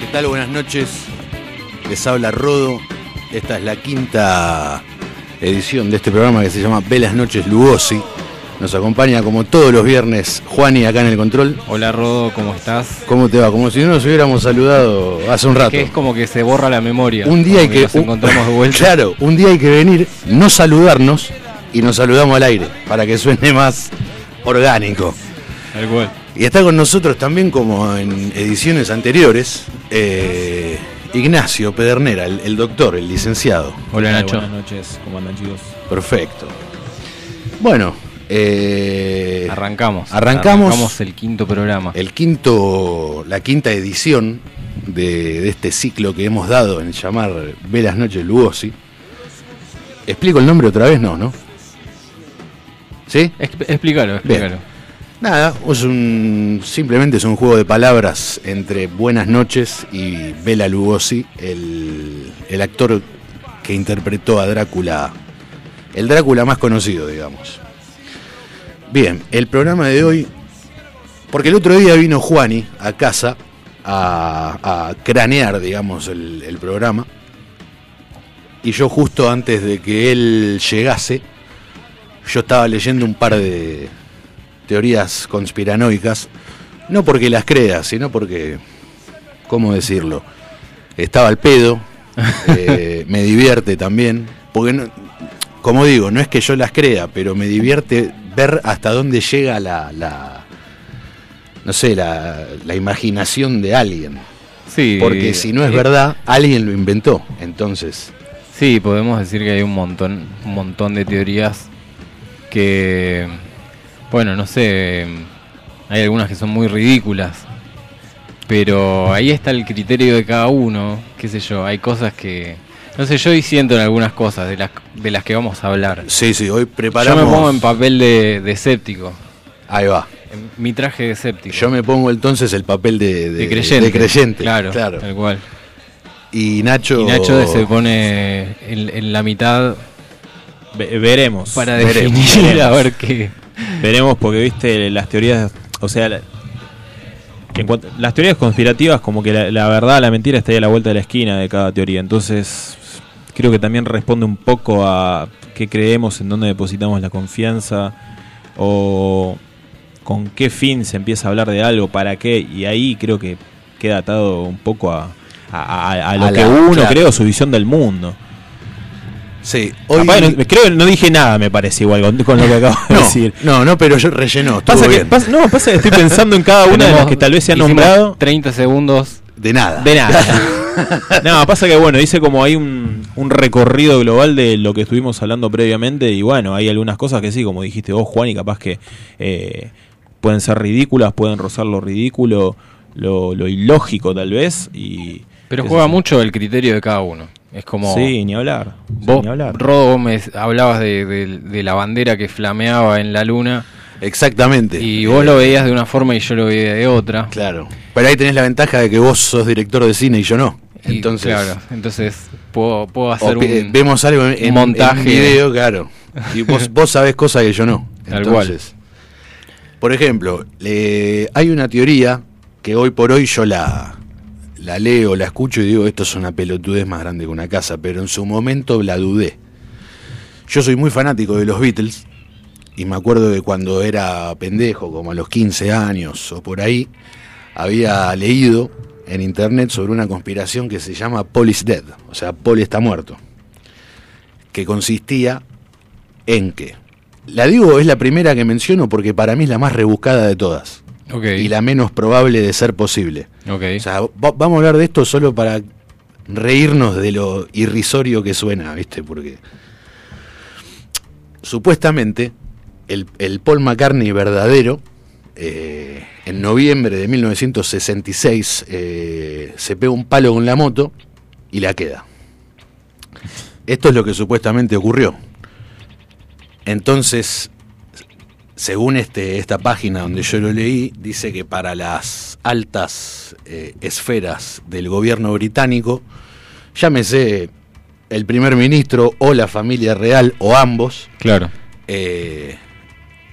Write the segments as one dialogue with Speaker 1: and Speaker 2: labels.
Speaker 1: ¿Qué tal? Buenas noches. Les habla Rodo. Esta es la quinta edición de este programa que se llama Velas Noches Lugosi. Nos acompaña como todos los viernes Juani acá en el control.
Speaker 2: Hola Rodo, ¿cómo estás?
Speaker 1: ¿Cómo te va? Como si no nos hubiéramos saludado hace un rato.
Speaker 2: Que es como que se borra la memoria.
Speaker 1: Un día hay
Speaker 2: cuando
Speaker 1: que
Speaker 2: nos encontramos de
Speaker 1: un-
Speaker 2: vuelta.
Speaker 1: Claro, un día hay que venir, no saludarnos y nos saludamos al aire para que suene más orgánico.
Speaker 2: Tal cual.
Speaker 1: Y está con nosotros también, como en ediciones anteriores, eh, Ignacio Pedernera, el, el doctor, el licenciado.
Speaker 2: Hola
Speaker 3: Hola,
Speaker 2: Nacho.
Speaker 3: Buenas noches, ¿cómo andan chicos?
Speaker 1: Perfecto. Bueno, eh,
Speaker 2: Arrancamos.
Speaker 1: Arrancamos. Eh,
Speaker 2: Arrancamos el quinto programa.
Speaker 1: el quinto, la quinta edición de, de este ciclo que hemos dado en llamar Velas Noches Lugosi. ¿Explico el nombre otra vez? No, ¿no? ¿Sí?
Speaker 2: Ex- Explícalo, explícalo.
Speaker 1: Nada, es un, simplemente es un juego de palabras entre Buenas noches y Bela Lugosi, el, el actor que interpretó a Drácula, el Drácula más conocido, digamos. Bien, el programa de hoy, porque el otro día vino Juani a casa a, a cranear, digamos, el, el programa, y yo justo antes de que él llegase, yo estaba leyendo un par de, teorías conspiranoicas, no porque las crea, sino porque, ¿cómo decirlo? Estaba al pedo, eh, me divierte también, porque, no- como digo, no es que yo las crea, pero me divierte ver hasta dónde llega la, la- no sé, la, la imaginación de alguien.
Speaker 2: Sí.
Speaker 1: Porque si no es
Speaker 2: eh,
Speaker 1: verdad, alguien lo inventó. Entonces,
Speaker 2: Sí, podemos decir que hay un montón, un montón de teorías que, bueno, no sé, hay algunas que son muy ridículas, pero ahí está el criterio de cada uno, qué sé yo, hay cosas que, no sé, yo disiento en algunas cosas de las, de las que vamos a hablar.
Speaker 1: sí, sí, hoy preparamos...
Speaker 2: Yo me pongo en papel de, de escéptico,
Speaker 1: Ahí va.
Speaker 2: en mi traje de escéptico.
Speaker 1: Yo me pongo entonces el papel de, de-
Speaker 2: de creyente.
Speaker 1: de creyente,
Speaker 2: Claro, tal cual.
Speaker 1: Y Nacho.
Speaker 2: Y Nacho se pone en- en la mitad
Speaker 3: Ve- veremos.
Speaker 2: para
Speaker 1: Veremos,
Speaker 2: definir a
Speaker 3: veremos.
Speaker 2: ver qué...
Speaker 3: Veremos porque, viste, las teorías. O sea, la- en cuanto- las teorías conspirativas, como que la, la verdad, la mentira está ahí a la vuelta de la esquina de cada teoría. Entonces, creo que también responde un poco a qué creemos, en dónde depositamos la confianza o con qué fin se empieza a hablar de algo, para qué. Y ahí creo que queda atado un poco a. a- a- a lo
Speaker 1: A
Speaker 3: que
Speaker 1: la-
Speaker 3: uno
Speaker 1: claro.
Speaker 3: creo, su visión del mundo.
Speaker 1: Sí, hoy.
Speaker 3: Capaz que no, creo que no dije nada, me parece igual con, con lo que acabo de
Speaker 1: no,
Speaker 3: decir.
Speaker 1: no, no, pero yo rellenó. estuvo
Speaker 3: Pasa que,
Speaker 1: bien.
Speaker 3: pasa- no, pasa que estoy pensando en cada una de las que tal vez se ha
Speaker 2: Hicimos
Speaker 3: nombrado.
Speaker 2: 30 segundos.
Speaker 1: de nada.
Speaker 3: De nada. no, pasa que bueno, hice como hay un, un recorrido global de lo que estuvimos hablando previamente y bueno, hay algunas cosas que sí, como dijiste vos, Juan, y capaz que eh, pueden ser ridículas, pueden rozar lo ridículo, lo, lo ilógico tal vez. y
Speaker 2: Pero
Speaker 3: qué sé
Speaker 2: juega
Speaker 3: yo.
Speaker 2: mucho el criterio de cada uno. Es como.
Speaker 3: Sí, ni hablar. sí,
Speaker 2: vos,
Speaker 3: ni hablar.
Speaker 2: Rodo, vos me hablabas de, de- de la bandera que flameaba en la luna.
Speaker 1: Exactamente.
Speaker 2: Y vos lo veías de una forma y yo lo veía de otra.
Speaker 1: Claro. Pero ahí tenés la ventaja de que vos sos director de cine y yo no.
Speaker 2: Y,
Speaker 1: Entonces.
Speaker 2: Claro, entonces puedo, puedo
Speaker 1: o
Speaker 2: hacer
Speaker 1: pi-
Speaker 2: un.
Speaker 1: vemos algo en, en- en
Speaker 2: montaje.
Speaker 1: un video, claro. Y vos, vos sabés cosas que yo no.
Speaker 2: Tal
Speaker 1: Entonces. Por ejemplo, eh, hay una teoría que hoy por hoy yo la, la leo, la escucho y digo, esto es una pelotudez más grande que una casa, pero en su momento la dudé. Yo soy muy fanático de los Beatles y me acuerdo de cuando era pendejo, como a los 15 años o por ahí, había leído en internet sobre una conspiración que se llama Paul is Dead, o sea, Paul está muerto, que consistía en que, la digo, es la primera que menciono porque para mí es la más rebuscada de todas.
Speaker 2: Ok.
Speaker 1: y la menos probable de ser posible.
Speaker 2: Ok.
Speaker 1: O sea, va- vamos a hablar de esto solo para reírnos de lo irrisorio que suena, ¿viste? Porque supuestamente el, el Paul McCartney verdadero, eh, en noviembre de 1966, eh, se pega un palo con la moto y la queda. Esto es lo que supuestamente ocurrió. Entonces, según este, esta página donde yo lo leí, dice que para las altas eh, esferas del gobierno británico, llámese el primer ministro o la familia real o ambos,
Speaker 2: claro.
Speaker 1: eh,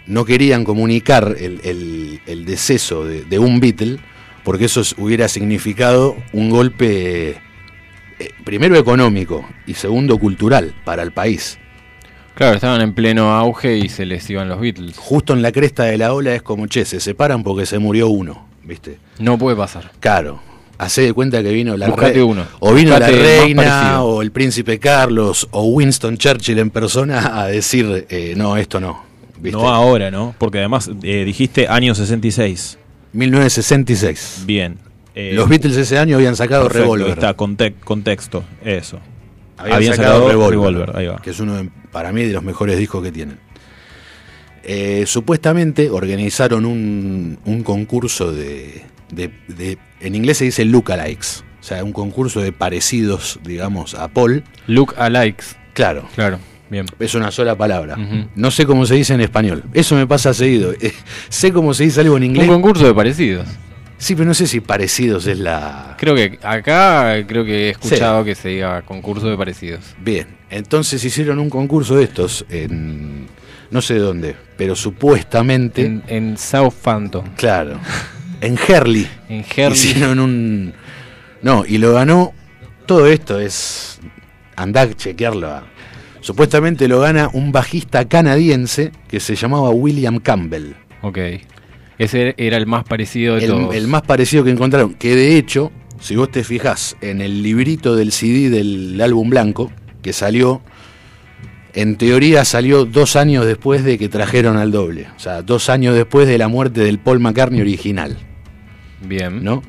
Speaker 1: no querían comunicar el, el- el deceso de, de un Beatle, porque eso s- hubiera significado un golpe, eh, primero económico y segundo cultural para el país.
Speaker 2: Claro, estaban en pleno auge y se les iban los Beatles.
Speaker 1: Justo en la cresta de la ola es como, che, se separan porque se murió uno, ¿viste?
Speaker 2: No puede pasar.
Speaker 1: Claro. Hacé de cuenta que vino la
Speaker 2: Buscate
Speaker 1: re-
Speaker 2: uno.
Speaker 1: O vino
Speaker 2: Buscate
Speaker 1: la
Speaker 2: el más
Speaker 1: reina,
Speaker 2: parecido.
Speaker 1: o el príncipe Carlos, o Winston Churchill en persona a decir, eh, no, esto no. ¿viste?
Speaker 3: No ahora, ¿no? Porque además eh, dijiste año 66.
Speaker 1: 1966.
Speaker 3: Bien. Eh,
Speaker 1: Los Beatles ese año habían sacado
Speaker 3: perfecto,
Speaker 1: Revolver.
Speaker 3: Está, conte- contexto. Eso. habían sacado Revolver, ahí va.
Speaker 1: Que es uno, de- para mí, de los mejores discos que tienen. Eh, supuestamente organizaron un, un concurso de, de- de- En inglés se dice lookalikes. O sea, un concurso de parecidos, digamos, a Paul.
Speaker 2: Look alikes.
Speaker 1: Claro.
Speaker 2: Claro, bien.
Speaker 1: Es una sola palabra.
Speaker 2: Ujú.
Speaker 1: No sé cómo se dice en español. Eso me pasa seguido. Eh, sé cómo se dice algo en
Speaker 2: Un
Speaker 1: inglés.
Speaker 2: concurso de parecidos.
Speaker 1: Sí, pero no sé si parecidos es la.
Speaker 2: Creo que acá creo que he escuchado
Speaker 1: Sí.
Speaker 2: que se diga concurso de parecidos.
Speaker 1: Bien, entonces hicieron un concurso de estos en. No sé dónde, pero supuestamente.
Speaker 2: En, en Southampton,
Speaker 1: Claro. En Herley.
Speaker 2: en Herley.
Speaker 1: Hicieron un. No, y lo ganó. Todo esto es. Andá a chequearlo. a- Supuestamente lo gana un bajista canadiense que se llamaba William Campbell.
Speaker 2: Ok. Ese era el más parecido de
Speaker 1: El,
Speaker 2: todos.
Speaker 1: el más parecido que encontraron. Que de hecho, si vos te fijás en el librito del CD del álbum blanco, que salió. En teoría salió dos años después de que trajeron al doble. O sea, dos años después de la muerte del Paul McCartney original.
Speaker 2: Bien.
Speaker 1: ¿no?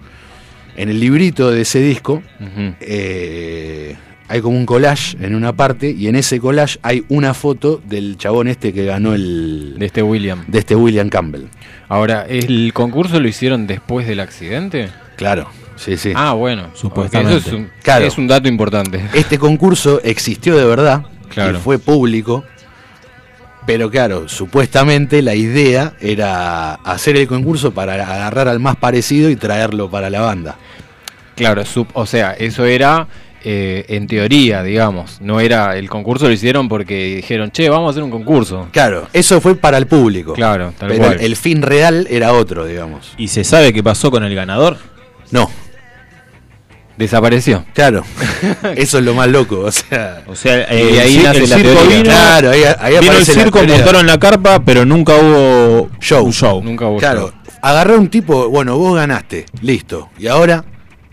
Speaker 1: En el librito de ese disco
Speaker 2: Ujú.
Speaker 1: eh, hay como un collage en una parte y en ese collage hay una foto del chabón este que ganó el
Speaker 2: De este William.
Speaker 1: de este William Campbell.
Speaker 2: Ahora, ¿el concurso lo hicieron después del accidente?
Speaker 1: Claro, sí, sí.
Speaker 2: Ah, bueno.
Speaker 3: Supuestamente.
Speaker 2: Eso es un,
Speaker 1: Claro.
Speaker 2: es un dato importante.
Speaker 1: Este concurso existió de verdad,
Speaker 2: Claro.
Speaker 1: y fue público, pero claro, supuestamente la idea era hacer el concurso para agarrar al más parecido y traerlo para la banda.
Speaker 2: Claro, sup- o sea, eso era eh, en teoría, digamos. No era el concurso lo hicieron porque dijeron, che, vamos a hacer un concurso.
Speaker 1: Claro, eso fue para el público.
Speaker 2: Claro, tal
Speaker 1: pero
Speaker 2: cual.
Speaker 1: el fin real era otro, digamos.
Speaker 3: ¿Y se sabe qué pasó con el ganador?
Speaker 1: No,
Speaker 2: Desapareció.
Speaker 1: Claro, eso es lo más loco, o sea.
Speaker 3: O sea, eh,
Speaker 2: Y ahí
Speaker 3: cir-
Speaker 2: nace la
Speaker 3: circo
Speaker 2: teoría.
Speaker 3: vino,
Speaker 1: claro, ahí, ahí
Speaker 3: vino el
Speaker 1: aparece la
Speaker 3: circo,
Speaker 1: teoría.
Speaker 3: montaron la carpa, pero nunca hubo
Speaker 1: Show.
Speaker 3: un show.
Speaker 2: Nunca hubo.
Speaker 1: Claro, agarró un tipo, bueno, vos ganaste, listo. Y ahora,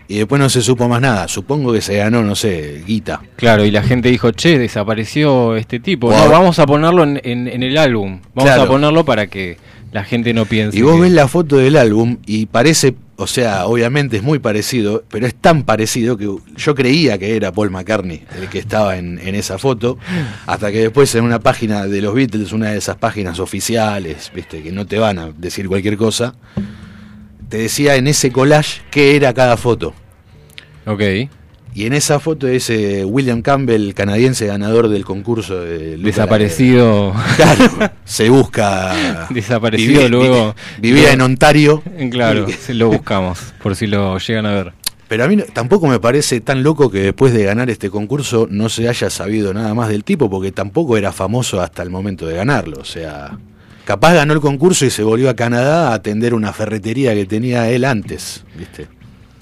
Speaker 1: y después no se supo más nada. Supongo que se ganó, no sé, guita.
Speaker 2: Claro, y la gente dijo, che, desapareció este tipo.
Speaker 1: Wow.
Speaker 2: No, vamos a ponerlo en, en- en el álbum. Vamos
Speaker 1: Claro.
Speaker 2: a ponerlo para que la gente no piense.
Speaker 1: Y vos
Speaker 2: que-
Speaker 1: ves la foto del álbum y parece, o sea, obviamente es muy parecido, pero es tan parecido que yo creía que era Paul McCartney el que estaba en, en esa foto, hasta que después en una página de los Beatles, una de esas páginas oficiales, viste, que no te van a decir cualquier cosa, te decía en ese collage qué era cada foto.
Speaker 2: Ok.
Speaker 1: Y en esa foto es eh, William Campbell, canadiense ganador del concurso de Luca
Speaker 2: Desaparecido.
Speaker 1: la- Claro, se busca.
Speaker 2: Desaparecido
Speaker 1: Vivía-
Speaker 2: luego.
Speaker 1: Vivía en Ontario.
Speaker 2: Claro, se lo buscamos, por si lo llegan a ver.
Speaker 1: Pero a mí no- tampoco me parece tan loco que después de ganar este concurso no se haya sabido nada más del tipo, porque tampoco era famoso hasta el momento de ganarlo. O sea, capaz ganó el concurso y se volvió a Canadá a atender una ferretería que tenía él antes, ¿viste?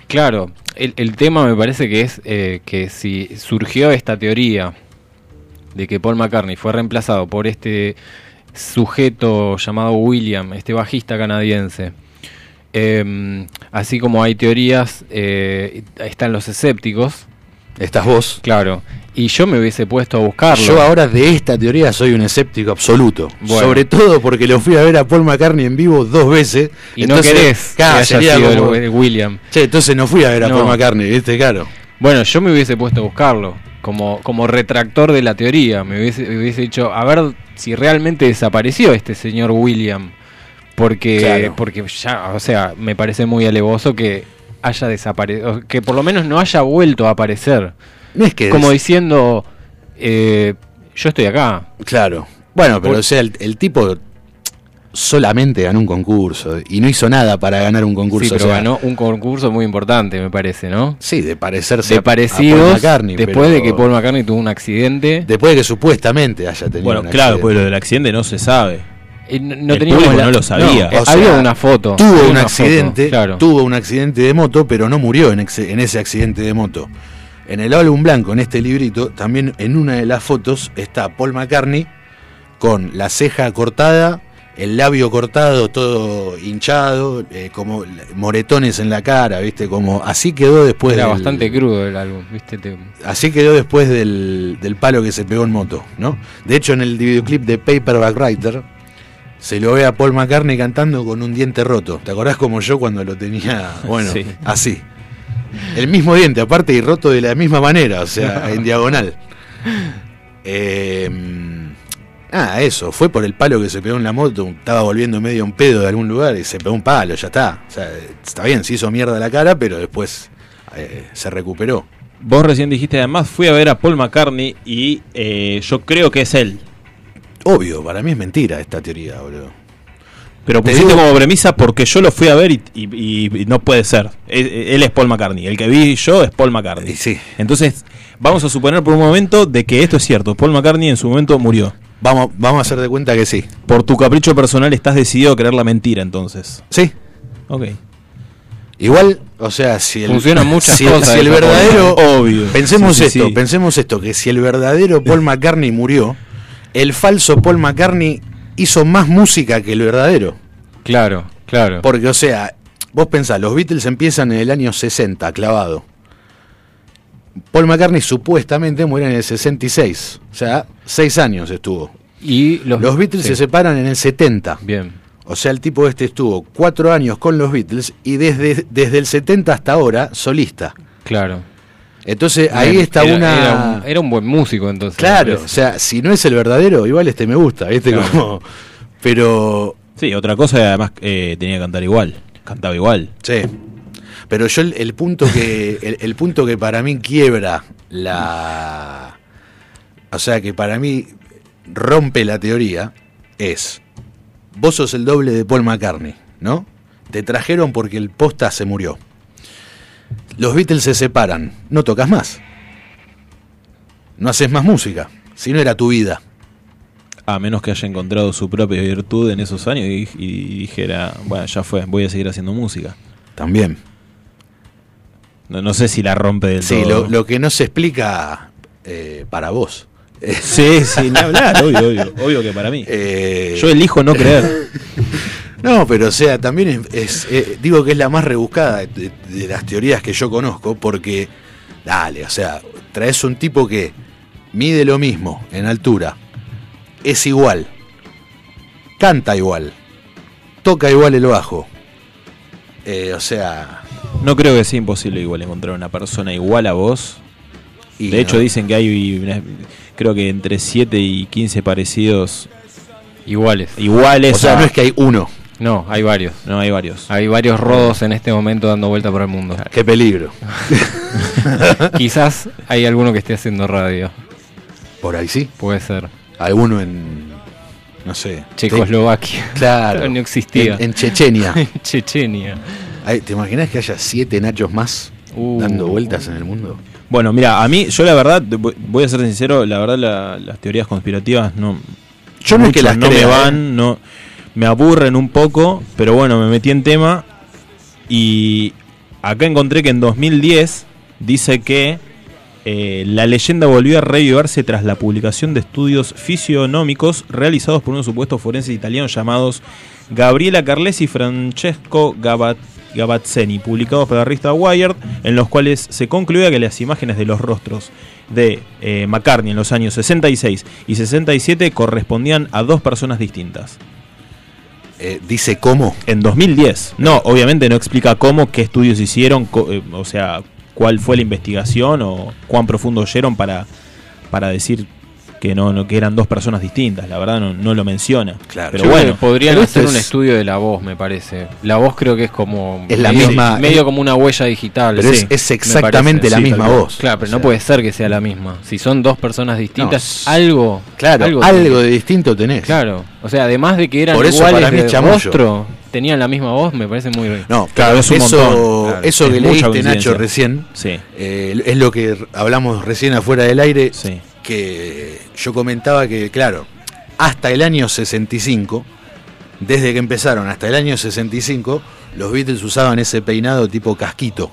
Speaker 2: Claro, el, el tema me parece que es eh, que si surgió esta teoría de que Paul McCartney fue reemplazado por este sujeto llamado William, este bajista canadiense, em, así como hay teorías, eh, están los escépticos,
Speaker 1: Estás vos.
Speaker 2: claro, Y yo me hubiese puesto a buscarlo.
Speaker 1: Yo ahora de esta teoría soy un escéptico absoluto.
Speaker 2: Bueno.
Speaker 1: Sobre todo porque lo fui a ver a Paul McCartney en vivo dos veces.
Speaker 2: y
Speaker 1: Entonces,
Speaker 2: no querés que
Speaker 1: claro,
Speaker 2: haya
Speaker 1: sería
Speaker 2: sido el
Speaker 1: como-
Speaker 2: we- William.
Speaker 1: Che, entonces no fui a ver a
Speaker 2: No.
Speaker 1: Paul McCartney, ¿viste? Claro.
Speaker 2: Bueno, yo me hubiese puesto a buscarlo. Como, como retractor de la teoría. Me hubiese, hubiese dicho, a ver si realmente desapareció este señor William. Porque,
Speaker 1: Claro.
Speaker 2: porque ya, o sea, me parece muy alevoso que haya desaparecido. Que por lo menos no haya vuelto a aparecer.
Speaker 1: No es que.
Speaker 2: Como diciendo, eh, yo estoy acá.
Speaker 1: Claro. Bueno, pero
Speaker 2: Por-
Speaker 1: o sea, el, el tipo solamente ganó un concurso y no hizo nada para ganar un concurso.
Speaker 2: sí, pero
Speaker 1: o sea,
Speaker 2: ganó un concurso muy importante, me parece, ¿no?
Speaker 1: Sí, de parecerse a-
Speaker 2: De
Speaker 1: a Paul
Speaker 2: parecidos,
Speaker 1: McCartney,
Speaker 2: después de
Speaker 1: pero-
Speaker 2: que Paul McCartney tuvo un accidente.
Speaker 1: Después de que supuestamente haya tenido.
Speaker 3: Bueno,
Speaker 1: un
Speaker 3: claro,
Speaker 1: accidente.
Speaker 3: pues lo del accidente no se sabe.
Speaker 2: Eh, no- no
Speaker 3: El
Speaker 2: teníamos
Speaker 3: público no lo sabía.
Speaker 2: eh,
Speaker 1: O sea,
Speaker 2: había una foto. había
Speaker 1: Tuvo un
Speaker 2: una
Speaker 1: accidente,
Speaker 2: foto, claro.
Speaker 1: tuvo un accidente de moto, pero no murió en, ex- en ese accidente de moto. En el álbum blanco, en este librito, también en una de las fotos está Paul McCartney con la ceja cortada, el labio cortado, todo hinchado, eh, como moretones en la cara, viste, como así quedó después
Speaker 2: Era
Speaker 1: del-
Speaker 2: bastante crudo el álbum, ¿viste? Te-
Speaker 1: Así quedó después del, del palo que se pegó en moto, ¿no? De hecho, en el videoclip de Paperback Writer se lo ve a Paul McCartney cantando con un diente roto. ¿Te acordás como yo cuando lo tenía? Bueno,
Speaker 3: Sí.
Speaker 1: así. El mismo diente, aparte y roto de la misma manera, o sea, en diagonal. Eh, ah, eso, fue por el palo que se pegó en la moto, estaba volviendo medio un pedo de algún lugar y se pegó un palo, ya está. O sea, está bien, se hizo mierda la cara, pero después eh, se recuperó.
Speaker 3: Vos recién dijiste, además fui a ver a Paul McCartney y eh, yo creo que es él.
Speaker 1: Obvio, para mí es mentira esta teoría, boludo.
Speaker 3: Pero
Speaker 1: Te
Speaker 3: pusiste
Speaker 1: digo-
Speaker 3: como premisa porque yo lo fui a ver y, y- y- y no puede ser. Es- él es Paul McCartney. El que vi yo es Paul McCartney.
Speaker 1: Y sí.
Speaker 3: Entonces, vamos a suponer por un momento de que esto es cierto. Paul McCartney en su momento murió.
Speaker 1: Vamos, vamos a hacer de cuenta que sí.
Speaker 3: Por tu capricho personal estás decidido a creer la mentira entonces.
Speaker 1: Sí.
Speaker 3: Ok.
Speaker 1: Igual, o sea, si el,
Speaker 2: Funcionan muchas
Speaker 1: si,
Speaker 2: cosas
Speaker 1: si el
Speaker 2: de esa
Speaker 1: verdadero...
Speaker 3: Obvio.
Speaker 1: Pensemos
Speaker 3: Sí, sí,
Speaker 1: esto,
Speaker 3: sí.
Speaker 1: pensemos esto, que si el verdadero Paul McCartney murió, el falso Paul McCartney hizo más música que el verdadero.
Speaker 2: Claro, claro.
Speaker 1: Porque, o sea, vos pensás, los Beatles empiezan en el año 60, clavado. Paul McCartney supuestamente muere en el 66, o sea, seis años estuvo.
Speaker 2: y los,
Speaker 1: Los Beatles
Speaker 2: sí,
Speaker 1: se separan en el 70.
Speaker 2: Bien.
Speaker 1: O sea, el tipo este estuvo cuatro años con los Beatles y desde, desde el 70 hasta ahora solista.
Speaker 2: Claro.
Speaker 1: Entonces ahí
Speaker 2: Bien,
Speaker 1: está
Speaker 2: era-
Speaker 1: una...
Speaker 2: Era un, era un buen músico entonces. me
Speaker 1: Claro,
Speaker 2: parece.
Speaker 1: o sea, si no es el verdadero, igual este me gusta, ¿viste?
Speaker 2: Claro.
Speaker 1: Como... Pero...
Speaker 3: Sí, otra cosa, además eh, tenía que cantar igual. Cantaba igual.
Speaker 1: Sí. Pero yo el, el punto que el, el punto que para mí quiebra la o sea que para mí rompe la teoría es vos sos el doble de Paul McCartney, ¿no? Te trajeron porque el posta se murió. Los Beatles se separan, no tocas más. No haces más música, si no era tu vida.
Speaker 3: A menos que haya encontrado su propia virtud en esos años y, y dijera, bueno, ya fue, voy a seguir haciendo música.
Speaker 1: También.
Speaker 3: No, no sé si la rompe del
Speaker 1: Sí,
Speaker 3: todo.
Speaker 1: lo, lo que no se explica eh, para vos.
Speaker 3: Sí, sí, ni hablar, obvio, obvio, obvio que para mí.
Speaker 1: Eh,
Speaker 3: Yo elijo no creer.
Speaker 1: No, pero o sea, también es, es, eh, digo que es la más rebuscada de, de- de las teorías que yo conozco, porque, dale, o sea, traes un tipo que mide lo mismo en altura, es igual, canta igual, toca igual el bajo, eh, o sea...
Speaker 3: No creo que sea imposible igual encontrar una persona igual a vos.
Speaker 1: y
Speaker 3: de hecho,
Speaker 1: no.
Speaker 3: dicen que hay, una- creo que entre 7 y 15 parecidos
Speaker 2: Iguales.
Speaker 3: iguales.
Speaker 1: O sea,
Speaker 3: a-
Speaker 1: no es que hay uno,
Speaker 2: No, hay varios.
Speaker 3: No, hay varios.
Speaker 2: Hay varios rodos en este momento dando vuelta por el mundo.
Speaker 1: qué peligro,
Speaker 2: Quizás hay alguno que esté haciendo radio.
Speaker 1: por ahí sí,
Speaker 2: Puede ser.
Speaker 1: alguno en, no sé...
Speaker 2: Checoslovaquia.
Speaker 1: Te- Claro,
Speaker 2: No existía.
Speaker 1: En, en Chechenia.
Speaker 2: Chechenia.
Speaker 1: Ay, ¿Te imaginas que haya siete nachos más
Speaker 2: Uh.
Speaker 1: dando vueltas en el mundo?
Speaker 3: Bueno, mira, a mí, yo la verdad, te voy- voy a ser sincero, la verdad la- las teorías conspirativas no...
Speaker 1: Yo no es
Speaker 3: mucho
Speaker 1: que las
Speaker 3: no
Speaker 1: crea,
Speaker 3: me
Speaker 1: ¿eh?
Speaker 3: van, no... Me aburren un poco, pero bueno, me metí en tema y acá encontré que en 2010 dice que eh, la leyenda volvió a revivarse tras la publicación de estudios fisionómicos realizados por unos supuestos forenses italianos llamados Gabriela Carlesi y Francesco Gabat- Gavazzeni, publicados por la revista Wired, en los cuales se concluía que las imágenes de los rostros de eh, McCartney en los años 66 y 67 correspondían a dos personas distintas.
Speaker 1: Eh, dice cómo.
Speaker 3: En 2010. No, obviamente no explica cómo, qué estudios hicieron, co- eh, o sea, cuál fue la investigación o cuán profundo oyeron para, para decir que no, no que eran dos personas distintas. La verdad no, no lo menciona.
Speaker 1: Claro.
Speaker 3: Pero
Speaker 2: Yo creo
Speaker 3: bueno,
Speaker 2: que podrían
Speaker 1: pero
Speaker 2: hacer
Speaker 1: esto
Speaker 2: un
Speaker 1: es-
Speaker 2: estudio de la voz, me parece. La voz creo que es como.
Speaker 1: Es la
Speaker 2: medio,
Speaker 1: misma- eh,
Speaker 2: Medio como una huella digital.
Speaker 1: Pero es-
Speaker 2: sí,
Speaker 1: es
Speaker 2: me
Speaker 1: exactamente
Speaker 2: parece.
Speaker 1: la
Speaker 2: Sí,
Speaker 1: misma
Speaker 3: tal cual.
Speaker 1: voz.
Speaker 2: Claro, pero
Speaker 1: O
Speaker 2: no
Speaker 1: sea,
Speaker 2: puede ser que sea la misma. Si son dos personas distintas,
Speaker 1: No,
Speaker 2: algo.
Speaker 1: Claro, algo,
Speaker 2: algo.
Speaker 1: de distinto tenés.
Speaker 2: Claro. O sea, además de que eran
Speaker 1: Por eso
Speaker 2: iguales
Speaker 1: para mí
Speaker 2: de
Speaker 1: es chamuyo.
Speaker 2: rostro, tenían la misma voz, me parece muy.
Speaker 1: No,
Speaker 3: Claro, es un
Speaker 1: eso,
Speaker 3: montón. Claro.
Speaker 1: eso
Speaker 3: Es
Speaker 1: que
Speaker 3: mucha
Speaker 1: leíste,
Speaker 3: coincidencia.
Speaker 1: Nacho, recién,
Speaker 3: sí,
Speaker 1: eh, es lo que hablamos recién afuera del aire,
Speaker 3: sí.
Speaker 1: que yo comentaba que, claro, hasta el año 65, desde que empezaron hasta el año 65, los Beatles usaban ese peinado tipo casquito,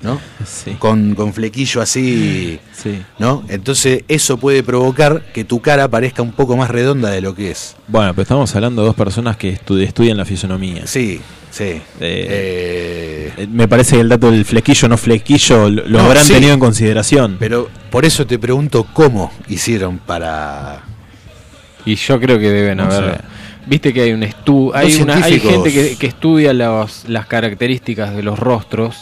Speaker 1: ¿no?
Speaker 3: Sí.
Speaker 1: Con, con flequillo así,
Speaker 3: sí.
Speaker 1: ¿no? Entonces eso puede provocar que tu cara parezca un poco más redonda de lo que es.
Speaker 3: Bueno, pero estamos hablando de dos personas que estu- estudian la fisonomía.
Speaker 1: Sí, sí. Eh,
Speaker 3: Eh, Me parece que el dato del flequillo no flequillo lo, lo
Speaker 1: No,
Speaker 3: habrán
Speaker 1: sí.
Speaker 3: tenido en consideración.
Speaker 1: pero por eso te pregunto cómo hicieron para...
Speaker 2: Y yo creo que deben
Speaker 3: No
Speaker 2: haber.
Speaker 3: sé.
Speaker 2: Viste que hay un estu hay, una- hay
Speaker 1: científicos.
Speaker 2: gente que, que estudia los- las características de los rostros.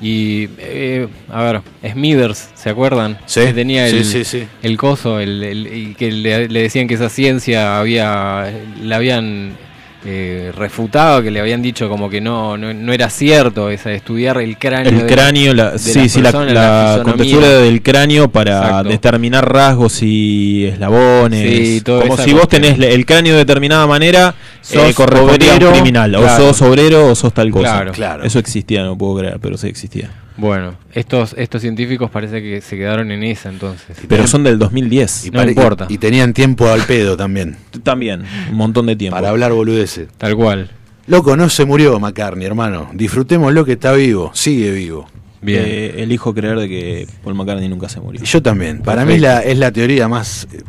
Speaker 2: Y, eh, a ver, Smithers, ¿se acuerdan?
Speaker 1: Sí,
Speaker 2: Que tenía
Speaker 1: sí,
Speaker 2: el,
Speaker 1: sí, sí.
Speaker 2: el coso, el, el- y que le, le decían que esa ciencia había la habían eh, refutado, que le habían dicho como que no, no, no era cierto esa, de estudiar el cráneo.
Speaker 3: el
Speaker 2: de-
Speaker 3: cráneo, la,
Speaker 2: de
Speaker 3: sí,
Speaker 2: la
Speaker 3: sí, la,
Speaker 2: persona,
Speaker 3: la
Speaker 2: la fisonomía.
Speaker 3: contextura del cráneo para
Speaker 2: Exacto.
Speaker 3: determinar rasgos y eslabones.
Speaker 2: Sí, toda
Speaker 3: como
Speaker 2: esa
Speaker 3: si vos
Speaker 2: cuestión.
Speaker 3: tenés le- el cráneo de determinada manera,
Speaker 2: Sos
Speaker 3: eh, correspondía a
Speaker 2: obrero,
Speaker 3: un criminal.
Speaker 2: claro.
Speaker 3: O sos obrero o sos tal cosa.
Speaker 2: Claro.
Speaker 1: Claro.
Speaker 3: Eso existía, no puedo creer, pero sí existía.
Speaker 2: Bueno, estos, estos científicos parece que se quedaron en esa entonces.
Speaker 3: Pero son del 2010.
Speaker 1: y
Speaker 2: no
Speaker 1: pare-
Speaker 2: importa.
Speaker 1: Y, y tenían tiempo al pedo también,
Speaker 3: También, un montón de tiempo.
Speaker 1: para hablar boludeces.
Speaker 2: Tal cual.
Speaker 1: Loco, no se murió McCartney, hermano. Disfrutemos lo que está vivo, sigue vivo.
Speaker 2: Bien.
Speaker 3: Eh, elijo creer de que Paul McCartney nunca se murió.
Speaker 1: Yo también. Para mí la, es la teoría más eh,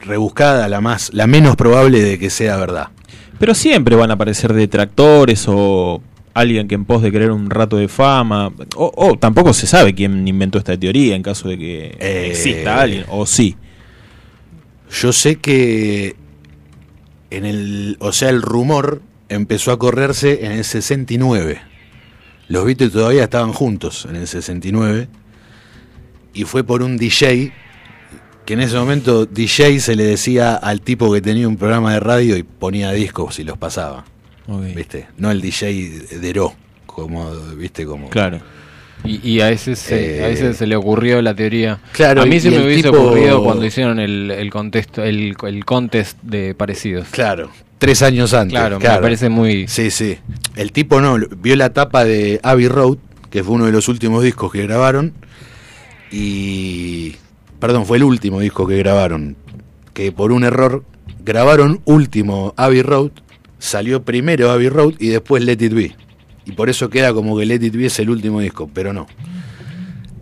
Speaker 1: rebuscada, la más, la menos probable de que sea verdad.
Speaker 3: Pero siempre van a aparecer detractores o alguien que en pos de querer un rato de fama. O, o tampoco se sabe quién inventó esta teoría en caso de que
Speaker 1: Eh,
Speaker 3: exista alguien. O sí.
Speaker 1: Yo sé que en el, o sea, el rumor empezó a correrse en el 69. Los Beatles todavía estaban juntos en el 69 y fue por un DJ que en ese momento DJ se le decía al tipo que tenía un programa de radio y ponía discos y los pasaba, ¿viste? No el DJ Deró, como viste como
Speaker 3: Claro.
Speaker 2: Y, y a, veces se,
Speaker 1: Eh,
Speaker 2: a veces se le ocurrió la teoría.
Speaker 1: Claro,
Speaker 2: a
Speaker 1: y-
Speaker 2: mí se
Speaker 1: y
Speaker 2: me
Speaker 1: el
Speaker 2: hubiese
Speaker 1: tipo-
Speaker 2: ocurrido cuando hicieron el, el, contexto, el, el contest de parecidos.
Speaker 1: Claro, tres años antes.
Speaker 2: Claro, me parece muy...
Speaker 1: Sí, sí. El tipo no, lo- vio la tapa de Abbey Road, que fue uno de los últimos discos que grabaron, y... Perdón, fue el último disco que grabaron, que por un error grabaron último Abbey Road, salió primero Abbey Road y después Let It Be. Y por eso queda como que Let It Be es el último disco, pero no.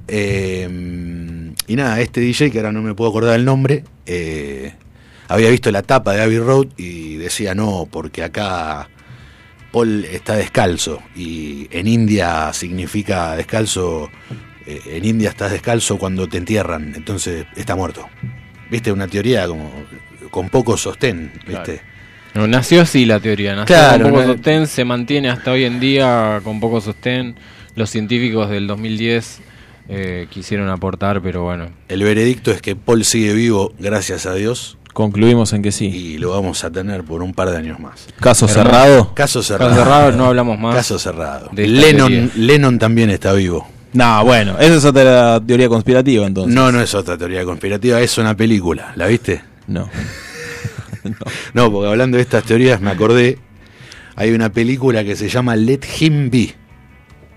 Speaker 1: Eh, y nada, este DJ, que ahora no me puedo acordar el nombre, eh, había visto la tapa de Abbey Road y decía no, porque acá Paul está descalzo y en India significa descalzo, eh, en India estás descalzo cuando te entierran, entonces está muerto. ¿Viste? Una teoría como con poco sostén, ¿viste?
Speaker 2: No, nació así la teoría, nació
Speaker 1: Claro,
Speaker 2: con poco
Speaker 1: no-
Speaker 2: sostén, se mantiene hasta hoy en día con poco sostén. Los científicos del 2010 eh, quisieron aportar, pero bueno.
Speaker 1: El veredicto es que Paul sigue vivo, gracias a Dios,
Speaker 3: Concluimos en que sí.
Speaker 1: y lo vamos a tener por un par de años más.
Speaker 3: Caso
Speaker 2: Hermoso.
Speaker 3: cerrado.
Speaker 1: Caso cerrado.
Speaker 2: Caso cerrado, no hablamos más.
Speaker 1: Caso cerrado.
Speaker 2: de esta
Speaker 1: Lennon,
Speaker 2: teoría.
Speaker 1: Lennon también está vivo.
Speaker 3: No, bueno, esa es otra teoría conspirativa entonces.
Speaker 1: No, no es otra teoría conspirativa, es una película. ¿La viste?
Speaker 3: No.
Speaker 1: No, porque hablando de estas teorías me acordé. Hay una película que se llama Let Him Be.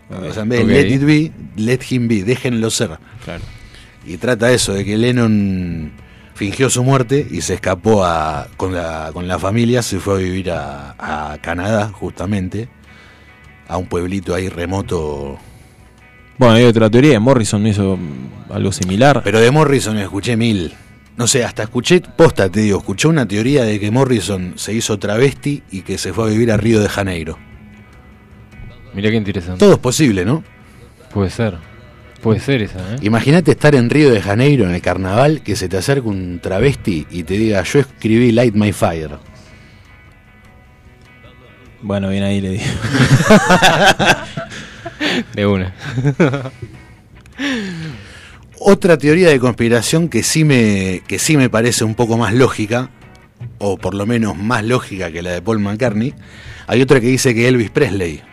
Speaker 1: O sea, en vez de
Speaker 2: Ok.
Speaker 1: Let It Be, Let Him Be, déjenlo ser.
Speaker 3: Claro.
Speaker 1: Y trata eso, de que Lennon fingió su muerte y se escapó a- con, la, con la familia, se fue a vivir a, a Canadá, justamente, a un pueblito ahí remoto.
Speaker 3: Bueno, hay otra teoría. Morrison hizo mm, algo similar.
Speaker 1: Pero de Morrison escuché mil. No sé, hasta escuché, posta te digo, escuché una teoría de que Morrison se hizo travesti y que se fue a vivir a Río de Janeiro.
Speaker 2: Mirá qué interesante.
Speaker 1: Todo es posible, ¿no?
Speaker 2: Puede ser. Puede ser esa, ¿eh?
Speaker 1: Imagínate estar en Río de Janeiro en el carnaval, que se te acerque un travesti y te diga, yo escribí Light My Fire.
Speaker 3: Bueno, bien ahí le digo.
Speaker 2: De una.
Speaker 1: Otra teoría de conspiración que sí me, que sí me parece un poco más lógica, o por lo menos más lógica que la de Paul McCartney, hay otra que dice que Elvis Presley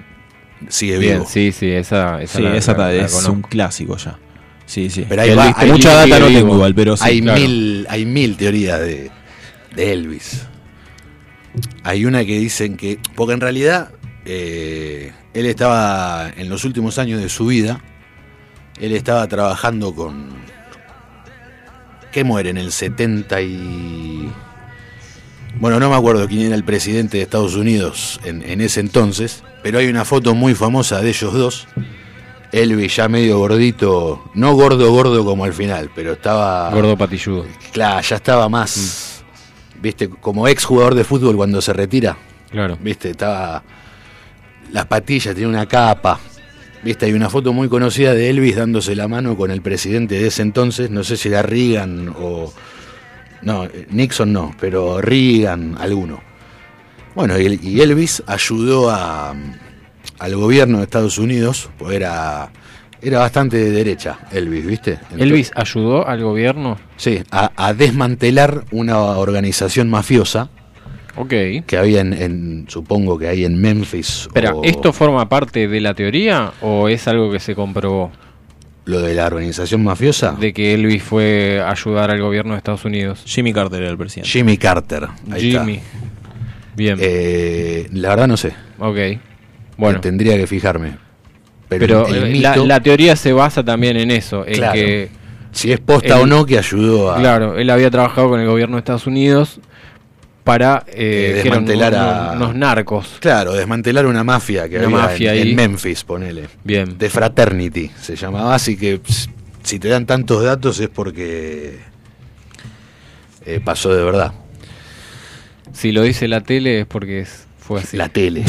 Speaker 1: sigue
Speaker 2: Bien,
Speaker 1: vivo.
Speaker 2: sí, sí, esa, esa,
Speaker 3: Sí,
Speaker 2: la-
Speaker 3: esa
Speaker 2: la- la
Speaker 3: es
Speaker 2: conozco.
Speaker 3: un clásico ya. Sí, sí.
Speaker 1: Pero ahí
Speaker 3: Él
Speaker 1: va,
Speaker 3: viste,
Speaker 1: ahí
Speaker 3: mucha
Speaker 1: sigue
Speaker 3: data no
Speaker 1: vivo.
Speaker 3: tengo igual, pero sí.
Speaker 1: hay,
Speaker 3: claro.
Speaker 1: mil, hay mil teorías de, de Elvis. Hay una que dicen que, porque en realidad eh, él estaba en los últimos años de su vida, él estaba trabajando con... ¿Qué muere? En el 70 y... Bueno, no me acuerdo quién era el presidente de Estados Unidos en, en ese entonces, pero hay una foto muy famosa de ellos dos. Elvis ya medio gordito, no gordo gordo como al final, pero estaba...
Speaker 2: Gordo patilludo.
Speaker 1: Claro, ya estaba más. Viste, como ex jugador de fútbol cuando se retira.
Speaker 2: Claro.
Speaker 1: Viste, estaba. Las patillas, tenía una capa. Viste, hay una foto muy conocida de Elvis dándose la mano con el presidente de ese entonces. No sé si era Reagan o. No, Nixon no, pero Reagan, alguno. Bueno, y y Elvis ayudó a, al gobierno de Estados Unidos, pues era, era bastante de derecha, Elvis, ¿viste? Entonces-
Speaker 2: ¿Elvis ayudó al gobierno?
Speaker 1: Sí, a, a desmantelar una organización mafiosa
Speaker 2: Ok.
Speaker 1: que había en, en- supongo que hay en Memphis.
Speaker 2: Espera,
Speaker 1: o
Speaker 2: ¿esto forma parte de la teoría o es algo que se comprobó?
Speaker 1: lo de la organización mafiosa.
Speaker 2: De que Elvis fue a ayudar al gobierno de Estados Unidos.
Speaker 3: Jimmy Carter era el presidente.
Speaker 1: Jimmy Carter. ahí está.
Speaker 2: Jimmy. Bien.
Speaker 1: Eh, la verdad no sé.
Speaker 2: ok. Bueno.
Speaker 1: Tendría que fijarme. Pero,
Speaker 2: Pero
Speaker 1: el
Speaker 2: eh, la,
Speaker 1: mito,
Speaker 2: la teoría se basa también en eso, en
Speaker 1: Claro.
Speaker 2: que,
Speaker 1: si es posta
Speaker 2: el-
Speaker 1: o no, que ayudó a
Speaker 2: claro, él había trabajado con el gobierno de Estados Unidos para eh,
Speaker 1: Eh,
Speaker 2: que eran
Speaker 1: desmantelar
Speaker 2: unos-
Speaker 1: a-
Speaker 2: unos narcos.
Speaker 1: Claro, desmantelar una mafia que
Speaker 2: Una
Speaker 1: había en-
Speaker 2: mafia
Speaker 1: en,
Speaker 2: ahí.
Speaker 1: Memphis, ponele.
Speaker 2: Bien,
Speaker 1: De Fraternity se llamaba, así que ps, si te dan tantos datos es porque eh, pasó de verdad.
Speaker 2: si lo dice la tele es porque es- fue así.
Speaker 1: La tele.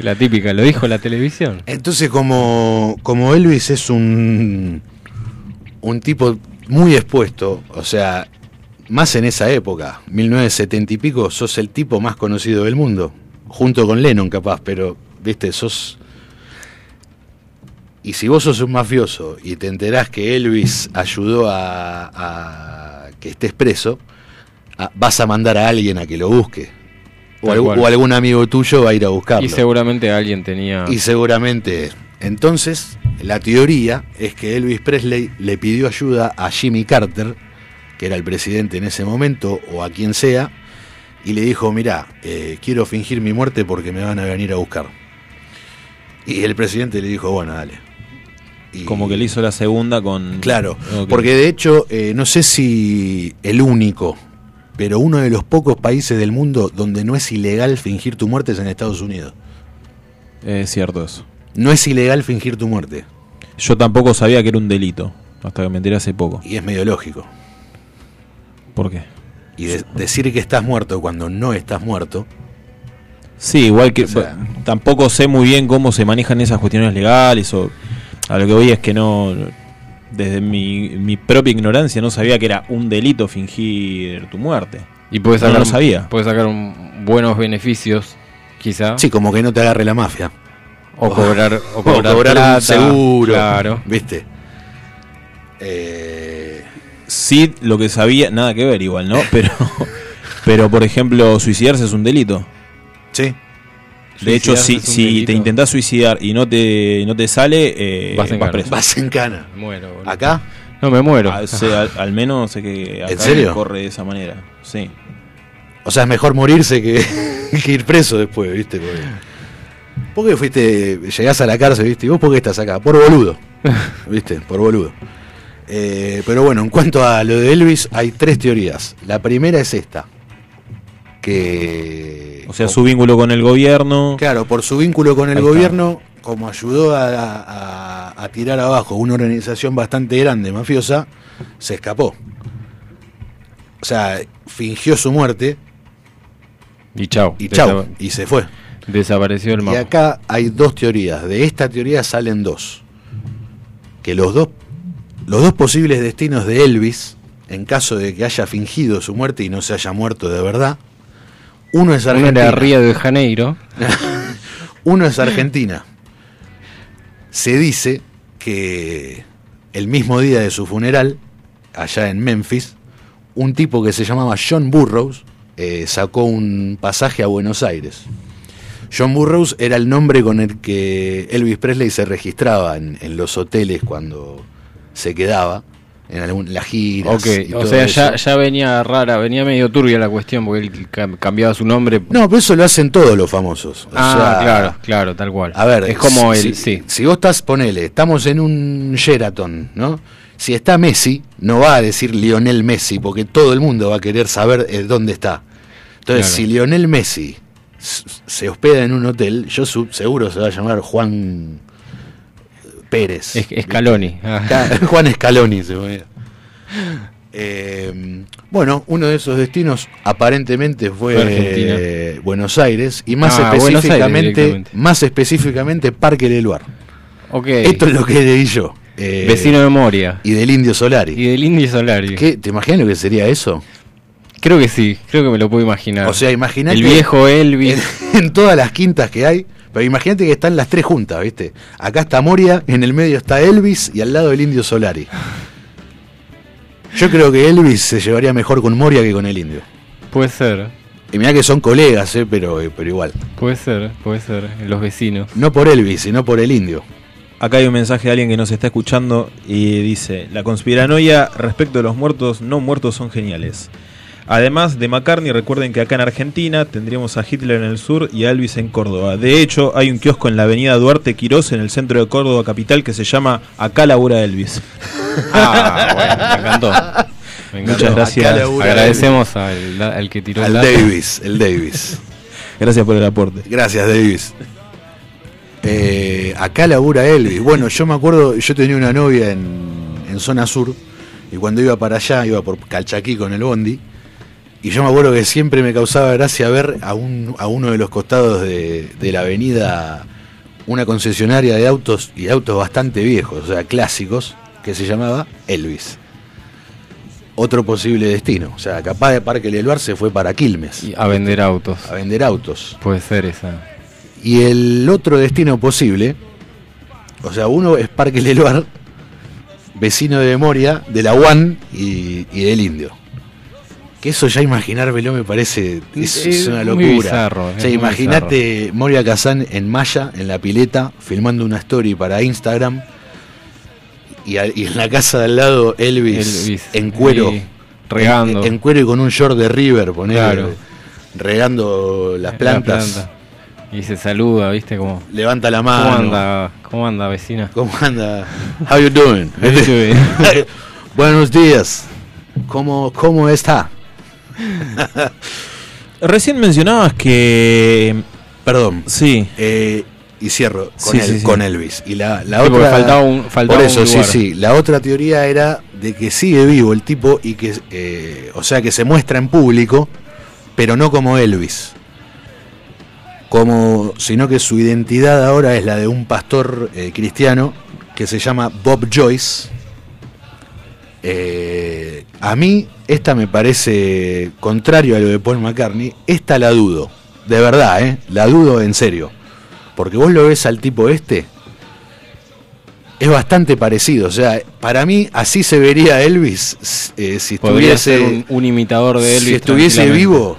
Speaker 2: La típica, lo dijo la televisión.
Speaker 1: Entonces, como, como Elvis es un, un tipo muy expuesto, o sea, más en esa época, 1970 y pico, sos el tipo más conocido del mundo, junto con Lennon capaz, pero, viste, sos... Y si vos sos un mafioso y te enterás que Elvis ayudó a, a que estés preso, a- vas a mandar a alguien a que lo busque. O,
Speaker 2: Tal
Speaker 1: algu-
Speaker 2: cual.
Speaker 1: o algún amigo tuyo va a ir a buscarlo.
Speaker 2: Y seguramente alguien tenía...
Speaker 1: Y seguramente. Entonces, la teoría es que Elvis Presley le pidió ayuda a Jimmy Carter, que era el presidente en ese momento, o a quien sea, y le dijo, mirá, eh, quiero fingir mi muerte porque me van a venir a buscar. Y el presidente le dijo, bueno, dale. Y-
Speaker 3: Como que le hizo la segunda con.
Speaker 1: Claro,
Speaker 3: Ok.
Speaker 1: porque de hecho, eh, no sé si el único, pero uno de los pocos países del mundo donde no es ilegal fingir tu muerte es en Estados Unidos.
Speaker 3: Es cierto eso.
Speaker 1: No es ilegal fingir tu muerte.
Speaker 3: Yo tampoco sabía que era un delito. Hasta que me enteré hace poco.
Speaker 1: Y es medio lógico.
Speaker 3: ¿Por qué?
Speaker 1: Y de- decir que estás muerto cuando no estás muerto.
Speaker 3: Sí, igual que
Speaker 1: O sea-
Speaker 3: tampoco sé muy bien cómo se manejan esas cuestiones legales o a lo que voy es que no desde mi, mi propia ignorancia no sabía que era un delito fingir tu muerte.
Speaker 2: Y puede
Speaker 3: No
Speaker 2: sacar,
Speaker 3: lo sabía.
Speaker 2: puede sacar un- buenos beneficios, quizá.
Speaker 1: Sí, como que no te agarre la mafia.
Speaker 2: O cobrar, Ah. o
Speaker 1: O
Speaker 2: cobrar,
Speaker 1: cobrar un
Speaker 2: plata,
Speaker 1: seguro.
Speaker 2: Claro.
Speaker 1: ¿Viste? Eh,
Speaker 3: Sí, lo que sabía, nada que ver igual, ¿no? Pero pero por ejemplo, suicidarse es un delito.
Speaker 1: sí.
Speaker 3: De hecho,
Speaker 2: Suicidarse
Speaker 3: si,
Speaker 2: es un
Speaker 3: si
Speaker 2: delito.
Speaker 3: te intentás suicidar y no te no te sale, eh,
Speaker 2: Vas en cana.
Speaker 3: preso.
Speaker 1: Vas en cana.
Speaker 2: Me muero, boludo.
Speaker 1: Acá,
Speaker 2: No, me muero.
Speaker 3: Ah, sí, al, al menos sé que acá
Speaker 1: serio?
Speaker 3: corre de esa manera. Sí.
Speaker 1: o sea, es mejor morirse que, que ir preso después, ¿viste? Porque, ¿Por qué fuiste, llegás a la cárcel, ¿viste? ¿Y vos por qué estás acá? Por boludo. ¿Viste? Por boludo. Eh, pero bueno, en cuanto a lo de Elvis, hay tres teorías. La primera es esta. Que...
Speaker 3: O sea, su vínculo con el gobierno.
Speaker 1: Claro, por su vínculo con el
Speaker 3: Ahí está.
Speaker 1: gobierno, como ayudó a, a- a tirar abajo una organización bastante grande, mafiosa, se escapó. O sea, fingió su muerte
Speaker 2: y chao.
Speaker 1: y chau, y se fue.
Speaker 2: Desapareció el
Speaker 1: Y
Speaker 2: mapa.
Speaker 1: acá hay dos teorías. De esta teoría salen dos. que los dos, los dos posibles destinos de Elvis, en caso de que haya fingido su muerte y no se haya muerto de verdad, uno es
Speaker 2: Uno
Speaker 1: Argentina.
Speaker 2: era Río de Janeiro.
Speaker 1: Uno es Argentina. Se dice que el mismo día de su funeral, allá en Memphis, un tipo que se llamaba John Burroughs eh, sacó un pasaje a Buenos Aires. John Burroughs era el nombre con el que Elvis Presley se registraba en, en los hoteles cuando se quedaba, en algún, las giras. y
Speaker 2: Ok, o
Speaker 1: todo
Speaker 2: sea, ya,
Speaker 1: eso.
Speaker 2: ya venía rara, venía medio turbia la cuestión porque él cam- cambiaba su nombre.
Speaker 1: No, pero eso lo hacen todos los famosos. O
Speaker 2: ah,
Speaker 1: sea,
Speaker 2: claro, claro, tal cual.
Speaker 1: A ver,
Speaker 2: es como
Speaker 1: si,
Speaker 2: el. Sí,
Speaker 1: Si vos estás, ponele, estamos en un Sheraton, ¿no? Si está Messi, no va a decir Lionel Messi, porque todo el mundo va a querer saber eh, dónde está. Entonces,
Speaker 2: Claro.
Speaker 1: si Lionel Messi s- se hospeda en un hotel, yo su- seguro se va a llamar Juan eh, Pérez.
Speaker 2: es, Scaloni. Ah,
Speaker 1: Ca- Juan Scaloni se movía. Eh, bueno, uno de esos destinos aparentemente fue
Speaker 2: Fue Argentina.
Speaker 1: eh, Buenos Aires y más
Speaker 2: Ah, Buenos Aires
Speaker 1: específicamente,
Speaker 2: directamente.
Speaker 1: más específicamente Parque del Luar.
Speaker 2: ok,
Speaker 1: Esto es lo que leí yo. eh,
Speaker 2: vecino de Moria.
Speaker 1: y del Indio Solari.
Speaker 2: Y del Indio Solari.
Speaker 1: ¿Qué? ¿Te imaginas lo que sería eso?
Speaker 2: Creo que sí, creo que me lo puedo imaginar.
Speaker 1: O sea, imagínate
Speaker 2: el viejo Elvis.
Speaker 1: en, en todas las quintas que hay, pero imagínate que están las tres juntas, ¿viste? Acá está Moria, en el medio está Elvis y al lado el Indio Solari. Yo creo que Elvis se llevaría mejor con Moria que con el Indio.
Speaker 2: Puede ser,
Speaker 1: Y mirá que son colegas, ¿eh? pero, eh, pero igual.
Speaker 2: puede ser, puede ser. Los vecinos.
Speaker 1: No por Elvis, sino por el Indio.
Speaker 3: Acá hay un mensaje de alguien que nos está escuchando y dice, la conspiranoia respecto de los muertos no muertos son geniales. Además de McCartney, recuerden que acá en Argentina tendríamos a Hitler en el sur y a Elvis en Córdoba. De hecho, hay un kiosco en la avenida Duarte Quirós, en el centro de Córdoba capital, que se llama Acá labura Elvis.
Speaker 2: Ah, bueno, me encantó. Me encantó.
Speaker 3: Muchas gracias.
Speaker 1: Acá labura
Speaker 2: Agradecemos al, al que tiró el
Speaker 1: Al
Speaker 2: dato.
Speaker 1: Davis, el Davis.
Speaker 3: Gracias por el aporte.
Speaker 1: Gracias, Davis. Eh, acá labura Elvis. Bueno, yo me acuerdo, yo tenía una novia en, en zona sur y cuando iba para allá, iba por Calchaquí con el bondi. Y yo me acuerdo que siempre me causaba gracia ver a, un, a uno de los costados de, de la avenida una concesionaria de autos y autos bastante viejos, o sea, clásicos, que se llamaba Elvis. Otro posible destino. O sea, capaz de Parque Leluar se fue para Quilmes
Speaker 2: Y A vender autos.
Speaker 1: a vender autos.
Speaker 2: Puede ser esa.
Speaker 1: Y el otro destino posible, o sea, uno es Parque Leluar, vecino de memoria de la UAN y, y del Indio. Que eso ya imaginármelo me parece es,
Speaker 2: Es
Speaker 1: es una
Speaker 2: muy
Speaker 1: locura.
Speaker 2: bizarro, es
Speaker 1: o sea,
Speaker 2: muy
Speaker 1: imagínate Moria Kazan en Maya, en la pileta, filmando una story para Instagram. Y, a- y en la casa de al lado Elvis,
Speaker 2: Elvis,
Speaker 1: en cuero.
Speaker 2: ahí, regando.
Speaker 1: En, en cuero y con un short de River, ponele,
Speaker 2: Claro. Eh,
Speaker 1: Regando las
Speaker 2: La
Speaker 1: plantas.
Speaker 2: planta. Y se saluda, ¿viste? Como,
Speaker 1: Levanta la
Speaker 2: ¿cómo,
Speaker 1: mano.
Speaker 2: anda, ¿Cómo anda, vecina?
Speaker 1: ¿Cómo anda? How you doing?
Speaker 2: Elvis
Speaker 1: Buenos días. ¿Cómo, cómo está?
Speaker 3: Recién mencionabas que...
Speaker 1: Perdón.
Speaker 3: Sí,
Speaker 1: eh, y cierro con,
Speaker 3: Sí,
Speaker 1: el-
Speaker 3: sí, sí.
Speaker 1: con Elvis. Y la, la
Speaker 2: Sí, porque
Speaker 1: otra.
Speaker 2: faltaba un- faltaba
Speaker 1: por eso,
Speaker 2: un lugar.
Speaker 1: sí, sí. La otra teoría era de que sigue vivo el tipo y que. eh, o sea, que se muestra en público, pero no como Elvis. Como, sino que su identidad ahora es la de un pastor eh, cristiano que se llama Bob Joyce. Eh, a mí, esta me parece, contrario a lo de Paul McCartney, esta la dudo. De verdad, ¿eh? La dudo en serio. Porque vos lo ves al tipo este. Es bastante parecido. O sea, para mí, así se vería Elvis s- eh, si
Speaker 2: Podría
Speaker 1: estuviese,
Speaker 2: ser un, un imitador de Elvis.
Speaker 1: si estuviese
Speaker 2: tranquilamente.
Speaker 1: vivo.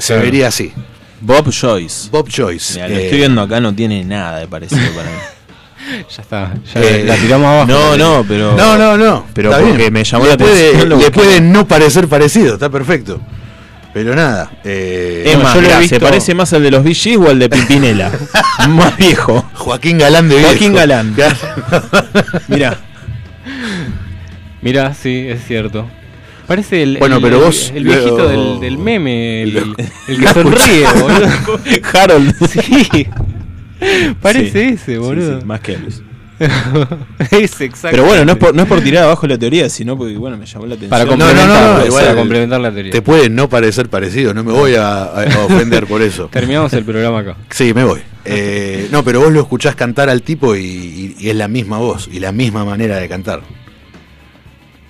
Speaker 1: Se
Speaker 2: Claro.
Speaker 1: vería así.
Speaker 3: Bob Joyce.
Speaker 1: Bob Joyce.
Speaker 3: Mirá, lo
Speaker 1: eh,
Speaker 3: estoy viendo acá, no tiene nada de parecido para mí.
Speaker 2: Ya está, ya
Speaker 1: Eh,
Speaker 2: la tiramos abajo.
Speaker 3: No, no, pero...
Speaker 1: No, no, no.
Speaker 3: Pero
Speaker 1: está
Speaker 3: porque
Speaker 1: bien.
Speaker 3: me llamó
Speaker 1: Le
Speaker 3: la
Speaker 1: puede-
Speaker 3: atención lo
Speaker 1: Le
Speaker 3: que-
Speaker 1: puede no parecer parecido, está perfecto. Pero nada. eh,
Speaker 3: Es
Speaker 2: No,
Speaker 3: más,
Speaker 2: yo lo he
Speaker 3: mirá,
Speaker 2: visto-
Speaker 3: se parece más al de los VGs o al de Pimpinela. más viejo.
Speaker 1: Joaquín Galán de viejo.
Speaker 3: Joaquín Galán. Mirá.
Speaker 2: Mira, sí, es cierto. Parece el,
Speaker 1: Bueno,
Speaker 2: el-
Speaker 1: pero
Speaker 2: el-
Speaker 1: vos
Speaker 2: el
Speaker 1: lo-
Speaker 2: viejito del, del meme, el,
Speaker 1: lo-
Speaker 2: el que sonríe, boludo.
Speaker 3: Harold.
Speaker 2: Sí. Parece
Speaker 3: Sí.
Speaker 2: ese, boludo.
Speaker 3: Sí, sí, más que Elvis.
Speaker 2: es exacto.
Speaker 3: Pero bueno, no es, por, no es por tirar abajo la teoría, sino porque bueno, me llamó la atención.
Speaker 2: Para
Speaker 1: No, no,
Speaker 2: complementar,
Speaker 1: no, no,
Speaker 2: para
Speaker 1: igual-
Speaker 2: complementar la teoría.
Speaker 1: Te puede no parecer parecido, no me voy a, a ofender por eso.
Speaker 2: Terminamos el programa acá.
Speaker 1: Sí, me voy. Eh, no, pero vos lo escuchás cantar al tipo y, y- y es la misma voz y la misma manera de cantar.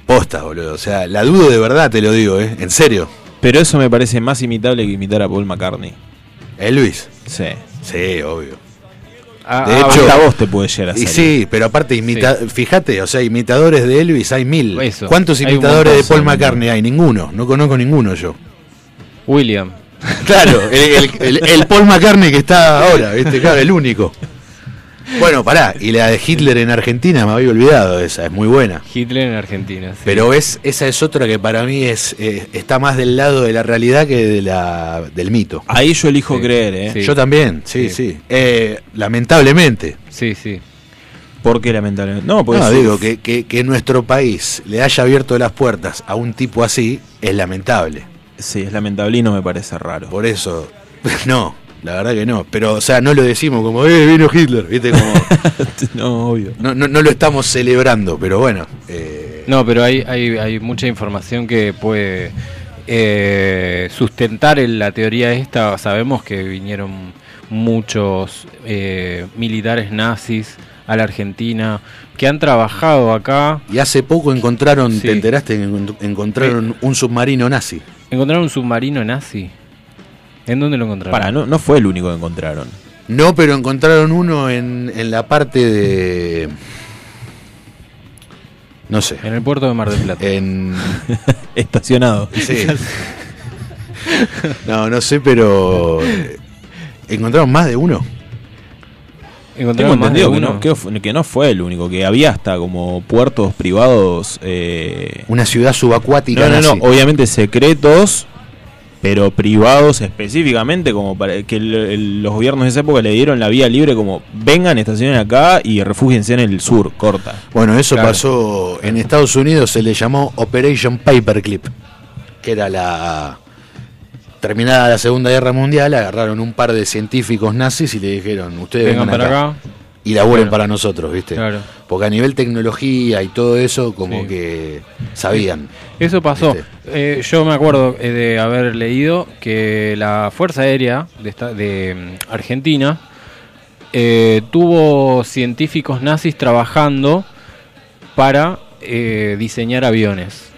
Speaker 1: Posta, boludo. O sea, la dudo de verdad, te lo digo, ¿eh? En serio.
Speaker 3: Pero eso me parece más imitable que imitar a Paul McCartney.
Speaker 1: Elvis.
Speaker 3: Sí.
Speaker 1: ¿Eh, Sí, obvio.
Speaker 2: Ah,
Speaker 3: A,
Speaker 1: De hecho-
Speaker 3: la voz te puede llegar a
Speaker 1: Y
Speaker 3: salir.
Speaker 1: sí, pero aparte, imita fíjate, o sea, imitadores de Elvis hay mil.
Speaker 2: Eso,
Speaker 1: ¿Cuántos
Speaker 2: hay un
Speaker 1: imitadores de
Speaker 2: montón,
Speaker 1: Paul
Speaker 2: sí.
Speaker 1: McCartney hay? Ninguno. No conozco ninguno yo.
Speaker 2: William.
Speaker 1: Claro, el, el- el- el Paul McCartney que está ahora, ¿viste? Claro, el único. Bueno, pará, y la de Hitler en Argentina me había olvidado de esa, es muy buena.
Speaker 2: Hitler en Argentina. sí.
Speaker 1: Pero es, esa es otra que para mí es, eh, está más del lado de la realidad que de la, del mito.
Speaker 3: Ahí yo elijo
Speaker 2: Sí.
Speaker 3: creer, ¿eh?
Speaker 2: Sí.
Speaker 1: Yo también, sí, sí.
Speaker 2: Sí.
Speaker 1: Eh, lamentablemente,
Speaker 2: Sí, sí.
Speaker 3: ¿Por qué lamentablemente? No, pues.
Speaker 1: no, digo que, que- que nuestro país le haya abierto las puertas a un tipo así es lamentable.
Speaker 3: Sí, es lamentable y no me parece raro.
Speaker 1: Por eso, no, la verdad que no. Pero, o sea, no lo decimos como, eh, vino Hitler, ¿viste? Como.
Speaker 3: no, obvio.
Speaker 1: No, no, no lo estamos celebrando, pero bueno. eh,
Speaker 2: No, pero hay, hay, hay mucha información que puede eh, sustentar en la teoría esta. Sabemos que vinieron muchos eh, militares nazis a la Argentina que han trabajado acá.
Speaker 1: Y hace poco encontraron,
Speaker 2: Sí.
Speaker 1: te enteraste, que encont- encontraron un submarino nazi.
Speaker 2: ¿Encontraron un submarino nazi? ¿En dónde lo encontraron?
Speaker 3: Para, no, no fue el único que encontraron.
Speaker 1: No, pero encontraron uno en, en la parte de... No sé.
Speaker 2: En el puerto de Mar del
Speaker 3: Eh,
Speaker 2: Plata.
Speaker 1: En...
Speaker 3: Estacionado.
Speaker 1: sí. No, no sé, pero... eh, ¿Encontraron más de uno?
Speaker 3: Tengo
Speaker 2: ¿Encontraron más de
Speaker 3: entendido que
Speaker 2: uno?
Speaker 3: no, que, fu- que no fue el único, que había hasta como puertos privados. Eh...
Speaker 1: Una ciudad subacuática
Speaker 3: No, no, no,
Speaker 1: nazi.
Speaker 3: obviamente secretos, pero privados específicamente, como para que el- el- los gobiernos de esa época le dieron la vía libre, como vengan, estacionen acá y refúgiense en el sur, corta.
Speaker 1: Bueno, eso
Speaker 2: Claro.
Speaker 1: pasó en Estados Unidos, se le llamó Operation Paperclip, que era la... Terminada la Segunda Guerra Mundial, agarraron un par de científicos nazis y le dijeron, ustedes
Speaker 2: Vengan
Speaker 1: vengan
Speaker 2: para
Speaker 1: acá,
Speaker 2: acá.
Speaker 1: y laburen
Speaker 2: Claro.
Speaker 1: para nosotros, ¿viste?
Speaker 2: Claro.
Speaker 1: Porque a nivel tecnología y todo eso, como
Speaker 2: Sí.
Speaker 1: que sabían.
Speaker 2: Eso pasó.
Speaker 1: ¿Viste?
Speaker 2: Eh, yo me acuerdo eh, de haber leído que la Fuerza Aérea de, esta- de, mm, Argentina eh, tuvo científicos nazis trabajando para eh, diseñar aviones.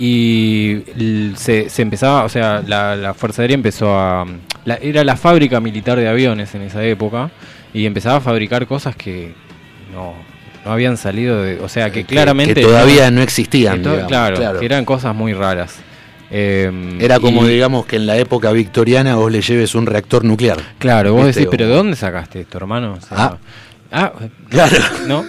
Speaker 2: Y l- se, se empezaba, o sea, la, la Fuerza Aérea empezó a... mm, la- era la fábrica militar de aviones en esa época y empezaba a fabricar cosas que no, no habían salido de... O sea, que claramente...
Speaker 1: Que todavía no existían.
Speaker 2: Que to-
Speaker 1: digamos,
Speaker 2: claro,
Speaker 1: claro.
Speaker 2: que eran cosas muy raras. Eh,
Speaker 1: Era como,
Speaker 2: y-
Speaker 1: digamos, que en la época victoriana vos le lleves un reactor nuclear.
Speaker 2: Claro, vos
Speaker 1: viste,
Speaker 2: decís, pero
Speaker 1: como-
Speaker 2: ¿de dónde sacaste esto, hermano? O sea,
Speaker 1: este, Ah.
Speaker 2: ah,
Speaker 1: Claro.
Speaker 2: ¿no?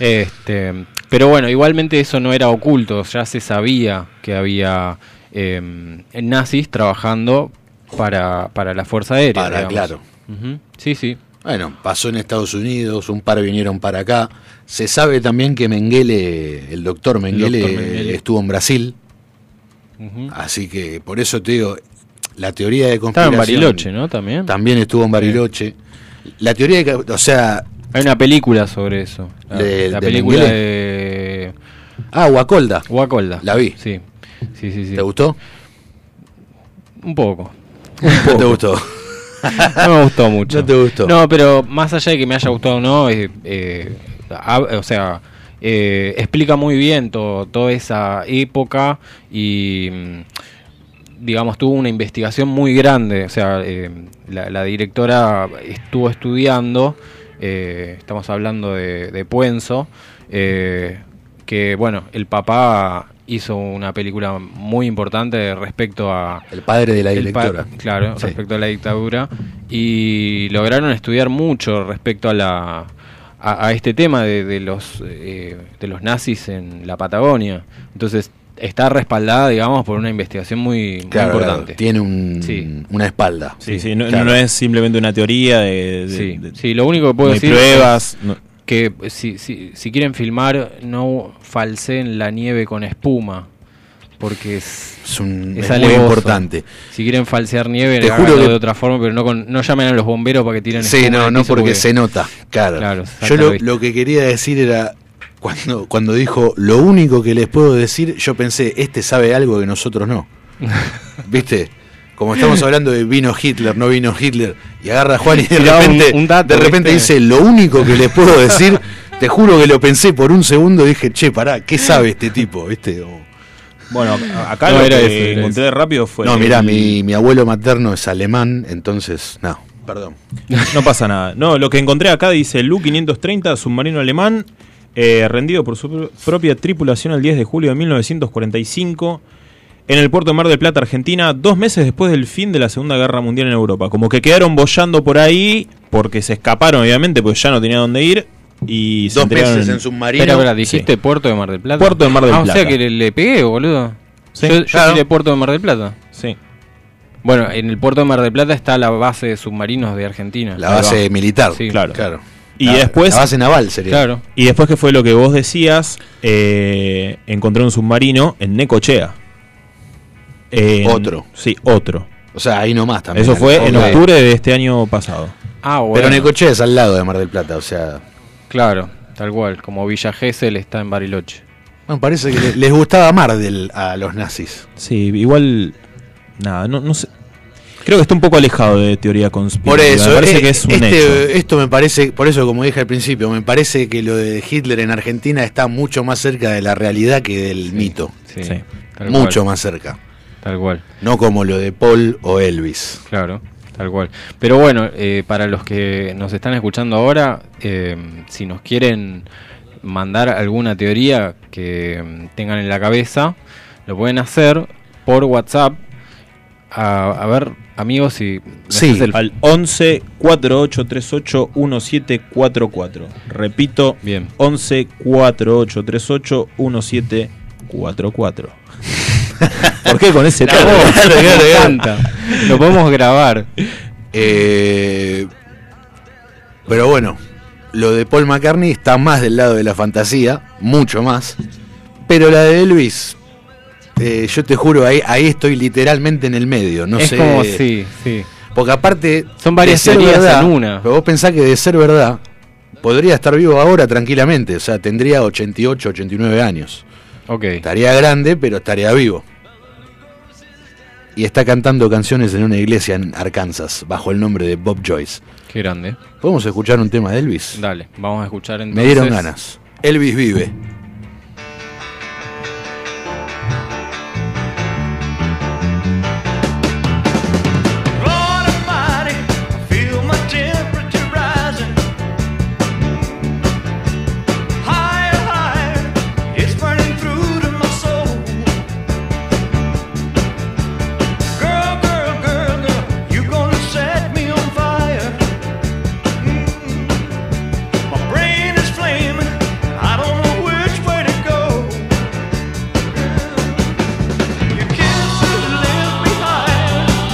Speaker 2: Este, pero bueno, igualmente eso no era oculto, ya se sabía que había eh, nazis trabajando para, para la Fuerza Aérea.
Speaker 1: Para,
Speaker 2: digamos.
Speaker 1: claro.
Speaker 2: Ujú, Sí, sí.
Speaker 1: Bueno, pasó en Estados Unidos, un par vinieron para acá. Se sabe también que Mengele, el doctor Mengele,
Speaker 2: doctor Mengele.
Speaker 1: estuvo en Brasil.
Speaker 2: Ujú.
Speaker 1: Así que por eso te digo, la teoría de
Speaker 2: Estaba
Speaker 1: conspiración.
Speaker 2: en Bariloche, ¿no? También.
Speaker 1: También estuvo en Bariloche. La teoría de. ca- O sea,
Speaker 2: Hay una película sobre eso. La,
Speaker 1: De-
Speaker 2: la
Speaker 1: de
Speaker 2: película
Speaker 1: Mengele.
Speaker 2: de
Speaker 1: ah, Guacolda.
Speaker 2: Guacolda.
Speaker 1: La vi.
Speaker 2: Sí. Sí, sí, sí.
Speaker 1: ¿Te gustó?
Speaker 2: Un poco.
Speaker 1: No te gustó.
Speaker 2: No me gustó mucho.
Speaker 1: No te gustó.
Speaker 2: No, pero más allá de que me haya gustado o no, eh, eh, hab- o sea, eh, explica muy bien to- toda esa época y, mm, digamos, tuvo una investigación muy grande. O sea, eh, la, la directora estuvo estudiando, eh, estamos hablando de, de Puenzo, eh, que, bueno, el papá hizo una película muy importante respecto a
Speaker 1: El padre de la
Speaker 2: el pa-
Speaker 1: directora.
Speaker 2: claro,
Speaker 1: Sí.
Speaker 2: respecto a la dictadura. Y lograron estudiar mucho respecto a la a, a este tema de, de los eh, de los nazis en la Patagonia. Entonces está respaldada, digamos, por una investigación muy, muy
Speaker 1: Claro,
Speaker 2: importante.
Speaker 1: claro, Tiene un-
Speaker 2: Sí.
Speaker 1: una espalda.
Speaker 3: Sí, sí, no,
Speaker 1: claro.
Speaker 3: no es simplemente una teoría de. de-
Speaker 2: Sí,
Speaker 3: de-
Speaker 2: sí, lo único que
Speaker 3: no
Speaker 2: puedo
Speaker 3: hay
Speaker 2: decir
Speaker 3: pruebas. no-
Speaker 2: es que si, si, si quieren filmar, no falseen la nieve con espuma, porque es,
Speaker 1: Es, un,
Speaker 2: es
Speaker 1: es muy
Speaker 2: alevoso.
Speaker 1: importante.
Speaker 2: Si quieren falsear nieve,
Speaker 1: Te
Speaker 2: háganlo
Speaker 1: juro que-
Speaker 2: de otra forma, pero no, con, no llamen a los bomberos para que tiren
Speaker 1: Sí,
Speaker 2: espuma en
Speaker 1: no,
Speaker 2: el
Speaker 1: no
Speaker 2: piso
Speaker 1: porque se nota. Claro.
Speaker 2: Claro,
Speaker 1: yo lo,
Speaker 2: exactamente.
Speaker 1: lo que quería decir era. Cuando, cuando dijo, lo único que les puedo decir, yo pensé, este sabe algo que nosotros no. ¿Viste? como estamos hablando de vino Hitler, no vino Hitler, y agarra a Juan y de
Speaker 2: Tiraba un-
Speaker 1: repente,
Speaker 2: un dato,
Speaker 1: de repente
Speaker 2: ¿viste?
Speaker 1: dice, lo único que les puedo decir, te juro que lo pensé por un segundo y dije, che, pará, ¿qué sabe este tipo? ¿Viste? Como-
Speaker 3: Bueno, a- acá
Speaker 2: No,
Speaker 3: lo
Speaker 2: era
Speaker 3: que
Speaker 2: ese, era
Speaker 3: encontré rápido fue.
Speaker 1: no,
Speaker 3: el-
Speaker 1: mirá, mi, mi abuelo materno es alemán, entonces, no, perdón.
Speaker 3: No pasa nada. No, lo que encontré acá dice Lu 530, submarino alemán, eh, rendido por su pr- propia tripulación el 10 de julio de 1945 en el puerto de Mar del Plata, Argentina, dos meses después del fin de la Segunda Guerra Mundial en Europa. Como que quedaron boyando por ahí porque se escaparon, obviamente, porque ya no tenía dónde ir. Y se
Speaker 1: Dos
Speaker 3: entregaron
Speaker 1: meses
Speaker 3: en-
Speaker 1: en submarino.
Speaker 2: Espera, espera, dijiste Puerto de Mar del Plata.
Speaker 3: Puerto de Mar del
Speaker 2: Ah, o
Speaker 3: Plata.
Speaker 2: sea que le, le pegué, boludo.
Speaker 3: Sí,
Speaker 2: yo yo
Speaker 1: claro.
Speaker 2: soy de Puerto de Mar del Plata.
Speaker 3: Sí.
Speaker 2: Bueno, en el Puerto de Mar del Plata está la base de submarinos de Argentina.
Speaker 1: La base militar.
Speaker 2: Sí.
Speaker 3: Claro.
Speaker 1: Claro.
Speaker 3: Y
Speaker 1: La-
Speaker 3: después.
Speaker 1: La base naval sería.
Speaker 2: Claro.
Speaker 3: Y después que fue lo que vos decías, eh, encontré un submarino en Necochea. En-
Speaker 1: Otro.
Speaker 3: Sí, otro.
Speaker 1: O sea, ahí nomás también.
Speaker 3: Eso fue en
Speaker 2: Ok.
Speaker 3: octubre de este año pasado.
Speaker 2: Ah, bueno.
Speaker 1: Pero Necochea es al lado de Mar del Plata, o sea.
Speaker 2: Claro, tal cual. Como Villa Gesell está en Bariloche.
Speaker 1: Bueno, parece que le- les gustaba Mar del, a los nazis.
Speaker 3: Sí, igual. Nada, no, no sé. Creo que está un poco alejado de teoría conspirativa.
Speaker 1: Por eso,
Speaker 3: Me parece
Speaker 1: eh,
Speaker 3: que es un
Speaker 1: este-
Speaker 3: hecho.
Speaker 1: esto me parece, por eso como dije al principio, me parece que lo de Hitler en Argentina está mucho más cerca de la realidad que del mito.
Speaker 2: Sí.
Speaker 3: Sí.
Speaker 2: tal
Speaker 1: Mucho
Speaker 2: cual,
Speaker 1: más cerca.
Speaker 2: Tal cual.
Speaker 1: No como lo de Paul o Elvis.
Speaker 2: Claro, tal cual. Pero bueno, eh, para los que nos están escuchando ahora, eh, si nos quieren mandar alguna teoría que mm, tengan en la cabeza, lo pueden hacer por WhatsApp. A, a ver, amigos, si... ¿me
Speaker 1: Sí,
Speaker 2: haces el-
Speaker 3: Al 11 48 38 1744. Repito,
Speaker 2: Bien.
Speaker 3: 11 48 38 1744. ¿Por qué con ese
Speaker 2: La
Speaker 3: tono?
Speaker 2: voz, me encanta. Lo podemos grabar.
Speaker 1: Eh, pero bueno, lo de Paul McCartney está más del lado de la fantasía, mucho más. Pero la de Elvis, eh, yo te juro, ahí, ahí estoy literalmente en el medio. No
Speaker 2: es
Speaker 1: sé.
Speaker 2: como sí, sí.
Speaker 1: Porque aparte.
Speaker 2: Son varias
Speaker 1: de ser
Speaker 2: teorías
Speaker 1: verdad,
Speaker 2: en una.
Speaker 1: Pero vos pensás que de ser verdad, podría estar vivo ahora tranquilamente. O sea, tendría 88, 89 años.
Speaker 2: Ok.
Speaker 1: Estaría grande, pero estaría vivo. Y está cantando canciones en una iglesia en Arkansas, bajo el nombre de Bob Joyce.
Speaker 2: Qué grande.
Speaker 1: ¿Podemos escuchar un tema de Elvis?
Speaker 2: Dale, vamos a escuchar entonces.
Speaker 1: Me dieron ganas. Elvis vive.
Speaker 4: Lord Almighty, I feel my temperature rising. Higher, higher, it's burning through to my soul. Girl, girl, girl, girl, you gonna set me on fire. Mm-hmm. My brain is flaming, I don't know which
Speaker 5: Mm-hmm. Oh,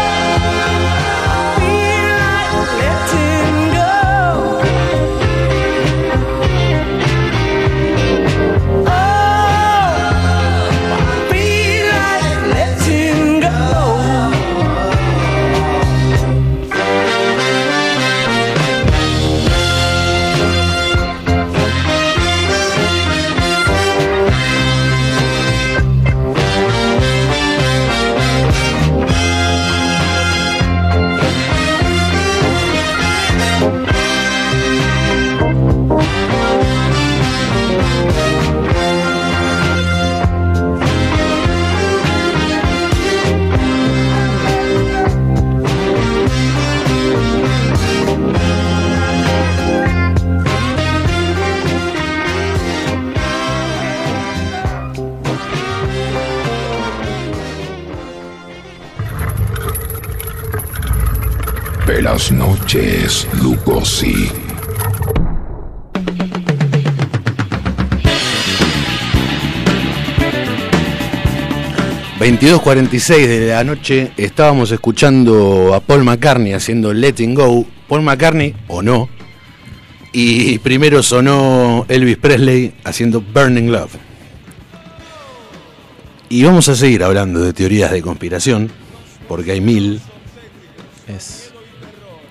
Speaker 5: Oh, oh. Oh, oh. Oh.
Speaker 6: Buenas noches, Lugosi.
Speaker 1: seis de la noche estábamos escuchando a Paul McCartney haciendo Letting Go, Paul McCartney o no, y primero sonó Elvis Presley haciendo Burning Love. Y vamos a seguir hablando de teorías de conspiración, porque hay mil.
Speaker 3: Es.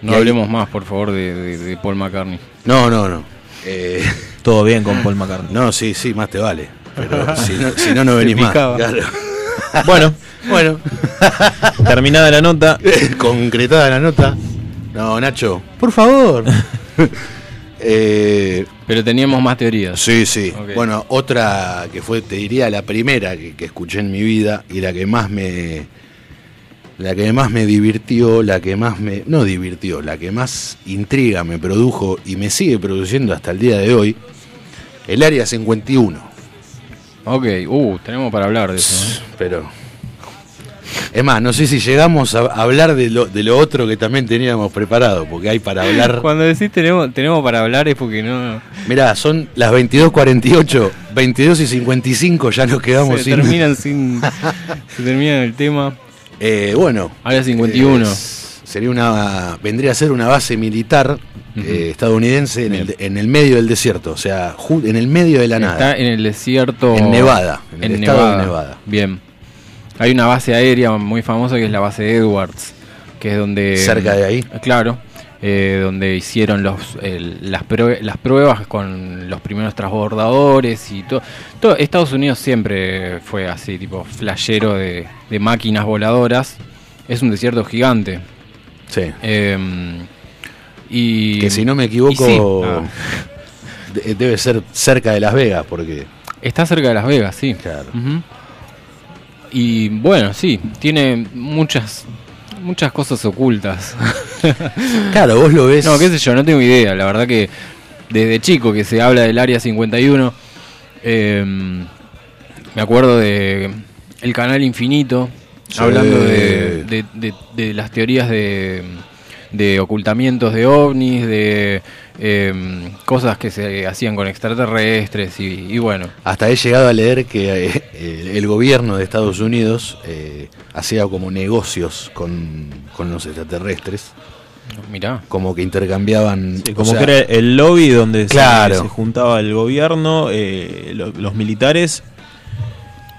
Speaker 2: No hablemos más, por favor, de, de- de Paul McCartney.
Speaker 1: No, no, no. Eh,
Speaker 3: Todo bien con Paul McCartney.
Speaker 1: no, sí, sí, más te vale. Pero si no, si no, no venís más.
Speaker 3: picaba.
Speaker 1: Claro.
Speaker 3: Bueno,
Speaker 1: Bueno,
Speaker 3: terminada la nota.
Speaker 1: concretada la nota. No, Nacho, por favor. Eh,
Speaker 2: Pero teníamos más teorías.
Speaker 1: sí, sí.
Speaker 2: Ok.
Speaker 1: Bueno, otra que fue, te diría, la primera que, que escuché en mi vida y la que más me. La que más me divirtió, la que más me. No divirtió, la que más intriga me produjo y me sigue produciendo hasta el día de hoy. El área 51.
Speaker 2: Ok, uh, tenemos para hablar de eso. ¿eh?
Speaker 1: Pero. Es más, no sé si llegamos a hablar de lo, de lo otro que también teníamos preparado, porque hay para hablar.
Speaker 2: Cuando decís tenemos, tenemos para hablar es porque no.
Speaker 1: Mirá, son las 22.48, 22 y 55, ya nos quedamos
Speaker 2: se
Speaker 1: sin.
Speaker 2: terminan sin. se terminan el tema.
Speaker 1: Eh, bueno.
Speaker 2: Área 51.
Speaker 1: es- sería una. Vendría a ser una base militar eh,
Speaker 2: Ujú.
Speaker 1: estadounidense en el, en el medio del desierto, o sea, ju- en el medio de la nada.
Speaker 2: Está en el desierto.
Speaker 1: En Nevada, en
Speaker 2: En,
Speaker 1: el estado
Speaker 2: Nevada.
Speaker 1: de Nevada.
Speaker 2: Bien. Hay una base aérea muy famosa que es la base Edwards, que es donde.
Speaker 1: Cerca de ahí.
Speaker 2: Claro. eh, donde hicieron los, el- las, prue- las pruebas con los primeros transbordadores y todo. todo. Estados Unidos siempre fue así, tipo flashero de, de máquinas voladoras. Es un desierto gigante.
Speaker 1: Sí.
Speaker 2: Eh, y,
Speaker 1: Que si no me
Speaker 2: y sí,
Speaker 1: equivoco.
Speaker 2: ah,
Speaker 1: de- Debe ser cerca de Las Vegas, porque.
Speaker 2: está cerca de Las Vegas, sí.
Speaker 1: Claro.
Speaker 2: Ujú. Y bueno, sí, tiene muchas muchas cosas ocultas.
Speaker 1: Claro, vos lo ves.
Speaker 2: Ah. no, qué sé yo, no tengo idea. La verdad que desde chico que se habla del Área 51, eh, me acuerdo de El Canal Infinito,
Speaker 1: Sí.
Speaker 2: hablando de, de- de- de las teorías de, de ocultamientos de ovnis, de eh, cosas que se hacían con extraterrestres y, y bueno.
Speaker 1: Hasta he llegado a leer que eh, el, el gobierno de Estados Unidos eh, hacía como negocios con, con los extraterrestres,
Speaker 2: Mirá,
Speaker 1: como que intercambiaban...
Speaker 3: Sí,
Speaker 1: o
Speaker 3: como
Speaker 1: sea,
Speaker 3: que era el lobby donde se-
Speaker 1: Claro.
Speaker 3: se, juntaba el gobierno, eh, lo- los militares.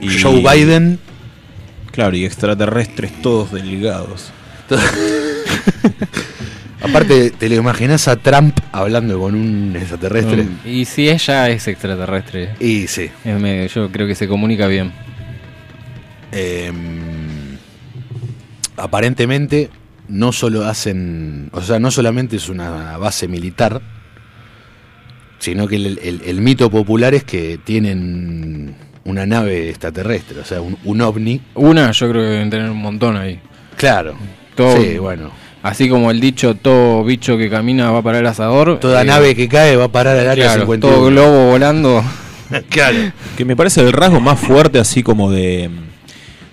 Speaker 3: y-
Speaker 1: Joe Biden...
Speaker 3: Claro, y extraterrestres todos delgados.
Speaker 1: Aparte, ¿te lo imaginas a Trump hablando con un extraterrestre?
Speaker 2: Um, y si ella es extraterrestre,
Speaker 1: Y sí.
Speaker 2: es medio- yo creo que se comunica bien.
Speaker 1: em, aparentemente no solo hacen... O sea, no solamente es una base militar, sino que el, el- el mito popular es que tienen una nave extraterrestre, o sea, un, un ovni.
Speaker 2: Una, yo creo que deben tener un montón ahí.
Speaker 1: Claro.
Speaker 2: Todo-
Speaker 1: sí, bueno.
Speaker 2: Así como el dicho, todo bicho que camina va para el asador.
Speaker 1: Toda
Speaker 2: eh,
Speaker 1: nave que cae va a parar al área
Speaker 2: claro,
Speaker 1: 51.
Speaker 2: todo globo volando.
Speaker 1: claro.
Speaker 3: Que me parece el rasgo más fuerte, así como de,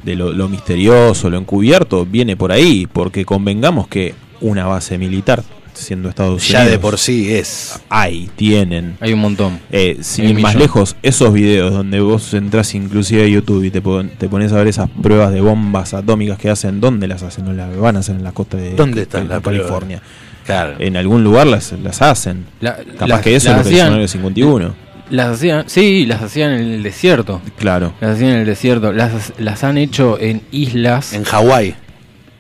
Speaker 3: de lo, lo misterioso, lo encubierto, viene por ahí. Porque convengamos que una base militar, siendo Estados
Speaker 1: Ya
Speaker 3: Unidos.
Speaker 1: de por sí es.
Speaker 3: Hay, tienen.
Speaker 2: Hay un montón.
Speaker 3: Eh, sin
Speaker 2: Hay
Speaker 3: ir
Speaker 2: un
Speaker 3: más
Speaker 2: millón.
Speaker 3: lejos, esos videos donde vos entras inclusive a YouTube y te, pon- te pones a ver esas pruebas de bombas atómicas que hacen, ¿dónde las hacen? No las van a hacer en la costa de
Speaker 1: ¿Dónde están
Speaker 3: en
Speaker 1: las pruebas?
Speaker 3: California.
Speaker 1: Claro.
Speaker 3: En algún lugar las, las hacen.
Speaker 2: La-
Speaker 3: Capaz
Speaker 2: las-
Speaker 3: que eso es
Speaker 2: las
Speaker 3: lo que hizo en el
Speaker 2: hacían-
Speaker 3: 51.
Speaker 2: Las hacían, sí, las hacían en el desierto.
Speaker 3: Claro.
Speaker 2: Las hacían en el desierto. Las, las han hecho en islas,
Speaker 1: En
Speaker 2: en,
Speaker 1: Hawái,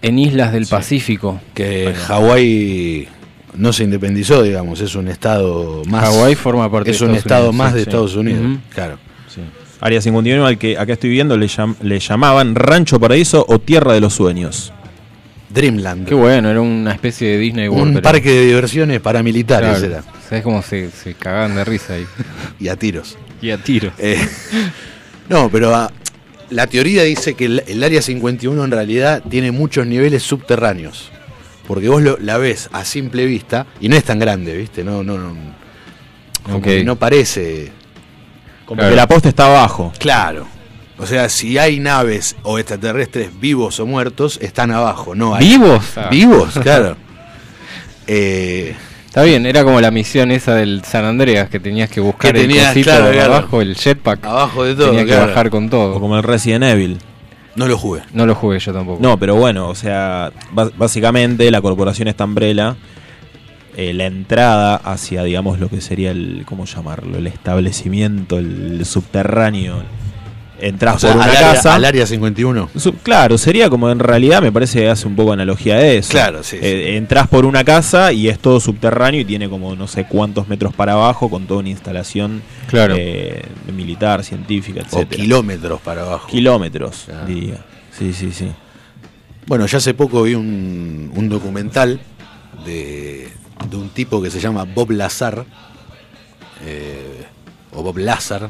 Speaker 2: islas del Pacífico.
Speaker 1: que Hawái no se independizó, digamos, es un estado más.
Speaker 2: Hawái forma parte
Speaker 1: Es
Speaker 2: de
Speaker 1: un
Speaker 2: Estados
Speaker 1: estado
Speaker 2: Unidos,
Speaker 1: más
Speaker 2: sí,
Speaker 1: de
Speaker 2: sí.
Speaker 1: Estados Unidos.
Speaker 2: Ujú.
Speaker 1: Claro.
Speaker 3: Sí. Área 51, al que acá estoy viendo, le, llam- le llamaban Rancho Paraíso o Tierra de los Sueños.
Speaker 1: Dreamland.
Speaker 2: Qué bueno, era una especie de Disney World.
Speaker 1: un
Speaker 2: pero-
Speaker 1: parque de diversiones paramilitares
Speaker 2: Claro, ¿Sabes cómo se, se cagaban de risa ahí?
Speaker 1: era. Y a tiros.
Speaker 2: Y a tiro.
Speaker 1: Eh, no, pero ah, la teoría dice que el, el área 51 en realidad tiene muchos niveles subterráneos. Porque vos lo- la ves a simple vista y no es tan grande, ¿viste? No, no, no. como que no parece.
Speaker 3: Como
Speaker 2: Claro.
Speaker 3: que la posta está abajo.
Speaker 1: Claro. O sea, si hay naves o extraterrestres vivos o muertos, están abajo, no hay.
Speaker 2: ¿Vivos?
Speaker 1: ¿Vivos? Claro. Eh,
Speaker 2: Está bien, era como la misión esa del San Andreas, que tenías que buscar
Speaker 1: Que tenías,
Speaker 2: el cosito
Speaker 1: claro,
Speaker 2: de
Speaker 1: claro.
Speaker 2: abajo, el jetpack.
Speaker 1: abajo de todo,
Speaker 2: Tenías que
Speaker 1: claro.
Speaker 2: bajar con
Speaker 3: O
Speaker 2: todo.
Speaker 3: como el Resident Evil.
Speaker 1: No lo jugué.
Speaker 2: No lo jugué yo tampoco.
Speaker 3: No, pero bueno, o sea, bas- básicamente la corporación esta Umbrella, eh, la entrada hacia, digamos, lo que sería el, ¿cómo llamarlo? El establecimiento, el subterráneo. Entras
Speaker 1: O sea,
Speaker 3: por una
Speaker 1: al, área,
Speaker 3: casa.
Speaker 1: al área 51.
Speaker 3: Su- claro, sería como en realidad, me parece que hace un poco analogía de eso.
Speaker 1: Claro, sí, sí.
Speaker 3: Eh, Entrás por una casa y es todo subterráneo y tiene como no sé cuántos metros para abajo con toda una instalación
Speaker 2: Claro.
Speaker 3: eh, militar, científica,
Speaker 1: O
Speaker 3: etcétera.
Speaker 1: kilómetros para abajo.
Speaker 3: Kilómetros,
Speaker 1: Ah.
Speaker 3: diría. Sí, sí, sí.
Speaker 1: Bueno, yo hace poco vi un, un documental de, de un tipo que se llama Bob Lazar, eh, o Bob Lazar.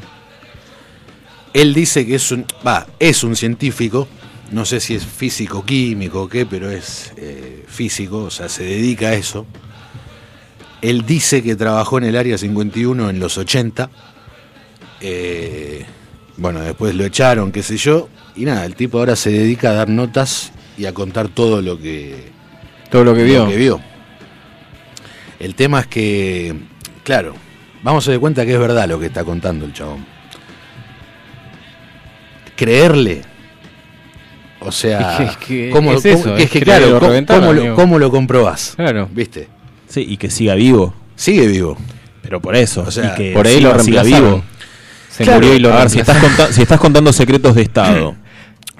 Speaker 1: Él dice que es un, va, es un científico, no sé si es físico, químico o qué, pero es eh, físico, o sea, se dedica a eso. Él dice que trabajó en el Área 51 en los 80. Eh, bueno, después lo echaron, qué sé yo. Y nada, el tipo ahora se dedica a dar notas y a contar todo lo que,
Speaker 2: Todo lo que vio.
Speaker 1: lo que vio. El tema es que, claro, vamos a dar cuenta que es verdad lo que está contando el chabón. Creerle. O sea,
Speaker 2: Es que- es que es
Speaker 1: cómo-
Speaker 2: eso,
Speaker 1: que
Speaker 2: es
Speaker 1: que,
Speaker 2: creer
Speaker 1: claro,
Speaker 2: lo
Speaker 1: cómo-
Speaker 2: reventaron,
Speaker 1: cómo lo-
Speaker 2: amigo.
Speaker 1: cómo lo comprobás?
Speaker 2: Claro.
Speaker 1: ¿Viste?
Speaker 3: Sí, y que siga vivo.
Speaker 1: Sigue vivo.
Speaker 3: Pero por eso,
Speaker 1: O sea,
Speaker 3: y que
Speaker 2: Por ahí lo
Speaker 3: encima siga
Speaker 2: reemplazaron.
Speaker 3: vivo.
Speaker 2: Se
Speaker 1: Claro.
Speaker 2: murió y lo
Speaker 3: A ver, si estás,
Speaker 2: reemplazaron.
Speaker 3: conta- si estás contando secretos de Estado,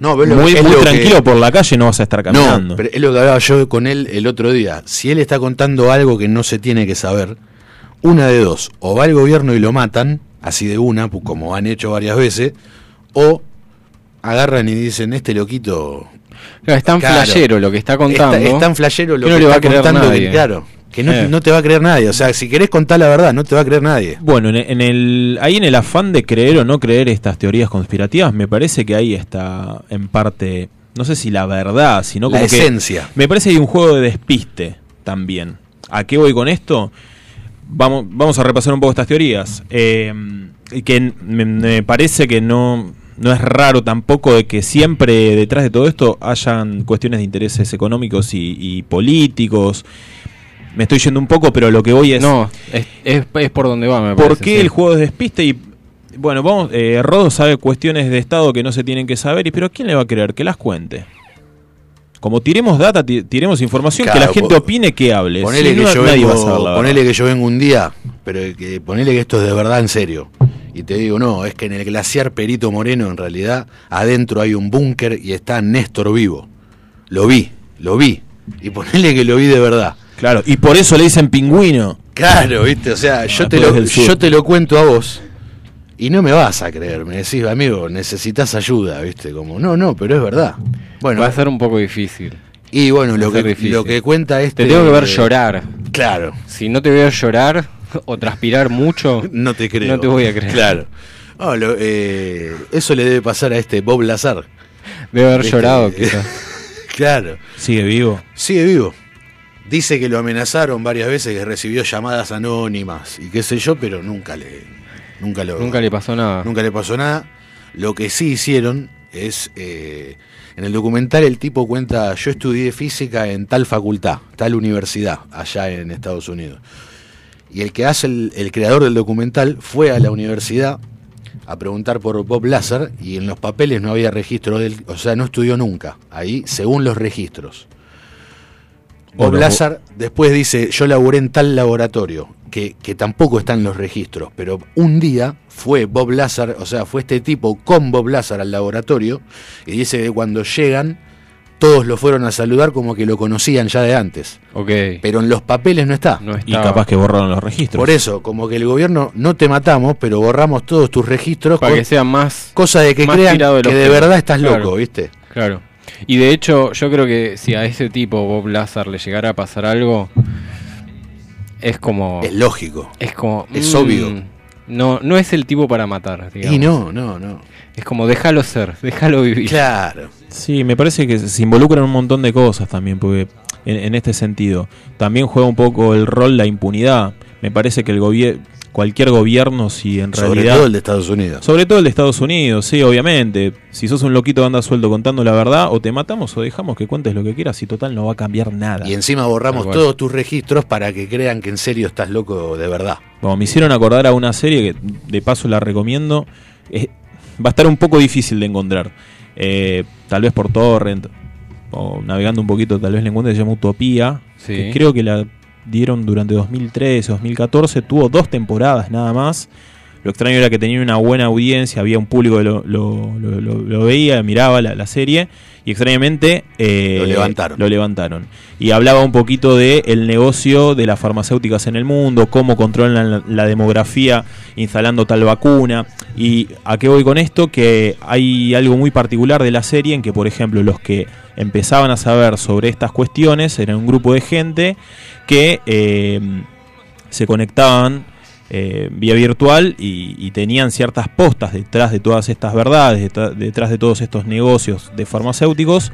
Speaker 1: No,
Speaker 3: muy,
Speaker 1: velo- es
Speaker 3: muy
Speaker 1: lo que-
Speaker 3: tranquilo por la calle no vas a estar caminando.
Speaker 1: No, pero es lo que hablaba yo con él el otro día. Si él está contando algo que no se tiene que saber, una de dos, o va el gobierno y lo matan, así de una, pu- como han hecho varias veces, o agarran y dicen, este loquito
Speaker 2: Claro, es tan
Speaker 1: Claro.
Speaker 2: flayero lo que está contando.
Speaker 1: es tan flayero lo
Speaker 2: que
Speaker 1: que,
Speaker 2: no le va
Speaker 1: está
Speaker 2: a creer
Speaker 1: contando que,
Speaker 2: nadie.
Speaker 1: claro, que no,
Speaker 2: Eh.
Speaker 1: no te va a creer nadie. O sea, si querés contar la verdad, no te va a creer nadie.
Speaker 3: Bueno, en, en el, ahí en el afán de creer o no creer estas teorías conspirativas, me parece que ahí está en parte, no sé si la verdad, sino
Speaker 1: La
Speaker 3: como que-
Speaker 1: esencia.
Speaker 3: me parece que hay un juego de despiste también. ¿A qué voy con esto? Vamos, vamos a repasar un poco estas teorías. Eh, que n- me, me parece que no, no es raro tampoco de que siempre detrás de todo esto hayan cuestiones de intereses económicos y, y políticos. Me estoy yendo un poco, pero lo que voy es...
Speaker 2: No, es, es- es por donde va, me
Speaker 3: ¿Por
Speaker 2: parece,
Speaker 3: qué
Speaker 2: sí.
Speaker 3: el juego es despiste? Y bueno, vamos, eh, Rodo sabe cuestiones de Estado que no se tienen que saber, y pero ¿quién le va a creer? Que las cuente. Como tiremos data, ti- tiremos información, que
Speaker 1: Claro,
Speaker 3: la gente
Speaker 1: po-
Speaker 3: opine que hable.
Speaker 1: Ponele,
Speaker 3: Si
Speaker 1: que
Speaker 3: no,
Speaker 1: yo
Speaker 3: Eh, nadie va a
Speaker 1: vengo,
Speaker 3: saber la
Speaker 1: ponele
Speaker 3: verdad.
Speaker 1: que yo vengo un día, pero que ponele que esto es de verdad en serio. Y te digo, no, es que en el glaciar Perito Moreno, en realidad, adentro hay un búnker y está Néstor vivo. Lo vi, lo vi. Y ponele que lo vi de verdad.
Speaker 3: Claro, y por eso le dicen pingüino.
Speaker 1: Claro, viste, o sea, yo,
Speaker 3: Ah,
Speaker 1: te lo,
Speaker 3: pero es del sur.
Speaker 1: yo te lo cuento a vos y no me vas a creer. Me decís, amigo, necesitas ayuda, viste, como, no, no, pero es verdad. Bueno,
Speaker 2: Va a ser un poco difícil.
Speaker 1: y bueno, lo
Speaker 2: va a ser
Speaker 1: que,
Speaker 2: difícil.
Speaker 1: lo que cuenta este.
Speaker 2: Te tengo que ver
Speaker 1: eh,
Speaker 2: llorar.
Speaker 1: Claro.
Speaker 2: Si no te veo llorar o transpirar mucho,
Speaker 1: No te creo.
Speaker 2: No te voy a creer.
Speaker 1: Claro. No, Ah, lo- eh, eso le debe pasar a este Bob Lazar.
Speaker 2: debe haber
Speaker 1: Viste,
Speaker 2: llorado
Speaker 1: eh,
Speaker 2: quizás.
Speaker 1: Claro.
Speaker 3: Sigue vivo.
Speaker 1: Sigue vivo. Dice que lo amenazaron varias veces, que recibió llamadas anónimas y qué sé yo, pero nunca le, nunca lo,
Speaker 2: Nunca le pasó nada.
Speaker 1: nunca le pasó nada. Lo que sí hicieron es, eh, en el documental el tipo cuenta, yo estudié física en tal facultad, tal universidad, allá en Estados Unidos. Y el que hace el, el creador del documental fue a la universidad a preguntar por Bob Lazar y en los papeles no había registro del, o sea, no estudió nunca ahí, según los registros. Bob
Speaker 3: Bueno,
Speaker 1: Lazar después dice, yo laburé en tal laboratorio, que, que tampoco está en los registros, pero un día fue Bob Lazar, o sea, fue este tipo con Bob Lazar al laboratorio, y dice que cuando llegan, todos lo fueron a saludar como que lo conocían ya de antes,
Speaker 2: Ok.
Speaker 1: pero en los papeles no está.
Speaker 2: No
Speaker 3: Y
Speaker 2: estaba.
Speaker 3: capaz que borraron los registros.
Speaker 1: Por e- eso, como que el gobierno no te matamos, pero borramos todos tus registros,
Speaker 2: Para
Speaker 1: co-
Speaker 2: que sea más.
Speaker 1: cosa de que
Speaker 2: más
Speaker 1: crean
Speaker 2: tirado de
Speaker 1: que
Speaker 2: los
Speaker 1: de
Speaker 2: pelos.
Speaker 1: verdad estás
Speaker 2: Claro.
Speaker 1: loco, ¿viste?
Speaker 2: Claro. Y de hecho, yo creo que si a ese tipo, Bob Lazar, le llegara a pasar algo, es como.
Speaker 1: Es lógico.
Speaker 2: Es como.
Speaker 1: es
Speaker 2: mm,
Speaker 1: obvio.
Speaker 2: No, no es el tipo para matar. Digamos.
Speaker 1: Y no, no, no.
Speaker 2: Es como déjalo ser, déjalo vivir.
Speaker 1: Claro.
Speaker 3: Sí, me parece que se involucran un montón de cosas también, porque en, en este sentido también juega un poco el rol la impunidad. Me parece que el gobierno, cualquier gobierno si en
Speaker 1: Sobre
Speaker 3: realidad...
Speaker 1: todo el de Estados Unidos.
Speaker 3: Sobre todo el de Estados Unidos, sí, obviamente. Si sos un loquito de anda sueldo contando la verdad, o te matamos o dejamos que cuentes lo que quieras y total no va a cambiar nada.
Speaker 1: Y encima borramos
Speaker 2: Tal cual.
Speaker 1: todos tus registros para que crean que en serio estás loco de verdad.
Speaker 3: Bueno, me hicieron acordar a una serie que de paso la recomiendo. Es- va a estar un poco difícil de encontrar. Eh, tal vez por Torrent o navegando un poquito, tal vez la encuentre. Se llama Utopía.
Speaker 2: Sí.
Speaker 3: que creo que la dieron durante 2013, 2014. Tuvo dos temporadas nada más. Lo extraño era que tenía una buena audiencia, había un público que lo, lo- lo- lo- lo veía, miraba la, la serie y extrañamente eh,
Speaker 1: Lo levantaron.
Speaker 3: lo levantaron. Y hablaba un poquito de el negocio de las farmacéuticas en el mundo, cómo controlan la, la demografía instalando tal vacuna. Y a qué voy con esto, que hay algo muy particular de la serie en que, por ejemplo, los que empezaban a saber sobre estas cuestiones eran un grupo de gente que eh, se conectaban eh, vía virtual y, y tenían ciertas postas detrás de todas estas verdades, detra- detrás de todos estos negocios de farmacéuticos.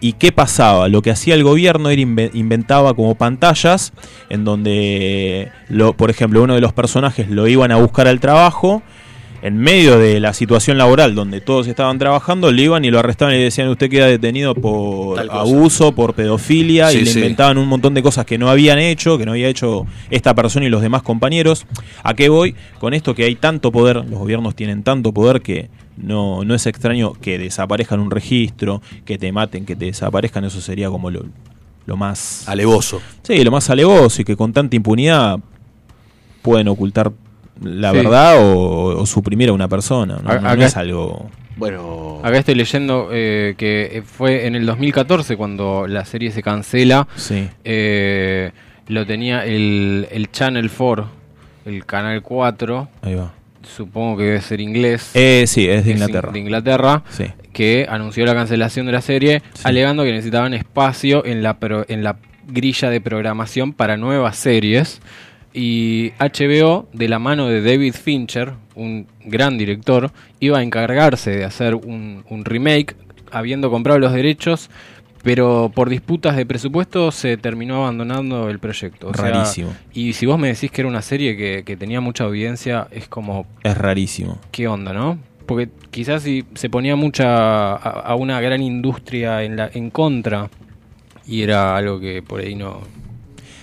Speaker 3: ¿Y qué pasaba? Lo que hacía el gobierno era inve- inventaba como pantallas en donde, lo, por ejemplo, uno de los personajes lo iban a buscar al trabajo. En medio de la situación laboral donde todos estaban trabajando, le iban y lo arrestaban y le decían usted queda detenido por
Speaker 1: Tal cosa.
Speaker 3: abuso, por pedofilia,
Speaker 1: Sí,
Speaker 3: y le
Speaker 1: sí.
Speaker 3: inventaban inventaban un montón de cosas que no habían hecho, que no había hecho esta persona y los demás compañeros. ¿A qué voy? Con esto que hay tanto poder, los gobiernos tienen tanto poder que no, no es extraño que desaparezcan un registro, que te maten, que te desaparezcan, eso sería como lo, lo más...
Speaker 1: Alevoso.
Speaker 3: Sí, lo más alevoso y que con tanta impunidad pueden ocultar la
Speaker 2: Sí.
Speaker 3: verdad o, o suprimir a una persona. No,
Speaker 2: A-
Speaker 3: No- no
Speaker 2: acá-
Speaker 3: es algo...
Speaker 1: Bueno,
Speaker 2: Acá estoy leyendo eh, que fue en el 2014 cuando la serie se cancela.
Speaker 3: Sí.
Speaker 2: Eh, lo tenía el, el Channel 4, el Canal 4,
Speaker 3: Ahí va.
Speaker 2: supongo que debe ser inglés.
Speaker 3: Eh, sí, es de
Speaker 2: es in-
Speaker 3: Inglaterra.
Speaker 2: de Inglaterra,
Speaker 3: Sí.
Speaker 2: que anunció la cancelación de la serie,
Speaker 3: Sí.
Speaker 2: alegando que necesitaban espacio en la, pro- en la grilla de programación para nuevas series. Y HBO, de la mano de David Fincher, un gran director, iba a encargarse de hacer un, un remake, habiendo comprado los derechos, pero por disputas de presupuesto se terminó abandonando el proyecto. O sea,
Speaker 3: Rarísimo.
Speaker 2: y si vos me decís que era una serie que, que tenía mucha audiencia, es como,
Speaker 3: Es rarísimo.
Speaker 2: qué onda, ¿no? Porque quizás si se ponía mucha a, a una gran industria en la en contra y era algo que por ahí no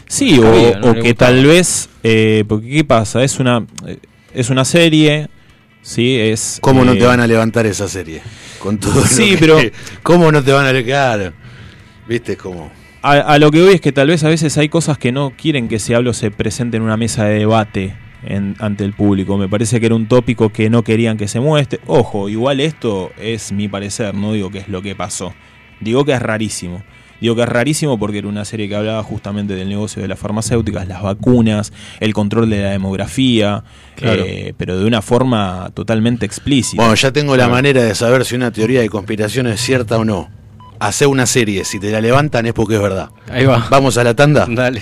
Speaker 3: Sí, o,
Speaker 2: Sabía, no
Speaker 3: o
Speaker 2: le
Speaker 3: que
Speaker 2: gustaba.
Speaker 3: tal vez, eh, porque ¿qué pasa? Es una, eh, es una serie, ¿sí? Es,
Speaker 1: ¿cómo no
Speaker 3: eh,
Speaker 1: te van a levantar esa serie? Con todo. lo
Speaker 3: Sí,
Speaker 1: que-
Speaker 3: pero-
Speaker 1: ¿Cómo no te van a levantar? ¿Viste cómo?
Speaker 3: a, a lo que voy es que tal vez a veces hay cosas que no quieren que se hable o se presente en una mesa de debate en- ante el público. Me parece que era un tópico que no querían que se muestre. Ojo, igual esto es mi parecer, no digo que es lo que pasó. Digo que es rarísimo. Digo que es rarísimo porque era una serie que hablaba justamente del negocio de las farmacéuticas, las vacunas, el control de la demografía,
Speaker 2: Claro.
Speaker 3: eh, pero de una forma totalmente explícita.
Speaker 1: Bueno, ya tengo la manera de saber si una teoría de conspiración es cierta o no. Hace una serie, si te la levantan es porque es verdad.
Speaker 2: ahí va
Speaker 1: Vamos a la tanda.
Speaker 2: dale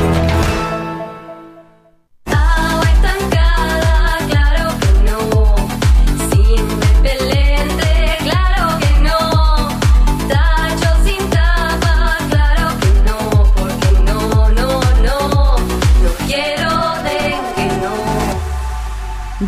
Speaker 7: Agua estancada, claro que no. Sin repelente, claro que no. Tacho sin tapa, claro que no. Porque no, no, no. No quiero de que no.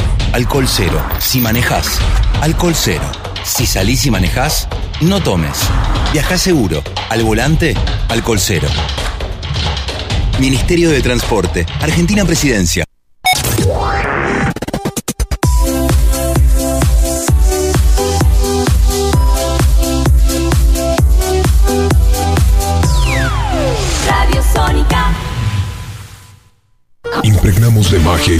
Speaker 8: alcohol cero. Si manejás, alcohol cero. Si salís y manejás, no tomes. Viajá seguro. Al volante, alcohol cero. Ministerio de Transporte, Argentina Presidencia.
Speaker 7: Radio Sónica.
Speaker 6: Impregnamos de magia y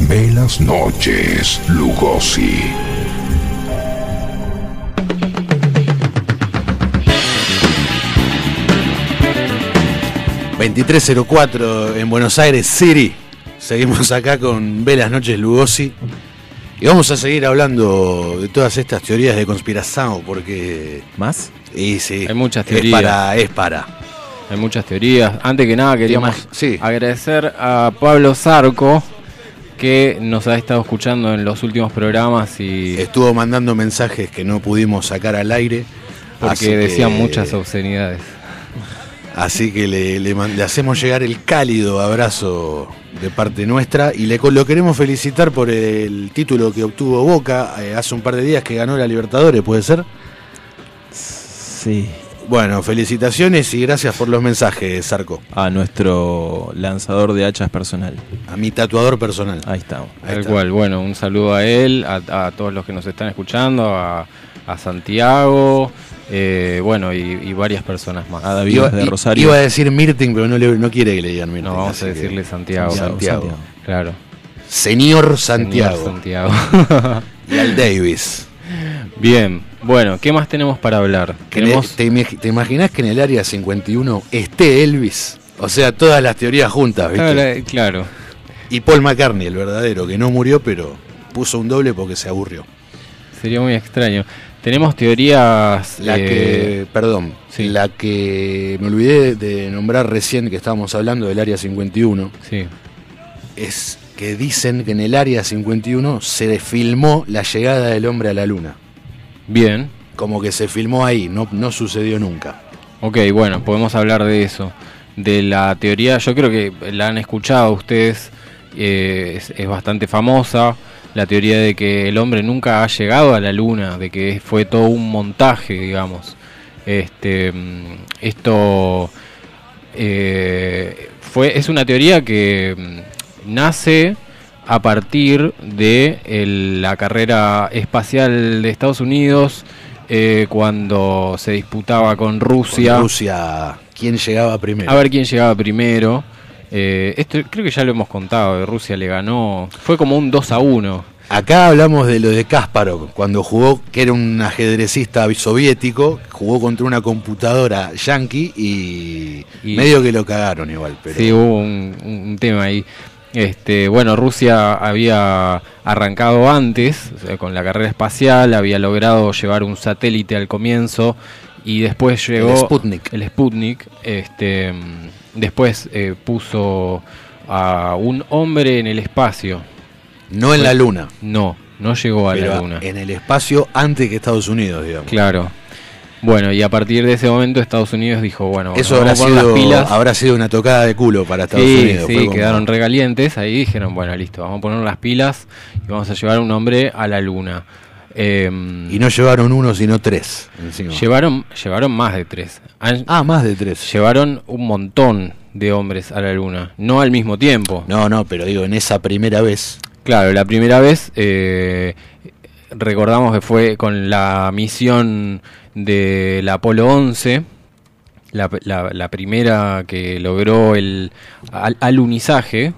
Speaker 6: Velas noches, Lugosi.
Speaker 1: Sónica. 2304 en Buenos Aires City. Seguimos acá con Velas Noches Lugosi. Y vamos a seguir hablando de todas estas teorías de conspiración porque
Speaker 3: ¿Más?
Speaker 1: y sí,
Speaker 2: Hay muchas
Speaker 1: Es
Speaker 2: teorías.
Speaker 1: para es para
Speaker 2: Hay muchas teorías. Antes que nada queríamos
Speaker 1: Imag- sí.
Speaker 2: agradecer a Pablo Zarco que nos ha estado escuchando en los últimos programas y
Speaker 1: Estuvo mandando mensajes que no pudimos sacar al aire. así
Speaker 2: porque
Speaker 1: que-
Speaker 2: decían muchas obscenidades.
Speaker 1: Así que le, le man- le hacemos llegar el cálido abrazo de parte nuestra y le co- lo queremos felicitar por el título que obtuvo Boca eh, hace un par de días que ganó la Libertadores, ¿puede ser?
Speaker 3: Sí.
Speaker 1: Bueno, felicitaciones y gracias por los mensajes, Sarco.
Speaker 3: A nuestro lanzador de hachas personal.
Speaker 1: A mi tatuador personal.
Speaker 3: Ahí estamos.
Speaker 1: Ahí
Speaker 2: Tal
Speaker 1: está.
Speaker 2: cual, bueno, un saludo a él, a, a todos los que nos están escuchando, a, a Santiago, eh, bueno, y, y varias personas más.
Speaker 3: A David
Speaker 1: iba,
Speaker 3: de
Speaker 1: i-
Speaker 3: Rosario.
Speaker 1: iba a decir Mirting, pero no, le- no quiere que le digan Mirting.
Speaker 2: no, vamos
Speaker 1: así
Speaker 2: a
Speaker 1: que-
Speaker 2: decirle Santiago.
Speaker 1: Santiago.
Speaker 2: Claro.
Speaker 1: Señor Santiago.
Speaker 2: Señor Santiago.
Speaker 1: Y al Davis.
Speaker 2: Bien, bueno, ¿qué más tenemos para hablar?
Speaker 1: Que en el-
Speaker 2: Tenemos
Speaker 1: ¿Te, imag- te imaginas que en el área 51 esté Elvis? O sea, todas las teorías juntas, ¿viste?
Speaker 2: Claro, Ah, claro.
Speaker 1: Y Paul McCartney, el verdadero, que no murió, pero puso un doble porque se aburrió.
Speaker 2: Sería muy extraño. Tenemos teorías.
Speaker 1: La
Speaker 2: eh,
Speaker 1: que, perdón,
Speaker 2: sí.
Speaker 1: la que me olvidé de nombrar recién que estábamos hablando del área 51,
Speaker 2: Sí.
Speaker 1: es que dicen que en el área 51 se filmó la llegada del hombre a la luna.
Speaker 2: Bien.
Speaker 1: Como que se filmó ahí, no, no sucedió nunca.
Speaker 2: Ok, bueno, podemos hablar de eso. De la teoría, yo creo que la han escuchado ustedes. eh, es, es bastante famosa. La teoría de que el hombre nunca ha llegado a la luna, de que fue todo un montaje, digamos. Este, mm, esto eh, fue, es una teoría que mm, nace a partir de el- la carrera espacial de Estados Unidos eh, cuando se disputaba
Speaker 1: Con
Speaker 2: con Rusia.
Speaker 1: Rusia, ¿quién llegaba primero?
Speaker 2: ah. A ver quién llegaba primero. Eh, esto creo que ya lo hemos contado, Rusia le ganó. Fue como un 2 a 1.
Speaker 1: Acá hablamos de lo de Kasparov, cuando jugó, que era un ajedrecista soviético, jugó contra una computadora yankee y,
Speaker 2: Y-
Speaker 1: medio que lo cagaron igual. Pero
Speaker 2: Sí, hubo un, un- un tema ahí. Este, bueno, Rusia había arrancado antes o sea, con la carrera espacial, había logrado llevar un satélite al comienzo y después llegó
Speaker 1: Sputnik.
Speaker 2: el Sputnik, este, mm, después eh, puso a un hombre en el espacio.
Speaker 1: no en la luna,
Speaker 2: No, no llegó a
Speaker 1: pero
Speaker 2: la luna.
Speaker 1: en el espacio antes que Estados Unidos, digamos.
Speaker 2: Claro. Bueno, y a partir de ese momento Estados Unidos dijo, bueno,
Speaker 1: Eso
Speaker 2: nos
Speaker 1: habrá
Speaker 2: vamos a poner las
Speaker 1: sido,
Speaker 2: pilas.
Speaker 1: habrá sido una tocada de culo para Estados
Speaker 2: sí,
Speaker 1: Unidos.
Speaker 2: sí,
Speaker 1: fue como-
Speaker 2: quedaron regalientes. Ahí dijeron, bueno, listo, vamos a poner las pilas y vamos a llevar a un hombre a la luna. Em,
Speaker 1: Y no llevaron uno, sino tres. encima.
Speaker 2: llevaron, llevaron más de tres. Han-
Speaker 1: ah, más de tres.
Speaker 2: Llevaron un montón de hombres a la luna, no al mismo tiempo.
Speaker 1: No, no, pero digo, en esa primera vez.
Speaker 2: Claro, la primera vez eh, recordamos que fue con la misión del Apolo 11, la, la- la primera que logró el al- alunizaje.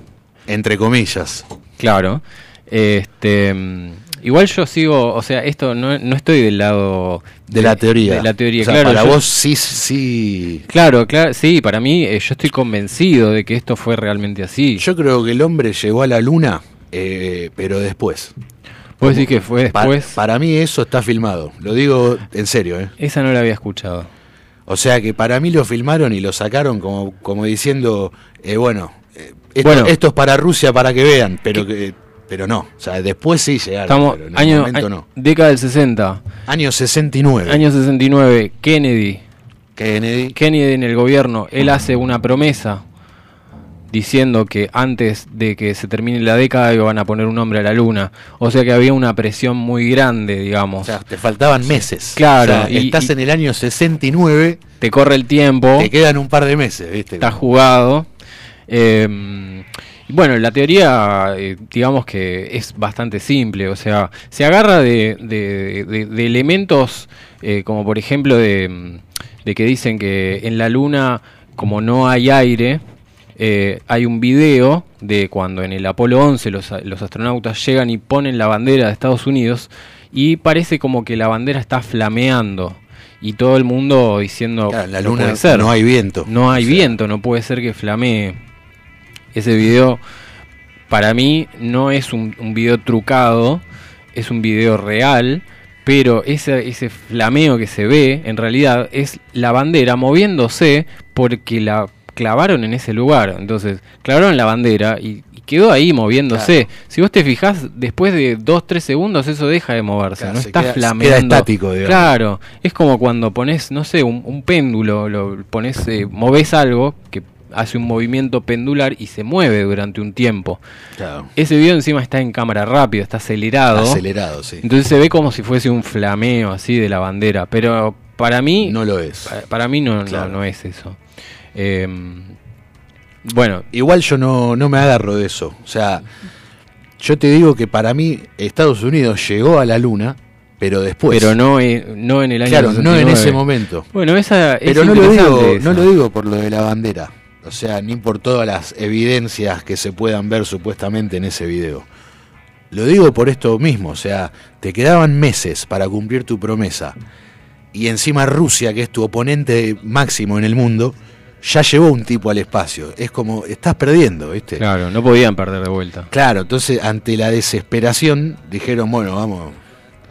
Speaker 1: Entre comillas.
Speaker 2: Claro. Este, mm, igual yo sigo, o sea, esto no, no estoy del lado
Speaker 1: De la teoría.
Speaker 2: de la teoría,
Speaker 1: O sea,
Speaker 2: claro.
Speaker 1: Para
Speaker 2: yo-
Speaker 1: vos sí, sí.
Speaker 2: Claro, claro, sí, para mí eh, yo estoy convencido de que esto fue realmente así.
Speaker 1: Yo creo que el hombre llegó a la luna, eh, pero después.
Speaker 2: Puedo decir que fue
Speaker 1: Pa-
Speaker 2: después.
Speaker 1: para mí eso está filmado. Lo digo en serio, ¿eh?
Speaker 2: Esa no la había escuchado.
Speaker 1: O sea que para mí lo filmaron y lo sacaron como, como diciendo, eh, bueno, eh, esto,
Speaker 2: Bueno.
Speaker 1: esto es para Rusia para que vean, pero que, pero no. O sea, después sí llegaron,
Speaker 2: Estamos
Speaker 1: pero en el
Speaker 2: año,
Speaker 1: momento
Speaker 2: a-
Speaker 1: no.
Speaker 2: década del 60,
Speaker 1: Año 69.
Speaker 2: año 69, Kennedy,
Speaker 1: Kennedy.
Speaker 2: Kennedy en el gobierno, él hace una promesa diciendo que antes de que se termine la década iban a poner un hombre a la luna, o sea que había una presión muy grande, digamos.
Speaker 1: O sea, te faltaban meses.
Speaker 2: Claro,
Speaker 1: O sea,
Speaker 2: y-
Speaker 1: estás
Speaker 2: y- Oh.
Speaker 1: en el año 69,
Speaker 2: Te corre el tiempo.
Speaker 1: te quedan un par de meses, ¿viste?
Speaker 2: está jugado. Eh, y bueno, la teoría, eh, digamos que es bastante simple, o sea, se agarra de, de- de- de elementos eh, como por ejemplo de, mm, de que dicen que en la luna, como no hay aire, eh, hay un video de cuando en el Apolo 11 los, a- los astronautas llegan y ponen la bandera de Estados Unidos y parece como que la bandera está flameando y todo el mundo diciendo
Speaker 1: Claro, en la
Speaker 2: "No
Speaker 1: luna
Speaker 2: puede ser".
Speaker 1: no hay viento.
Speaker 2: No hay
Speaker 1: O sea,
Speaker 2: viento, no puede ser que flamee. Ese video, para mí, no es un, un video trucado, es un video real, pero ese, ese flameo que se ve, en realidad, es la bandera moviéndose porque la clavaron en ese lugar. Entonces, clavaron la bandera y, y quedó ahí moviéndose. Si vos te fijás, después de 2-3 segundos eso deja de moverse,
Speaker 1: Claro,
Speaker 2: no
Speaker 1: se
Speaker 2: está
Speaker 1: queda- se queda
Speaker 2: flameando.
Speaker 1: estático, digamos.
Speaker 2: Claro, Claro, es como cuando pones, no sé, un, un péndulo, lo pones, eh, moves algo que hace un movimiento pendular y se mueve durante un tiempo.
Speaker 1: claro,
Speaker 2: Ese video encima está en cámara rápida, está acelerado.
Speaker 1: acelerado, sí.
Speaker 2: Entonces se ve como si fuese un flameo así de la bandera, pero para mí
Speaker 1: No lo es.
Speaker 2: pa- para mí no, no-
Speaker 1: Claro.
Speaker 2: no es eso. Eh, bueno,
Speaker 1: Igual yo no, no me agarro de eso. O sea, yo te digo que para mí Estados Unidos llegó a la luna, pero después.
Speaker 2: pero no, eh, no en el año
Speaker 1: Pues. claro, no en
Speaker 2: 69.
Speaker 1: ese momento.
Speaker 2: Bueno, esa es
Speaker 1: Pero no lo,
Speaker 2: interesante
Speaker 1: digo,
Speaker 2: esa.
Speaker 1: no lo digo por lo de la bandera. O sea, ni por todas las evidencias que se puedan ver supuestamente en ese video. Lo digo por esto mismo. O sea, te quedaban meses para cumplir tu promesa. Y encima Rusia, que es tu oponente máximo en el mundo, ya llevó un tipo al espacio. Es como, estás perdiendo, ¿viste?
Speaker 2: Claro, no podían perder de vuelta.
Speaker 1: Claro, entonces ante la desesperación dijeron, bueno, vamos,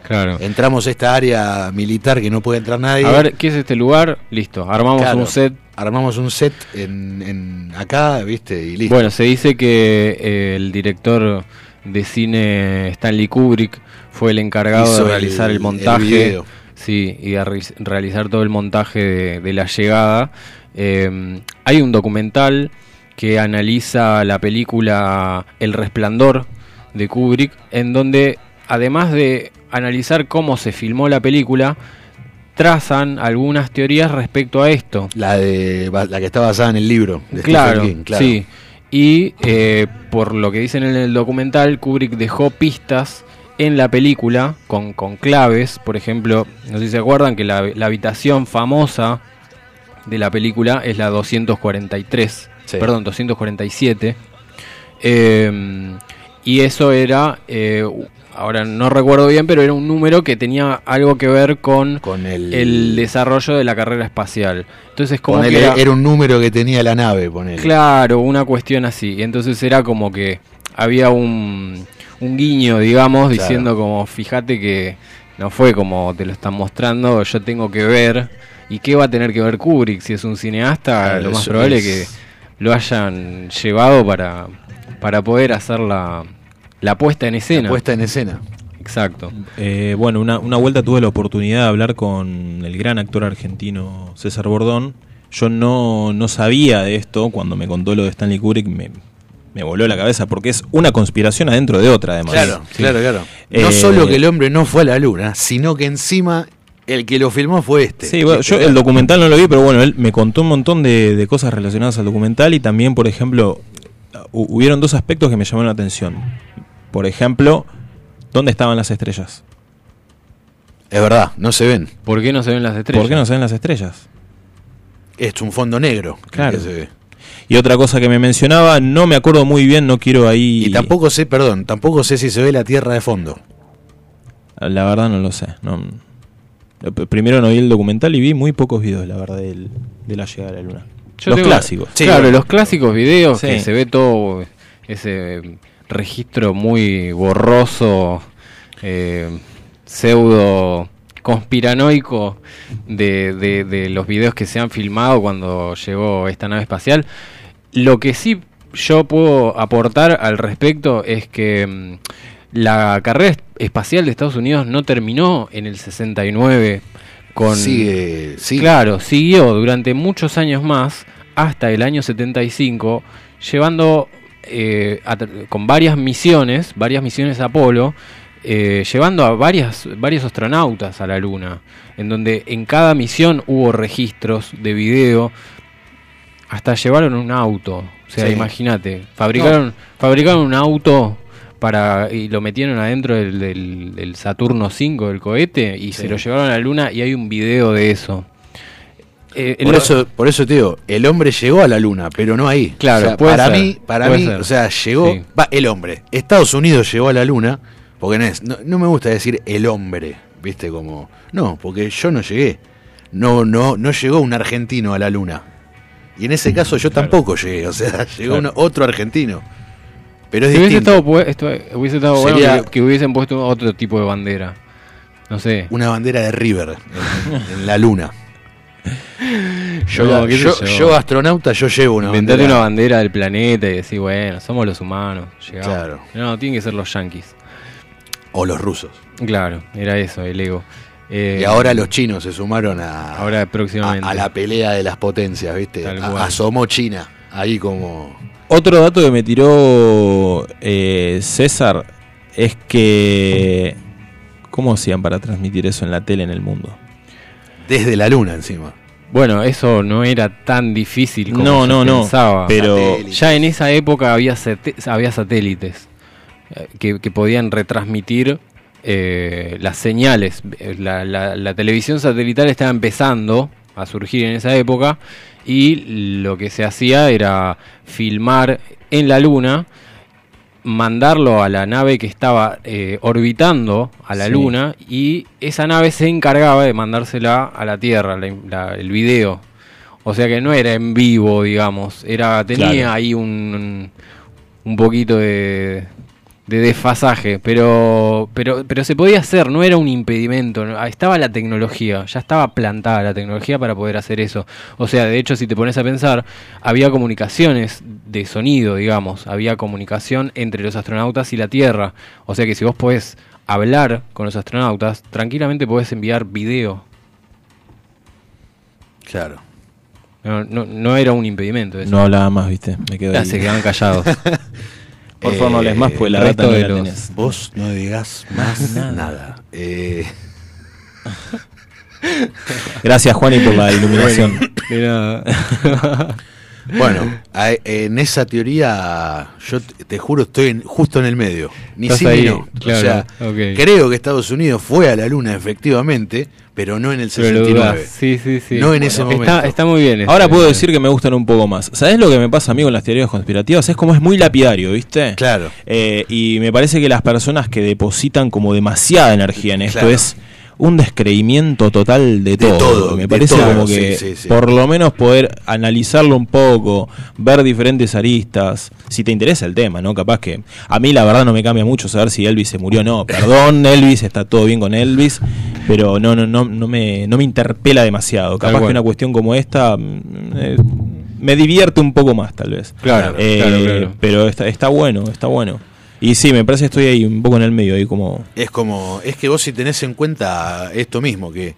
Speaker 2: Claro.
Speaker 1: entramos a esta área militar que no puede entrar nadie.
Speaker 2: A ver, ¿qué es este lugar? Listo, armamos
Speaker 1: Claro,
Speaker 2: un set.
Speaker 1: Armamos un set en, en acá, ¿viste? Y listo.
Speaker 2: Bueno, se dice que eh, el director de cine Stanley Kubrick fue el encargado
Speaker 1: Hizo
Speaker 2: de realizar el,
Speaker 1: el
Speaker 2: montaje.
Speaker 1: video.
Speaker 2: Sí, y a re- realizar todo el montaje de, de la llegada. Eh, hay un documental que analiza la película El Resplandor de Kubrick, en donde además de analizar cómo se filmó la película, trazan algunas teorías respecto a esto.
Speaker 1: La, de, la que está basada en el libro de Stephen
Speaker 2: Claro,
Speaker 1: King,
Speaker 2: sí. Y eh, por lo que dicen en el documental, Kubrick dejó pistas en la película con, con claves. Por ejemplo, no sé si se acuerdan que la, la habitación famosa de la película es la 243,
Speaker 1: Sí.
Speaker 2: perdón, 247. Eh, y eso era eh, ahora no recuerdo bien, pero era un número que tenía algo que ver con,
Speaker 1: el,
Speaker 2: desarrollo de la carrera espacial. Entonces, como
Speaker 1: Ponele,
Speaker 2: que
Speaker 1: era... un número que tenía la nave, ponele.
Speaker 2: Claro, una cuestión así. Y entonces era como que había un, un guiño, digamos,
Speaker 1: Claro.
Speaker 2: diciendo como, fíjate que no fue como te lo están mostrando, yo tengo que ver. ¿Y qué va a tener que ver Kubrick? Si es un cineasta,
Speaker 1: Claro,
Speaker 2: lo más
Speaker 1: eso
Speaker 2: probable
Speaker 1: es.
Speaker 2: es que lo hayan llevado para, para poder hacer la, la puesta en escena.
Speaker 1: Puesta en escena.
Speaker 2: Exacto.
Speaker 3: Eh, bueno, una, una vuelta tuve la oportunidad de hablar con el gran actor argentino César Bordón. Yo no, no sabía de esto cuando me contó lo de Stanley Kubrick, me, me voló la cabeza porque es una conspiración adentro de otra, además.
Speaker 1: Claro,
Speaker 3: Sí.
Speaker 1: claro, claro.
Speaker 3: Eh,
Speaker 1: no solo que el hombre no fue a la luna, sino que encima el que lo filmó fue este.
Speaker 3: Sí, bueno, yo el documental no lo vi, pero bueno, él me contó un montón de, de cosas relacionadas al documental y también, por ejemplo, hu- hubieron dos aspectos que me llamaron la atención. Por ejemplo, ¿dónde estaban las estrellas?
Speaker 1: Es verdad, no se ven.
Speaker 2: ¿Por qué no se ven las estrellas?
Speaker 3: ¿Por qué no se ven las estrellas?
Speaker 1: Es un fondo negro. el
Speaker 3: Claro.
Speaker 1: que se ve.
Speaker 3: Y otra cosa que me mencionaba, no me acuerdo muy bien, no quiero ahí...
Speaker 1: Y tampoco sé, perdón, tampoco sé si se ve la tierra de fondo.
Speaker 3: La verdad no lo sé. No. P- Primero no vi el documental y vi muy pocos videos, la verdad, del- de la llegada a la luna.
Speaker 2: Yo
Speaker 3: Los
Speaker 2: tengo-
Speaker 3: clásicos.
Speaker 1: Sí,
Speaker 2: claro,
Speaker 1: bueno.
Speaker 2: los clásicos videos
Speaker 3: Sí.
Speaker 2: que se ve todo ese registro muy borroso, eh, pseudo conspiranoico de, de- de los videos que se han filmado cuando llegó esta nave espacial. Lo que sí yo puedo aportar al respecto es que mm, la carrera es- espacial de Estados Unidos no terminó en el 69 con
Speaker 1: Sigue, sigue.
Speaker 2: Claro, siguió durante muchos años más, hasta el año 75, llevando eh, a tra- con varias misiones, varias misiones Apolo, eh, llevando a varias, varios astronautas a la Luna, en donde en cada misión hubo registros de video, hasta llevaron un auto, o sea,
Speaker 1: Sí.
Speaker 2: imagínate, fabricaron, fabricaron un auto para y lo metieron adentro del, del- del Saturno 5 del cohete y se lo llevaron a la Luna y hay un video de eso. Eh,
Speaker 1: Por
Speaker 2: lo-
Speaker 1: eso, por eso te digo, el hombre llegó a la luna, pero no ahí.
Speaker 2: Claro,
Speaker 1: O sea,
Speaker 2: puede
Speaker 1: para
Speaker 2: ser,
Speaker 1: mí, para
Speaker 2: puede
Speaker 1: mí,
Speaker 2: ser.
Speaker 1: o sea, llegó
Speaker 2: Sí.
Speaker 1: va, el hombre. Estados Unidos llegó a la luna, porque no es, no, no me gusta decir el hombre, viste como, no, porque yo no llegué, no, no, no llegó un argentino a la luna. Y en
Speaker 2: Mm,
Speaker 1: ese caso yo tampoco llegué, o sea, llegó
Speaker 3: Claro.
Speaker 1: un- otro argentino. Pero es
Speaker 2: Si hubiese
Speaker 1: distinto.
Speaker 2: estado, pu- esto- hubiese estado bueno
Speaker 1: Sería-
Speaker 2: que, que hubiesen puesto otro tipo de bandera. No sé.
Speaker 1: Una bandera de River en, en la luna. Yo,
Speaker 2: No,
Speaker 1: la-
Speaker 2: qué sé
Speaker 1: yo- yo astronauta, yo llevo una
Speaker 2: Inventate
Speaker 1: bandera.
Speaker 2: una bandera del planeta y decir, bueno, somos los humanos. llegamos.
Speaker 1: Claro.
Speaker 2: No, tienen que ser los yanquis.
Speaker 1: O los rusos.
Speaker 2: Claro, era eso, el ego. Eh,
Speaker 1: Y ahora los chinos se sumaron a,
Speaker 2: ahora
Speaker 1: a,
Speaker 2: próximamente.
Speaker 1: a la pelea de las potencias, ¿viste?
Speaker 2: Tal
Speaker 1: A-
Speaker 2: cual.
Speaker 1: asomó China, ahí como...
Speaker 3: Otro dato que me tiró eh, César es que... ¿Cómo hacían para transmitir eso en la tele en el mundo?
Speaker 1: Desde la luna encima.
Speaker 2: Bueno, eso no era tan difícil como
Speaker 3: No,
Speaker 2: yo
Speaker 3: no, no.
Speaker 2: pensaba.
Speaker 3: Pero...
Speaker 1: Satélite.
Speaker 2: Ya en esa época había, sate- había satélites eh, que, que podían retransmitir eh, las señales. Eh, La, la- la televisión satelital estaba empezando a surgir en esa época y lo que se hacía era filmar en la luna, mandarlo a la nave que estaba eh, orbitando a la
Speaker 3: Sí.
Speaker 2: luna y esa nave se encargaba de mandársela a la Tierra, la- la- el video. O sea que no era en vivo, digamos, era tenía
Speaker 3: Claro.
Speaker 2: ahí un, un poquito de, de desfasaje, pero, pero, pero se podía hacer, no era un impedimento, no- ah, estaba la tecnología, ya estaba plantada la tecnología para poder hacer eso. O sea, de hecho, si te pones a pensar, había comunicaciones de sonido, digamos, había comunicación entre los astronautas y la Tierra. O sea que si vos podés hablar con los astronautas, tranquilamente podés enviar video.
Speaker 1: Claro.
Speaker 2: No, no, no era un impedimento eso.
Speaker 3: No hablaba más, viste. Me quedo
Speaker 2: Ya
Speaker 3: ahí.
Speaker 2: Ah, se quedan callados.
Speaker 3: Por favor, no hables más, pues la
Speaker 2: el resto
Speaker 3: data no
Speaker 2: de
Speaker 3: la
Speaker 2: los-
Speaker 3: tenés.
Speaker 1: Vos no digas más nada. Eh,
Speaker 3: Gracias, Juani, por la iluminación.
Speaker 1: bueno, a- en esa teoría yo te te juro estoy en- justo en el medio. Ni
Speaker 2: Estás
Speaker 1: sí ni
Speaker 2: ahí,
Speaker 1: no. O
Speaker 2: claro,
Speaker 1: sea,
Speaker 2: ok.
Speaker 1: creo que Estados Unidos fue a la luna efectivamente, pero no en el
Speaker 2: Pero lo
Speaker 1: 69.
Speaker 2: dudás. Sí, sí, sí.
Speaker 1: No en ese
Speaker 2: Está-
Speaker 1: momento.
Speaker 2: está muy bien
Speaker 1: este
Speaker 2: este eso.
Speaker 3: Ahora puedo decir que me gustan un poco más. ¿Sabes lo que me pasa a mí con las teorías conspirativas? Es como es muy lapidario, ¿viste?
Speaker 1: Claro.
Speaker 3: Eh, y me parece que las personas que depositan como demasiada energía en esto
Speaker 1: Claro.
Speaker 3: es un descreimiento total de todo.
Speaker 1: todo,
Speaker 3: me
Speaker 1: de
Speaker 3: parece
Speaker 1: todo,
Speaker 3: como que
Speaker 1: sí, sí, sí.
Speaker 3: por lo menos poder analizarlo un poco, ver diferentes aristas, si te interesa el tema, ¿no? Capaz que a mí la verdad no me cambia mucho saber si Elvis se murió o no. Perdón, Elvis, está todo bien con Elvis, pero no no no no me no me interpela demasiado.
Speaker 2: Tal
Speaker 3: Capaz que
Speaker 2: cual.
Speaker 3: una cuestión como esta mm, eh, me divierte un poco más tal vez.
Speaker 2: Claro,
Speaker 3: Eh,
Speaker 2: claro, claro.
Speaker 3: Pero está, está bueno, está bueno. Y sí, me parece que estoy ahí un poco en el medio, ahí como...
Speaker 1: Es como, es que vos si tenés en cuenta esto mismo, que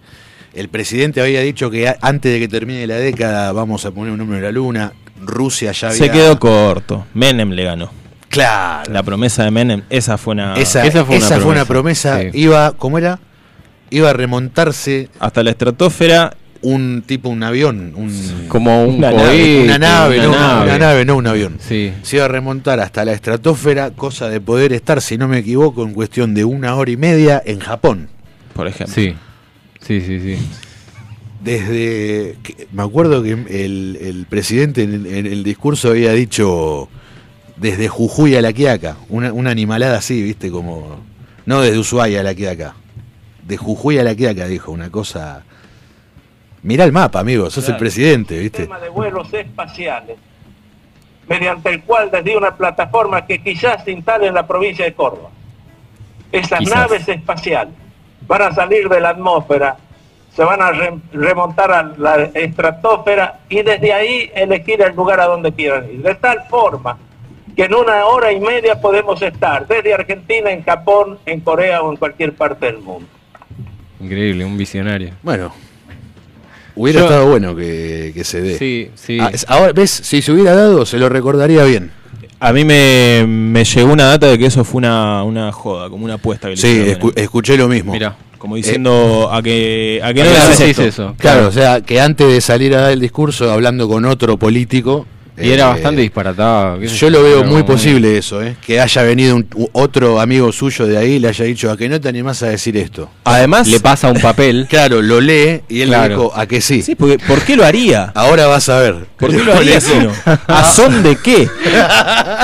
Speaker 1: el presidente había dicho que a- antes de que termine la década vamos a poner un número en la luna, Rusia ya había...
Speaker 3: Se quedó corto. Menem le ganó.
Speaker 1: Claro.
Speaker 3: La promesa de Menem, Ah, esa fue una...
Speaker 1: esa, esa fue una promesa.
Speaker 2: sí.
Speaker 1: Iba, ¿cómo era? Iba a remontarse
Speaker 3: Hasta la estratosfera,
Speaker 1: un tipo, un avión, un-
Speaker 2: Como un
Speaker 3: Una nave,
Speaker 2: cohete,
Speaker 1: una nave,
Speaker 2: una
Speaker 1: no,
Speaker 2: nave.
Speaker 1: una nave, no un avión.
Speaker 2: Sí.
Speaker 1: Se iba a remontar hasta la estratosfera, cosa de poder estar, si no me equivoco, en cuestión de una hora y media en Japón.
Speaker 3: por ejemplo.
Speaker 2: Sí. Sí, sí, sí.
Speaker 1: Desde. que- me acuerdo que el, el presidente en, en el discurso había dicho. Desde Jujuy a la Quiaca. Una, una animalada así, ¿viste? Como. No desde Ushuaia a la Quiaca. De Jujuy a la Quiaca, dijo. Una cosa. Mirá el mapa, amigo. Sos el presidente, ¿viste?
Speaker 9: sistema de vuelos espaciales, mediante el cual desde una plataforma que quizás se instale en la provincia de Córdoba. Esas
Speaker 2: Quizás.
Speaker 9: naves espaciales van a salir de la atmósfera, se van a re- remontar a la estratosfera y desde ahí elegir el lugar a donde quieran ir. De tal forma que en una hora y media podemos estar desde Argentina, en Japón, en Corea o en cualquier parte del mundo.
Speaker 2: Increíble, un visionario.
Speaker 1: Bueno. Hubiera
Speaker 2: Yo-
Speaker 1: estado bueno que, que se dé.
Speaker 2: Sí, sí.
Speaker 1: Ah, es- ahora, ¿ves? Si se hubiera dado, se lo recordaría bien.
Speaker 3: A mí me, me llegó una data de que eso fue una, una joda, como una apuesta. Que le
Speaker 1: Sí,
Speaker 3: hicieron a
Speaker 1: escu-
Speaker 3: Menem.
Speaker 1: escuché lo mismo.
Speaker 2: Mira.
Speaker 3: Como diciendo a que... A que
Speaker 2: ¿Qué
Speaker 3: no le haces esto.
Speaker 2: eso?
Speaker 1: Claro, o sea, que antes de salir a dar el discurso hablando con otro político.
Speaker 2: Y era
Speaker 1: eh,
Speaker 2: bastante disparatado. qué sé
Speaker 1: Yo lo veo
Speaker 2: era
Speaker 1: muy
Speaker 2: como
Speaker 1: posible eso, ¿eh? Que haya venido un- u- otro amigo suyo de ahí y le haya dicho a que no te animás a decir esto.
Speaker 3: Además...
Speaker 2: Le pasa un papel.
Speaker 1: Claro, lo lee y él le
Speaker 2: Claro.
Speaker 1: dijo a que sí.
Speaker 3: Sí, porque ¿por qué lo haría?
Speaker 1: Ahora vas a ver.
Speaker 3: ¿Por qué lo haría si no? ¿A son de qué?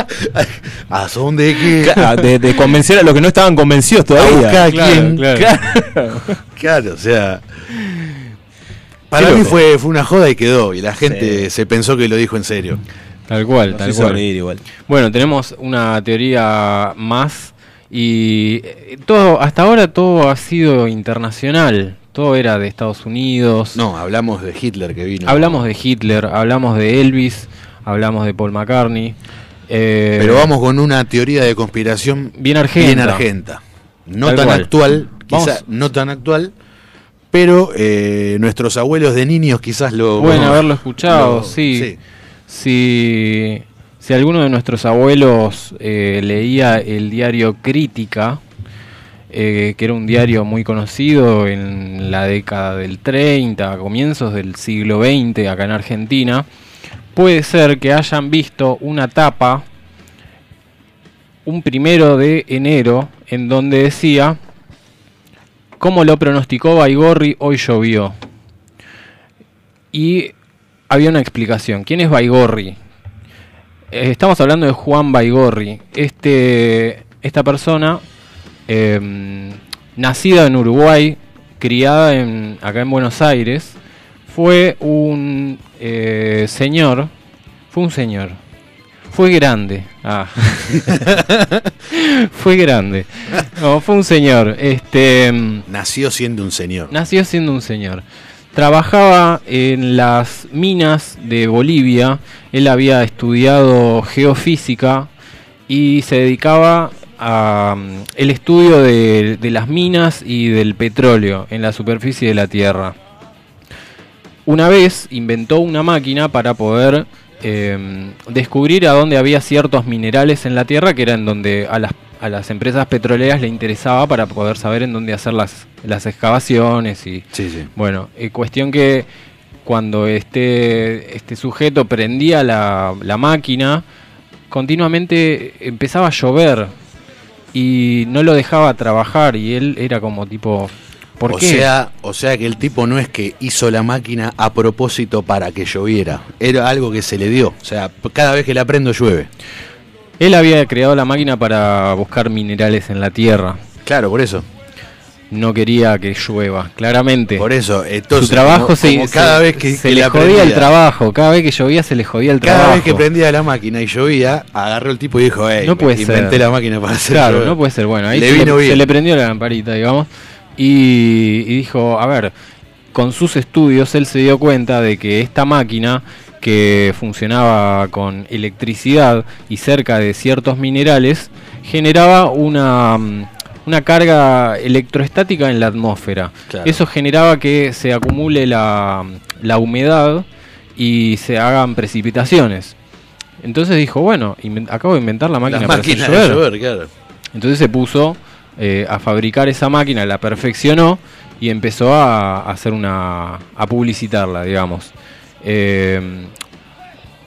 Speaker 1: ¿A dónde qué?
Speaker 3: Ca- Ah, De, de convencer a los que no estaban convencidos
Speaker 1: A
Speaker 3: todavía.
Speaker 1: buscar a quién.
Speaker 2: claro.
Speaker 1: Claro, o sea. Para
Speaker 3: Sí,
Speaker 1: mí
Speaker 3: loco.
Speaker 1: fue, fue una joda y quedó. Y la gente se pensó que lo dijo en serio.
Speaker 2: Tal cual,
Speaker 3: Nos
Speaker 2: tal
Speaker 3: hizo
Speaker 2: cual.
Speaker 3: reír igual.
Speaker 2: Bueno, tenemos una teoría más y eh, todo hasta ahora todo ha sido internacional. Todo era de Estados Unidos.
Speaker 1: No, hablamos de Hitler que vino.
Speaker 2: Hablamos de Hitler, hablamos de Elvis, hablamos de Paul McCartney. eh,
Speaker 1: Pero vamos con una teoría de conspiración
Speaker 2: Bien argenta.
Speaker 1: bien argenta. No
Speaker 2: Tal
Speaker 1: tan
Speaker 2: cual.
Speaker 1: actual,
Speaker 2: Vamos.
Speaker 1: quizás no tan actual, pero eh, nuestros abuelos de niños quizás lo...
Speaker 2: Pueden
Speaker 1: lo-
Speaker 2: haberlo escuchado,
Speaker 1: lo-
Speaker 2: sí. Si, si alguno de nuestros abuelos eh, leía el diario Crítica, eh, que era un diario muy conocido en la década del 30, a comienzos del siglo XX acá en Argentina, puede ser que hayan visto una tapa un primero de enero en donde decía, como lo pronosticó Baigorri, hoy llovió. Y había una explicación. ¿Quién es Baigorri? Eh, estamos hablando de Juan Baigorri. Este, esta persona, eh, nacida en Uruguay, criada en, acá en Buenos Aires, fue un eh, señor. Fue un señor. Fue grande. Ah. fue grande. No, fue un señor. Este. mm,
Speaker 1: Nació siendo un señor.
Speaker 2: Nació siendo un señor. Trabajaba en las minas de Bolivia. Él había estudiado geofísica y se dedicaba al estudio de, de las minas y del petróleo en la superficie de la Tierra. Una vez inventó una máquina para poder eh, descubrir a dónde había ciertos minerales en la Tierra, que era en donde a las, a las empresas petroleras le interesaba para poder saber en dónde hacer las, las excavaciones y,
Speaker 1: Sí, sí.
Speaker 2: bueno, eh, cuestión que cuando este, este sujeto prendía la, la máquina, continuamente empezaba a llover y no lo dejaba trabajar y él era como tipo, ¿Por
Speaker 1: o
Speaker 2: qué?
Speaker 1: Sea, o sea que el tipo no es que hizo la máquina a propósito para que lloviera. Era algo que se le dio. O sea, p- cada vez que la prendo llueve.
Speaker 2: Él había creado la máquina para buscar minerales en la tierra.
Speaker 1: Claro, por eso.
Speaker 2: No quería que llueva, claramente. Por
Speaker 1: eso, entonces,
Speaker 2: Su trabajo
Speaker 1: como-
Speaker 2: se,
Speaker 1: como
Speaker 2: se-
Speaker 1: cada vez que-
Speaker 2: se
Speaker 1: que
Speaker 2: le
Speaker 1: la
Speaker 2: jodía el
Speaker 1: prendía.
Speaker 2: trabajo. Cada vez que llovía se le jodía el
Speaker 1: Cada
Speaker 2: trabajo.
Speaker 1: vez que prendía la máquina y llovía, agarró el tipo y dijo, hey,
Speaker 2: no puede
Speaker 1: inventé
Speaker 2: ser.
Speaker 1: la máquina para hacer
Speaker 2: Claro,
Speaker 1: llover".
Speaker 2: no puede ser. Bueno, ahí
Speaker 1: Le
Speaker 2: se,
Speaker 1: vino
Speaker 2: le,
Speaker 1: bien.
Speaker 2: se le prendió la lamparita, digamos. Y, y dijo, a ver, con sus estudios él se dio cuenta de que esta máquina que funcionaba con electricidad y cerca de ciertos minerales generaba una, mm, una carga electroestática en la atmósfera.
Speaker 1: Claro.
Speaker 2: Eso generaba que se acumule la, mm, la humedad y se hagan precipitaciones. Entonces dijo, bueno, inven- acabo de inventar la máquina
Speaker 1: La
Speaker 2: para hacer
Speaker 1: máquina de
Speaker 2: llover.
Speaker 1: llover, claro.
Speaker 2: Entonces se puso eh, a fabricar esa máquina, la perfeccionó y empezó a, a hacer una. a publicitarla, digamos. Eh,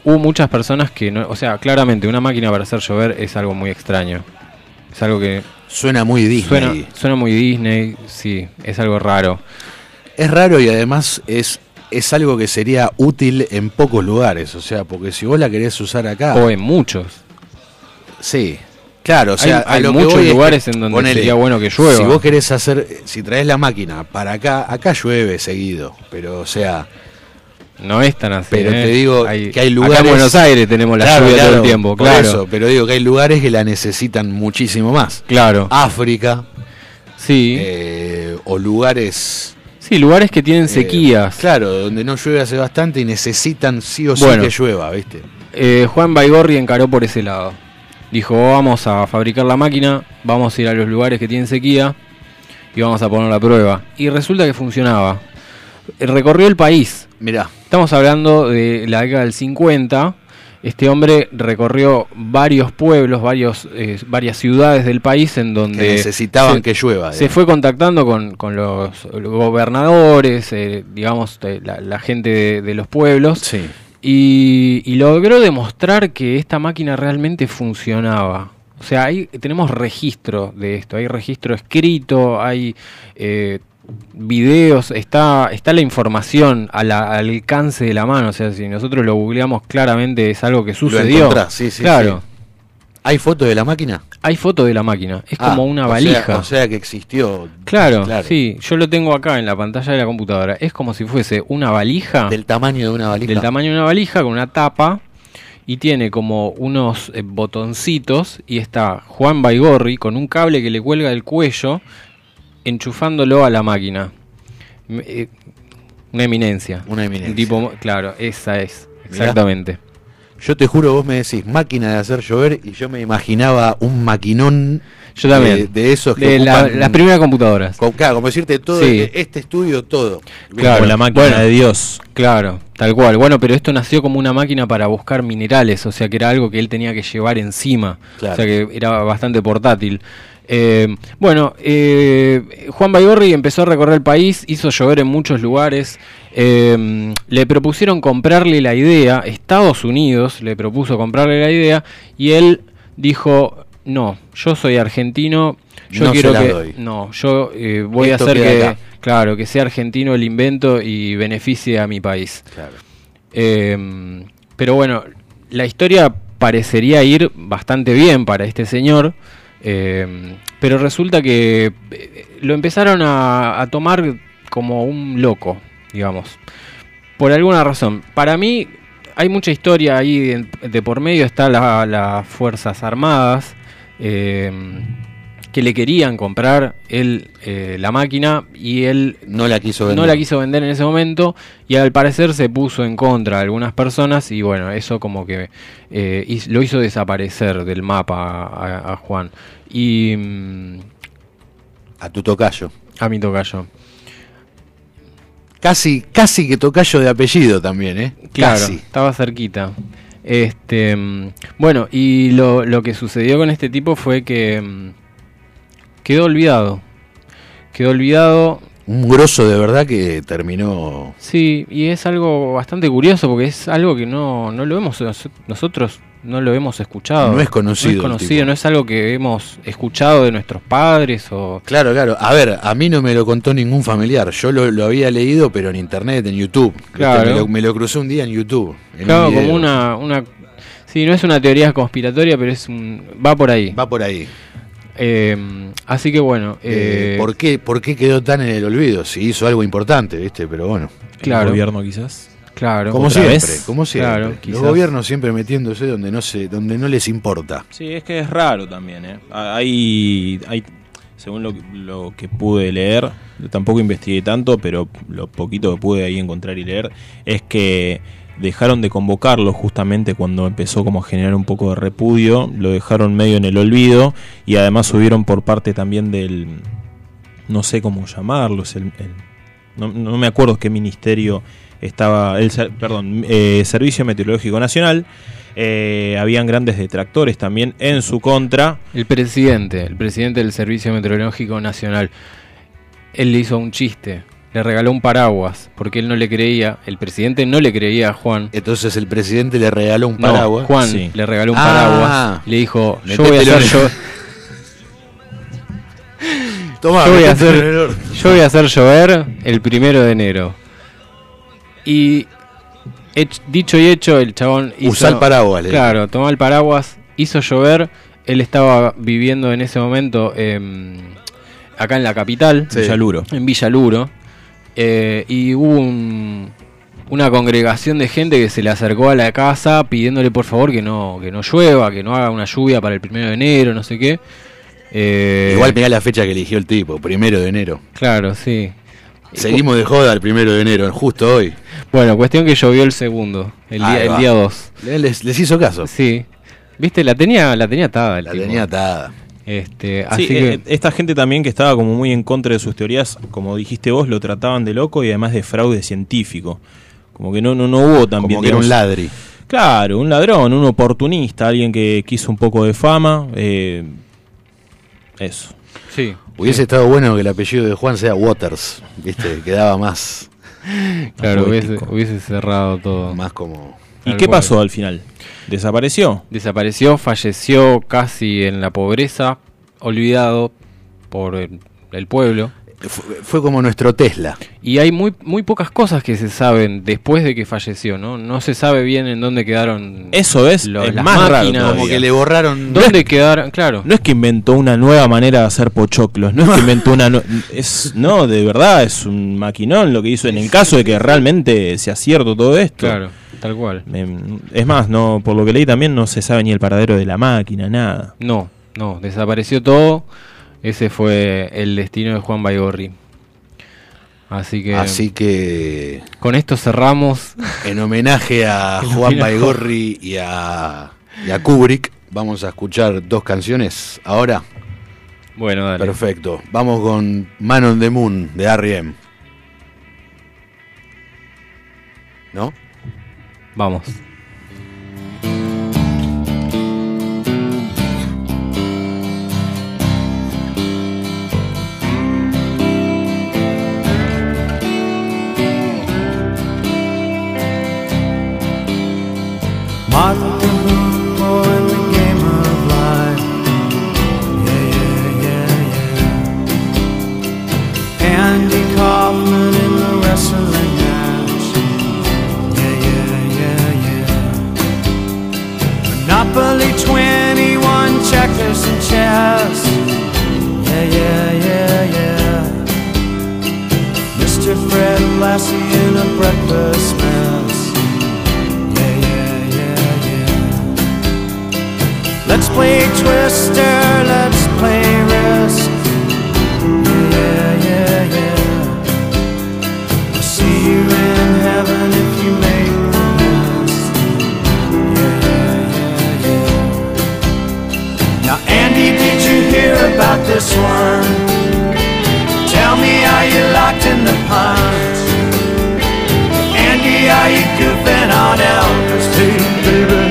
Speaker 2: hubo muchas personas que no. O sea, claramente una máquina para hacer llover es algo muy extraño. Es algo que.
Speaker 1: Suena muy Disney.
Speaker 2: Suena, suena muy Disney, sí, es algo raro.
Speaker 1: Es raro y además es, es algo que sería útil en pocos lugares. O sea, porque si vos la querés usar acá.
Speaker 2: O en muchos.
Speaker 1: Sí. Claro, o
Speaker 2: Hay-
Speaker 1: sea, a
Speaker 2: hay
Speaker 1: lo que
Speaker 2: muchos
Speaker 1: voy es que,
Speaker 2: lugares en donde sería bueno que llueva.
Speaker 1: Si vos querés hacer, si traes la máquina para acá, acá llueve seguido, pero o sea,
Speaker 2: No es tan así.
Speaker 1: pero
Speaker 2: ¿eh?
Speaker 1: te digo que hay lugares.
Speaker 2: Acá en Buenos Aires tenemos la
Speaker 1: Claro,
Speaker 2: lluvia todo
Speaker 1: claro,
Speaker 2: el tiempo,
Speaker 1: por
Speaker 2: claro.
Speaker 1: eso, pero digo que hay lugares que la necesitan muchísimo más.
Speaker 2: Claro.
Speaker 1: África. eh,
Speaker 2: Sí.
Speaker 1: o lugares.
Speaker 2: Sí, lugares que tienen
Speaker 1: eh,
Speaker 2: sequías.
Speaker 1: claro, donde no llueve hace bastante y necesitan sí o sí
Speaker 2: Bueno.
Speaker 1: que llueva, ¿viste?
Speaker 2: Eh, Juan Baigorri encaró por ese lado. Dijo, "Oh, vamos a fabricar la máquina, vamos a ir a los lugares que tienen sequía y vamos a poner la prueba. Y resulta que funcionaba. Eh, Recorrió el país.
Speaker 1: Mirá.
Speaker 2: Estamos hablando de la década del 50. Este hombre recorrió varios pueblos, varios, eh, varias ciudades del país en donde...
Speaker 1: Que necesitaban que llueva,
Speaker 2: Se
Speaker 1: digamos.
Speaker 2: fue contactando con, con los gobernadores, eh, digamos, eh, la, la gente de, de los pueblos. Y, y logró demostrar que esta máquina realmente funcionaba. O sea, ahí tenemos registro de esto, hay registro escrito, hay eh, videos, está, está la información a la- al alcance de la mano. O sea, si nosotros lo googleamos claramente es algo que sucedió.
Speaker 1: encontrás, sí, sí,
Speaker 2: claro.
Speaker 1: ¿Hay fotos de la máquina?
Speaker 2: Hay fotos de la máquina, es como una
Speaker 1: Ah, o sea-
Speaker 2: valija.
Speaker 1: o sea que existió
Speaker 2: Claro,
Speaker 1: Claro.
Speaker 2: sí, yo lo tengo acá en la pantalla de la computadora. Es como si fuese una valija. Del
Speaker 1: tamaño de una valija.
Speaker 2: Del tamaño de una valija con una tapa y tiene como unos eh, botoncitos y está Juan Baigorri con un cable que le cuelga del cuello enchufándolo a la máquina. M- eh, Una eminencia.
Speaker 1: Una eminencia.
Speaker 2: Un tipo, claro, esa es. Exactamente.
Speaker 1: Yo te juro, vos me decís máquina de hacer llover y yo me imaginaba un maquinón
Speaker 2: Yo también.
Speaker 1: de, de esos que
Speaker 2: De la-
Speaker 1: ocupan-
Speaker 2: las primeras computadoras.
Speaker 1: Con- claro, como decirte todo,
Speaker 2: Sí.
Speaker 1: el- este estudio, todo.
Speaker 2: Claro,
Speaker 3: Como la máquina de
Speaker 2: Dios. Claro, tal cual. Bueno, pero esto nació como una máquina para buscar minerales, o sea que era algo que él tenía que llevar encima.
Speaker 1: Claro.
Speaker 2: O sea que era bastante portátil. Eh, bueno, eh, Juan Baigorri empezó a recorrer el país, hizo llover en muchos lugares. eh, le propusieron comprarle la idea, Estados Unidos le propuso comprarle la idea y él dijo: No, yo soy argentino, yo
Speaker 1: No se
Speaker 2: quiero
Speaker 1: la
Speaker 2: que.
Speaker 1: doy.
Speaker 2: No, yo eh, voy
Speaker 1: Esto
Speaker 2: a hacer
Speaker 1: queda
Speaker 2: que.
Speaker 1: acá.
Speaker 2: Claro, que sea argentino el invento y beneficie a mi país. Eh, pero bueno, la historia parecería ir bastante bien para este señor, eh, pero resulta que eh, lo empezaron a, a tomar como un loco, digamos. Por alguna razón. Para mí hay mucha historia ahí de, de por medio, está la- las Fuerzas Armadas. eh, que le querían comprar él, eh, la máquina y él
Speaker 1: No la quiso vender.
Speaker 2: no la quiso vender en ese momento y al parecer se puso en contra de algunas personas y bueno, eso como que eh, hiz- lo hizo desaparecer del mapa a, a- a Juan. Y... mm,
Speaker 1: A tu tocayo.
Speaker 2: A mi tocayo.
Speaker 1: Casi, casi que tocayo de apellido también, ¿eh?
Speaker 2: Claro,
Speaker 1: Casi.
Speaker 2: estaba cerquita. Este, mm, bueno, y lo, lo que sucedió con este tipo fue que mm, quedó olvidado. Quedó olvidado
Speaker 1: Un grosso de verdad que terminó.
Speaker 2: Sí, y es algo bastante curioso porque es algo que no, no lo vemos nos- nosotros no lo hemos escuchado.
Speaker 1: No es conocido
Speaker 2: No es
Speaker 1: el
Speaker 2: conocido, no es algo que hemos escuchado de nuestros padres o...
Speaker 1: Claro, claro. A ver, a mí no me lo contó ningún familiar. Yo lo, lo había leído, pero en internet, en YouTube.
Speaker 2: Claro.
Speaker 1: Me, lo, me lo crucé un día en YouTube. en un
Speaker 2: Claro,
Speaker 1: video.
Speaker 2: como una, una... Sí, no es una teoría conspiratoria, pero es un... va por ahí. Eh, mm,
Speaker 1: Va por ahí.
Speaker 2: así que bueno...
Speaker 1: Eh,
Speaker 2: eh,
Speaker 1: ¿por, qué, ¿Por qué quedó tan en el olvido? Si hizo algo importante, ¿viste? Pero bueno.
Speaker 2: Claro.
Speaker 3: gobierno quizás.
Speaker 2: Claro.
Speaker 1: Como
Speaker 3: ¿Otra
Speaker 1: siempre,
Speaker 3: vez?
Speaker 1: como siempre.
Speaker 3: Claro,
Speaker 1: Los
Speaker 3: quizás.
Speaker 1: gobiernos siempre metiéndose donde no, se, donde no les importa.
Speaker 3: Sí, es que es raro también, ¿eh? Ah, Hay, hay según lo, que- lo que pude leer, tampoco investigué tanto, pero lo poquito que pude ahí encontrar y leer, es que dejaron de convocarlo justamente cuando empezó como a generar un poco de repudio, lo dejaron medio en el olvido y además subieron por parte también del, no sé cómo llamarlos, el, el- no, no me acuerdo qué ministerio estaba, el, ser- perdón, eh, Servicio Meteorológico Nacional, eh, habían grandes detractores también en su contra.
Speaker 2: El presidente, el presidente del Servicio Meteorológico Nacional, él le hizo un chiste, le regaló un paraguas, porque él no le creía, el presidente no le creía a Juan.
Speaker 1: Entonces el presidente le regaló un
Speaker 2: No,
Speaker 1: paraguas.
Speaker 2: Juan
Speaker 1: Sí.
Speaker 2: le regaló un
Speaker 1: Ah.
Speaker 2: paraguas, le dijo, yo
Speaker 1: Metételo
Speaker 2: voy a hacer
Speaker 1: en-
Speaker 2: yo.
Speaker 1: Tomá,
Speaker 2: yo, voy a
Speaker 1: metételo
Speaker 2: hacer,
Speaker 1: en Este el horno.
Speaker 2: yo voy a hacer llover el primero de enero. Y hech- dicho y hecho, el chabón hizo.
Speaker 1: Usá el paraguas, le dijo.
Speaker 2: Claro, tomó el paraguas, hizo llover. Él estaba viviendo en ese momento em, acá en la capital.
Speaker 3: Sí. Villaluro.
Speaker 2: En Villaluro. Eh, y hubo un- una congregación de gente que se le acercó a la casa pidiéndole por favor que no, que no llueva, que no haga una lluvia para el primero de enero, no sé qué. Eh,
Speaker 1: Igual mirá la fecha que eligió el tipo, primero de enero.
Speaker 2: Claro, sí.
Speaker 1: Seguimos de joda el primero de enero, justo hoy.
Speaker 2: Bueno, cuestión que llovió el segundo, el
Speaker 1: Ahí va.
Speaker 2: día 2.
Speaker 1: Les, les hizo caso.
Speaker 2: Sí. Viste, la tenía, la tenía atada. La
Speaker 1: tenía atada.
Speaker 2: Este,
Speaker 3: Sí,
Speaker 2: así que.
Speaker 3: eh, Esta gente también que estaba como muy en contra de sus teorías, como dijiste vos, lo trataban de loco y además de fraude científico. Como que no, no, no hubo también.
Speaker 1: Como que era un ladri.
Speaker 3: Claro, un ladrón, un oportunista, alguien que quiso un poco de fama. eh, eso.
Speaker 2: Sí.
Speaker 1: Hubiese estado bueno que el apellido de Juan sea Waters, ¿viste? Quedaba más.
Speaker 2: Claro, hubiese,
Speaker 3: poético.
Speaker 2: hubiese cerrado todo.
Speaker 1: Más como.
Speaker 3: ¿Y qué pasó al final? ¿Desapareció?
Speaker 2: Desapareció, falleció casi en la pobreza, olvidado por el, el pueblo.
Speaker 1: Fue, fue como nuestro Tesla.
Speaker 2: Y hay muy, muy pocas cosas que se saben después de que falleció, ¿no? No se sabe bien en dónde quedaron.
Speaker 3: Eso es,
Speaker 2: lo-
Speaker 3: es
Speaker 2: las
Speaker 3: más raro
Speaker 2: máquinas.
Speaker 3: todavía. Como que le
Speaker 1: borraron.
Speaker 2: ¿Dónde quedaron? Claro.
Speaker 3: No es que inventó una nueva manera de hacer pochoclos, no es que inventó una nue- es no, de verdad es un maquinón lo que hizo en el caso de que realmente sea cierto todo esto.
Speaker 2: Claro, tal cual.
Speaker 3: Em, Es más, no por lo que leí también no se sabe ni el paradero de la máquina, nada.
Speaker 2: No, no, desapareció todo. Ese fue el destino de Juan Baigorri. Así que
Speaker 1: Así que.
Speaker 2: con esto cerramos.
Speaker 1: En homenaje a Juan Baigorri y a, y a Kubrick, vamos a escuchar dos canciones ahora.
Speaker 2: Bueno, dale.
Speaker 1: Perfecto. Vamos con Man on the Moon de E R.E.M. ¿No?
Speaker 2: Vamos.
Speaker 5: Martin the Lupo in the game of life. Yeah, yeah, yeah, yeah. Andy Kaufman in the wrestling match. Yeah, yeah, yeah, yeah. Monopoly 21 checkers and chess. Yeah, yeah, yeah, yeah. Mr. Fred Lassie in a breakfast mess. Yeah, yeah, yeah, yeah. Let's play Twister, let's play Risk. Yeah, yeah, yeah, yeah. I'll see you in heaven if you make the list. Yeah, yeah, yeah, yeah. Now, Andy, did you hear about this worm? Tell me, are you locked in the pond? Andy, are you goofing on Elvis too, baby?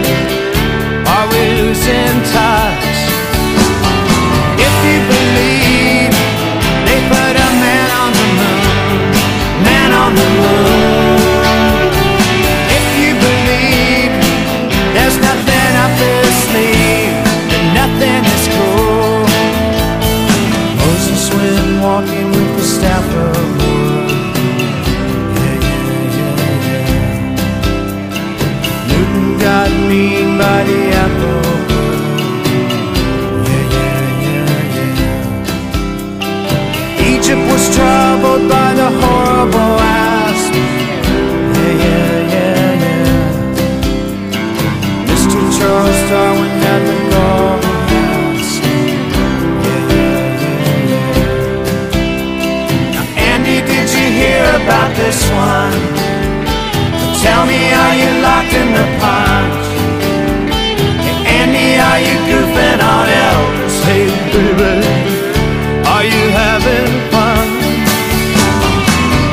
Speaker 5: Are we losing touch? If you believe they put a man on the moon, man on the moon. If you believe there's nothing up in this one. Tell me, are you liking the punch? Hey, Andy, are you goofing on Elvis? Hey, baby, are you having fun?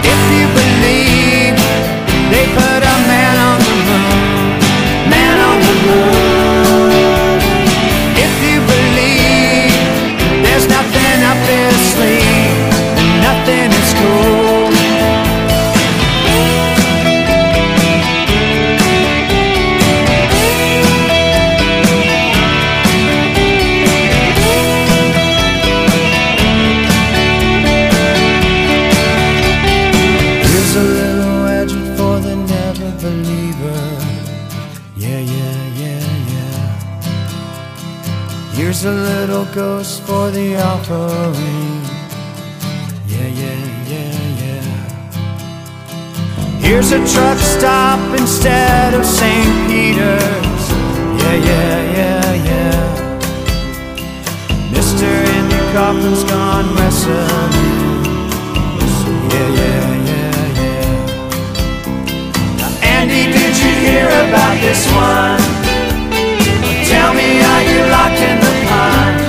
Speaker 5: If you believe they put a man on the moon, man on the moon. If you believe there's nothing up their sleeve, and nothing is cool. Here's a little legend for the never believer. Yeah, yeah, yeah, yeah. Here's a little ghost for the offering. Yeah, yeah, yeah, yeah. Here's a truck stop instead of St. Peter's. Yeah, yeah, yeah, yeah. Mr. Andy Kaufman's gone wrestling. Yeah, yeah, yeah, yeah. Now, Andy, did you hear about this one? Tell me, are you locked in the punch?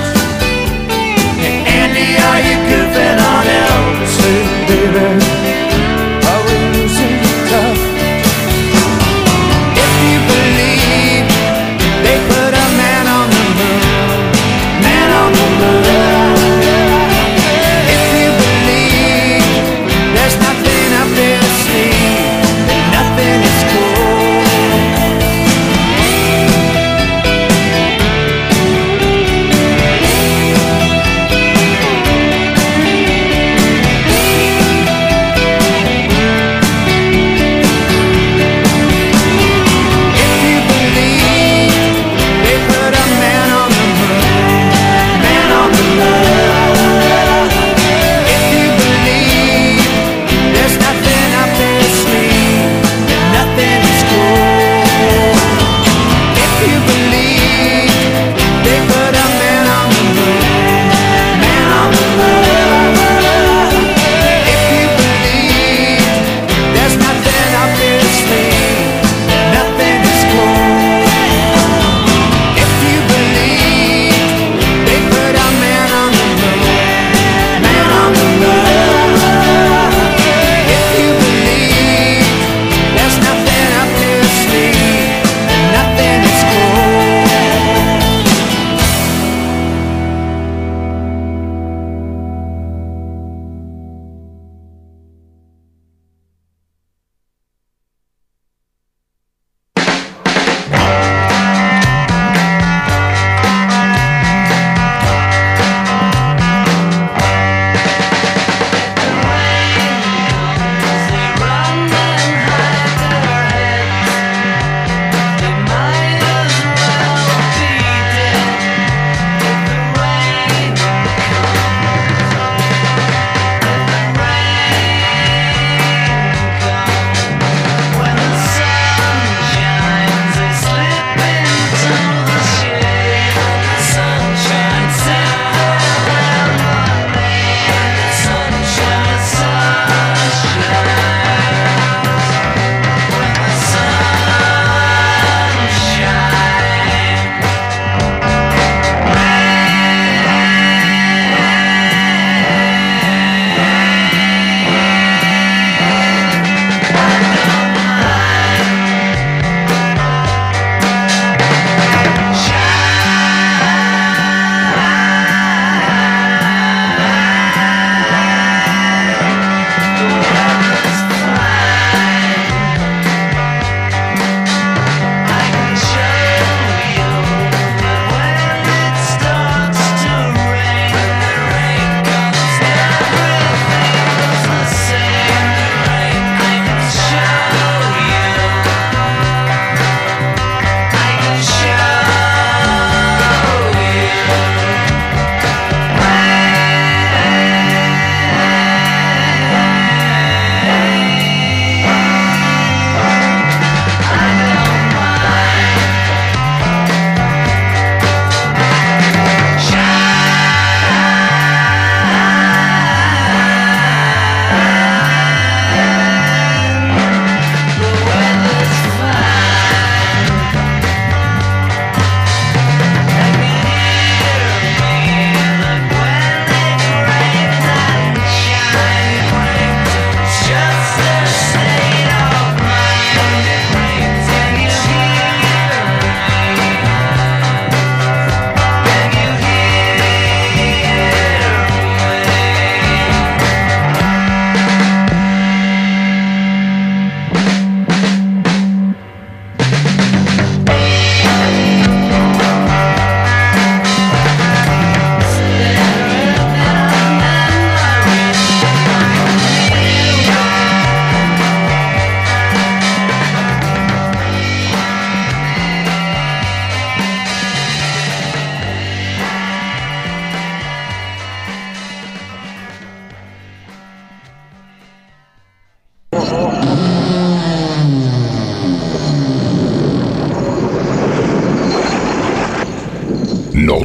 Speaker 5: Hey, Andy, are you goofing on Elvis? Hey, baby, are we losing touch? If you believe they put a man on the moon, man on the moon. If you believe there's nothing up their sleeve, and nothing is cool.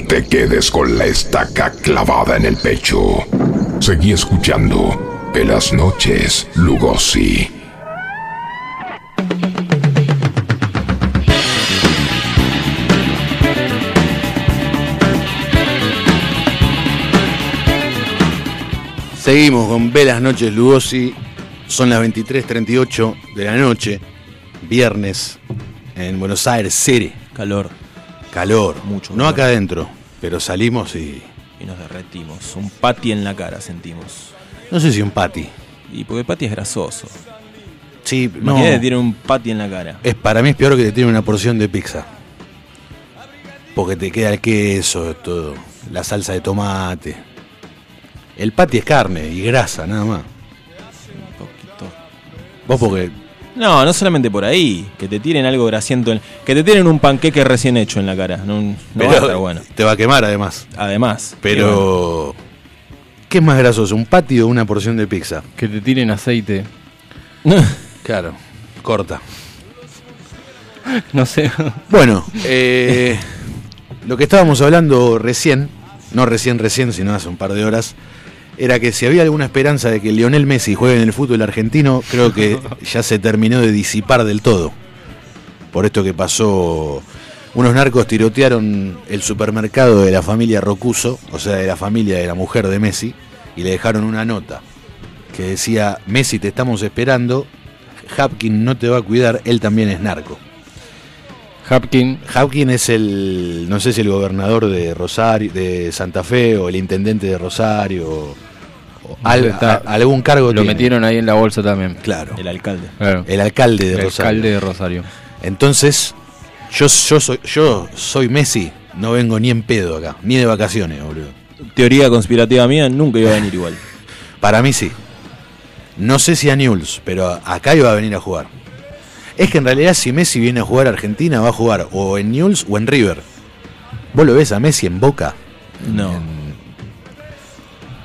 Speaker 6: te quedes con la estaca clavada en el pecho. Seguí escuchando Pelas Noches, Lugosi.
Speaker 1: Seguimos con Velas Noches Lugosi. Son las 23.38 de la noche, viernes, en Buenos Aires, City.
Speaker 3: Calor.
Speaker 1: Calor. Mucho. No acá adentro, pero salimos y.
Speaker 3: Y nos derretimos. Un pati en la cara sentimos.
Speaker 1: No sé si un pati.
Speaker 3: Y porque pati es grasoso.
Speaker 1: Sí, no.
Speaker 3: Imagínate, tiene un pati en la cara.
Speaker 1: Es, para mí es peor que te tiene una porción de pizza. Porque te queda el queso, todo. La salsa de tomate. El pati es carne y grasa, nada más.
Speaker 3: Un poquito.
Speaker 1: Vos porque.
Speaker 3: No, no solamente por ahí. Que te tiren algo grasiento. en- que te tiren un panqueque recién hecho en la cara. No, no va a estar bueno.
Speaker 1: Te va a quemar además.
Speaker 3: Además.
Speaker 1: Pero. ¿Qué es más grasoso? ¿Un patio o una porción de pizza?
Speaker 2: Que te tiren aceite.
Speaker 1: Claro. Corta.
Speaker 2: No sé.
Speaker 1: Bueno, eh, lo que estábamos hablando recién, no recién, recién, sino hace un par de horas, era que si había alguna esperanza de que Lionel Messi juegue en el fútbol argentino, creo que ya se terminó de disipar del todo. Por esto que pasó, unos narcos tirotearon el supermercado de la familia Rocuso, o sea, de la familia de la mujer de Messi, y le dejaron una nota que decía, Messi te estamos esperando, Hapkin no te va a cuidar, él también es narco.
Speaker 2: Hapkin.
Speaker 1: Hapkin es el, no sé si el gobernador de Rosario, de Santa Fe o el intendente de Rosario, o al-
Speaker 2: Está-
Speaker 1: a- algún cargo
Speaker 2: Lo
Speaker 1: tiene.
Speaker 2: metieron ahí en la bolsa también.
Speaker 1: Claro.
Speaker 3: El alcalde.
Speaker 2: Claro.
Speaker 1: El alcalde de
Speaker 2: El
Speaker 1: Rosario.
Speaker 2: alcalde de Rosario.
Speaker 1: Entonces, yo, yo, soy, yo soy Messi, no vengo ni en pedo acá, ni de vacaciones, boludo.
Speaker 3: Teoría conspirativa mía, nunca iba a venir igual.
Speaker 1: Para mí sí. No sé si a Newell's, pero a- acá iba a venir a jugar. Es que en realidad si Messi viene a jugar a Argentina, va a jugar o en Newell's o en River. Vos lo ves a Messi en Boca.
Speaker 3: No.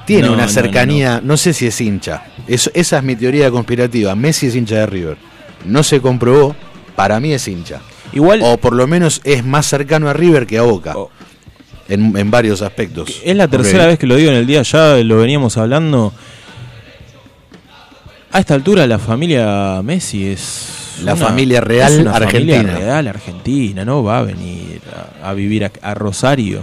Speaker 1: Tiene
Speaker 3: No,
Speaker 1: una
Speaker 3: no,
Speaker 1: cercanía, no, sé si es hincha. Eso- esa es mi teoría conspirativa. Messi es hincha de River. No se comprobó, para mí es hincha.
Speaker 3: Igual.
Speaker 1: O por lo menos es más cercano a River que a Boca. En, en varios aspectos.
Speaker 3: Es la tercera
Speaker 1: Ok.
Speaker 3: vez que lo digo en el día, ya lo veníamos hablando. A esta altura la familia Messi es...
Speaker 1: La familia real
Speaker 3: es una
Speaker 1: argentina.
Speaker 3: Familia real argentina, ¿no? Va a venir a, a vivir a, a Rosario.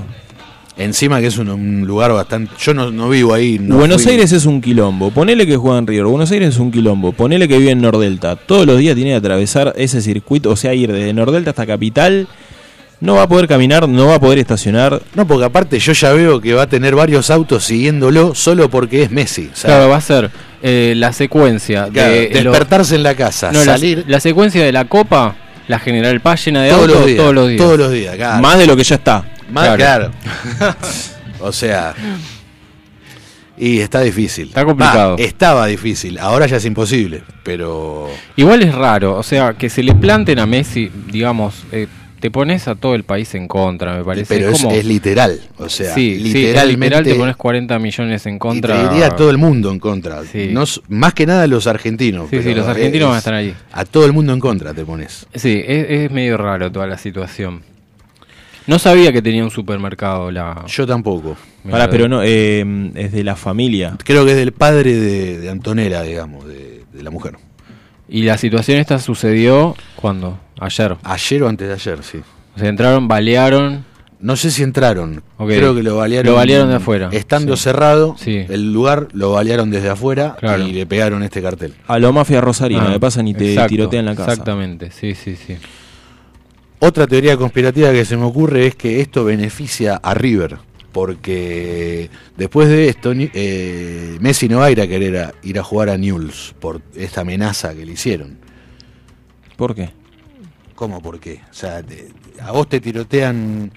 Speaker 1: Encima que es un, un lugar bastante... Yo no, no vivo ahí. no
Speaker 3: Buenos
Speaker 1: fui-
Speaker 3: Aires es un quilombo. Ponele que juega en River. Buenos Aires es un quilombo. Ponele que vive en Nordelta. Todos los días tiene que atravesar ese circuito. O sea, ir desde Nordelta hasta Capital. No va a poder caminar, no va a poder estacionar.
Speaker 1: No, porque aparte yo ya veo que va a tener varios autos siguiéndolo solo porque es Messi. O sea,
Speaker 2: Claro, va a ser eh, la secuencia
Speaker 1: claro,
Speaker 2: de lo-
Speaker 1: despertarse en la casa,
Speaker 2: no, la-
Speaker 1: salir
Speaker 2: La, secuencia de la copa, la General Paz llena de
Speaker 1: todos,
Speaker 2: autos
Speaker 1: los días,
Speaker 2: todos los días.
Speaker 1: Todos los días, claro.
Speaker 3: Más de lo que ya está.
Speaker 1: Más- claro. o sea. Y está difícil. Está
Speaker 2: complicado.
Speaker 1: estaba difícil, ahora ya es imposible, pero.
Speaker 2: Igual es raro, o sea, que se le planten a Messi, digamos, eh, te pones a todo el país en contra, me parece.
Speaker 1: pero es,
Speaker 2: como-
Speaker 1: es literal. O sea,
Speaker 2: sí, sí, es
Speaker 1: literalmente.
Speaker 2: literal te pones 40 millones en
Speaker 1: y
Speaker 2: contra.
Speaker 1: te diría a todo el mundo en contra.
Speaker 2: Sí.
Speaker 1: No s- más que nada los argentinos.
Speaker 2: Sí, sí,
Speaker 1: pero
Speaker 2: los argentinos
Speaker 1: es-
Speaker 2: van a estar ahí.
Speaker 1: A todo el mundo en contra te pones.
Speaker 2: Sí, es, es medio raro toda la situación. No sabía que tenía un supermercado la...
Speaker 1: Yo tampoco.
Speaker 2: Mirá,
Speaker 3: Pará, pero no, eh, es de la familia.
Speaker 1: Creo que es del padre de, de Antonella, digamos, de, de la mujer.
Speaker 2: Y la situación esta sucedió cuando? Ayer.
Speaker 1: Ayer o antes de ayer, sí.
Speaker 2: O sea, entraron, balearon.
Speaker 1: No sé si entraron.
Speaker 2: Ok.
Speaker 1: Creo que lo balearon.
Speaker 2: Lo balearon de afuera.
Speaker 1: Estando
Speaker 2: Sí.
Speaker 1: cerrado,
Speaker 2: Sí.
Speaker 1: el lugar lo balearon desde afuera
Speaker 2: Claro.
Speaker 1: y le pegaron este cartel.
Speaker 3: A lo mafia rosarina,
Speaker 2: Ah,
Speaker 3: me pasan y te
Speaker 2: exacto,
Speaker 3: tirotean la casa.
Speaker 2: Exactamente, sí, sí, sí.
Speaker 1: Otra teoría conspirativa que se me ocurre es que esto beneficia a River. Porque después de esto, ni- eh, Messi no va a ir a querer a- ir a jugar a Newell's por esta amenaza que le hicieron.
Speaker 3: ¿Por qué?
Speaker 1: ¿Cómo? ¿Por qué? O sea, te- a vos te tirotean.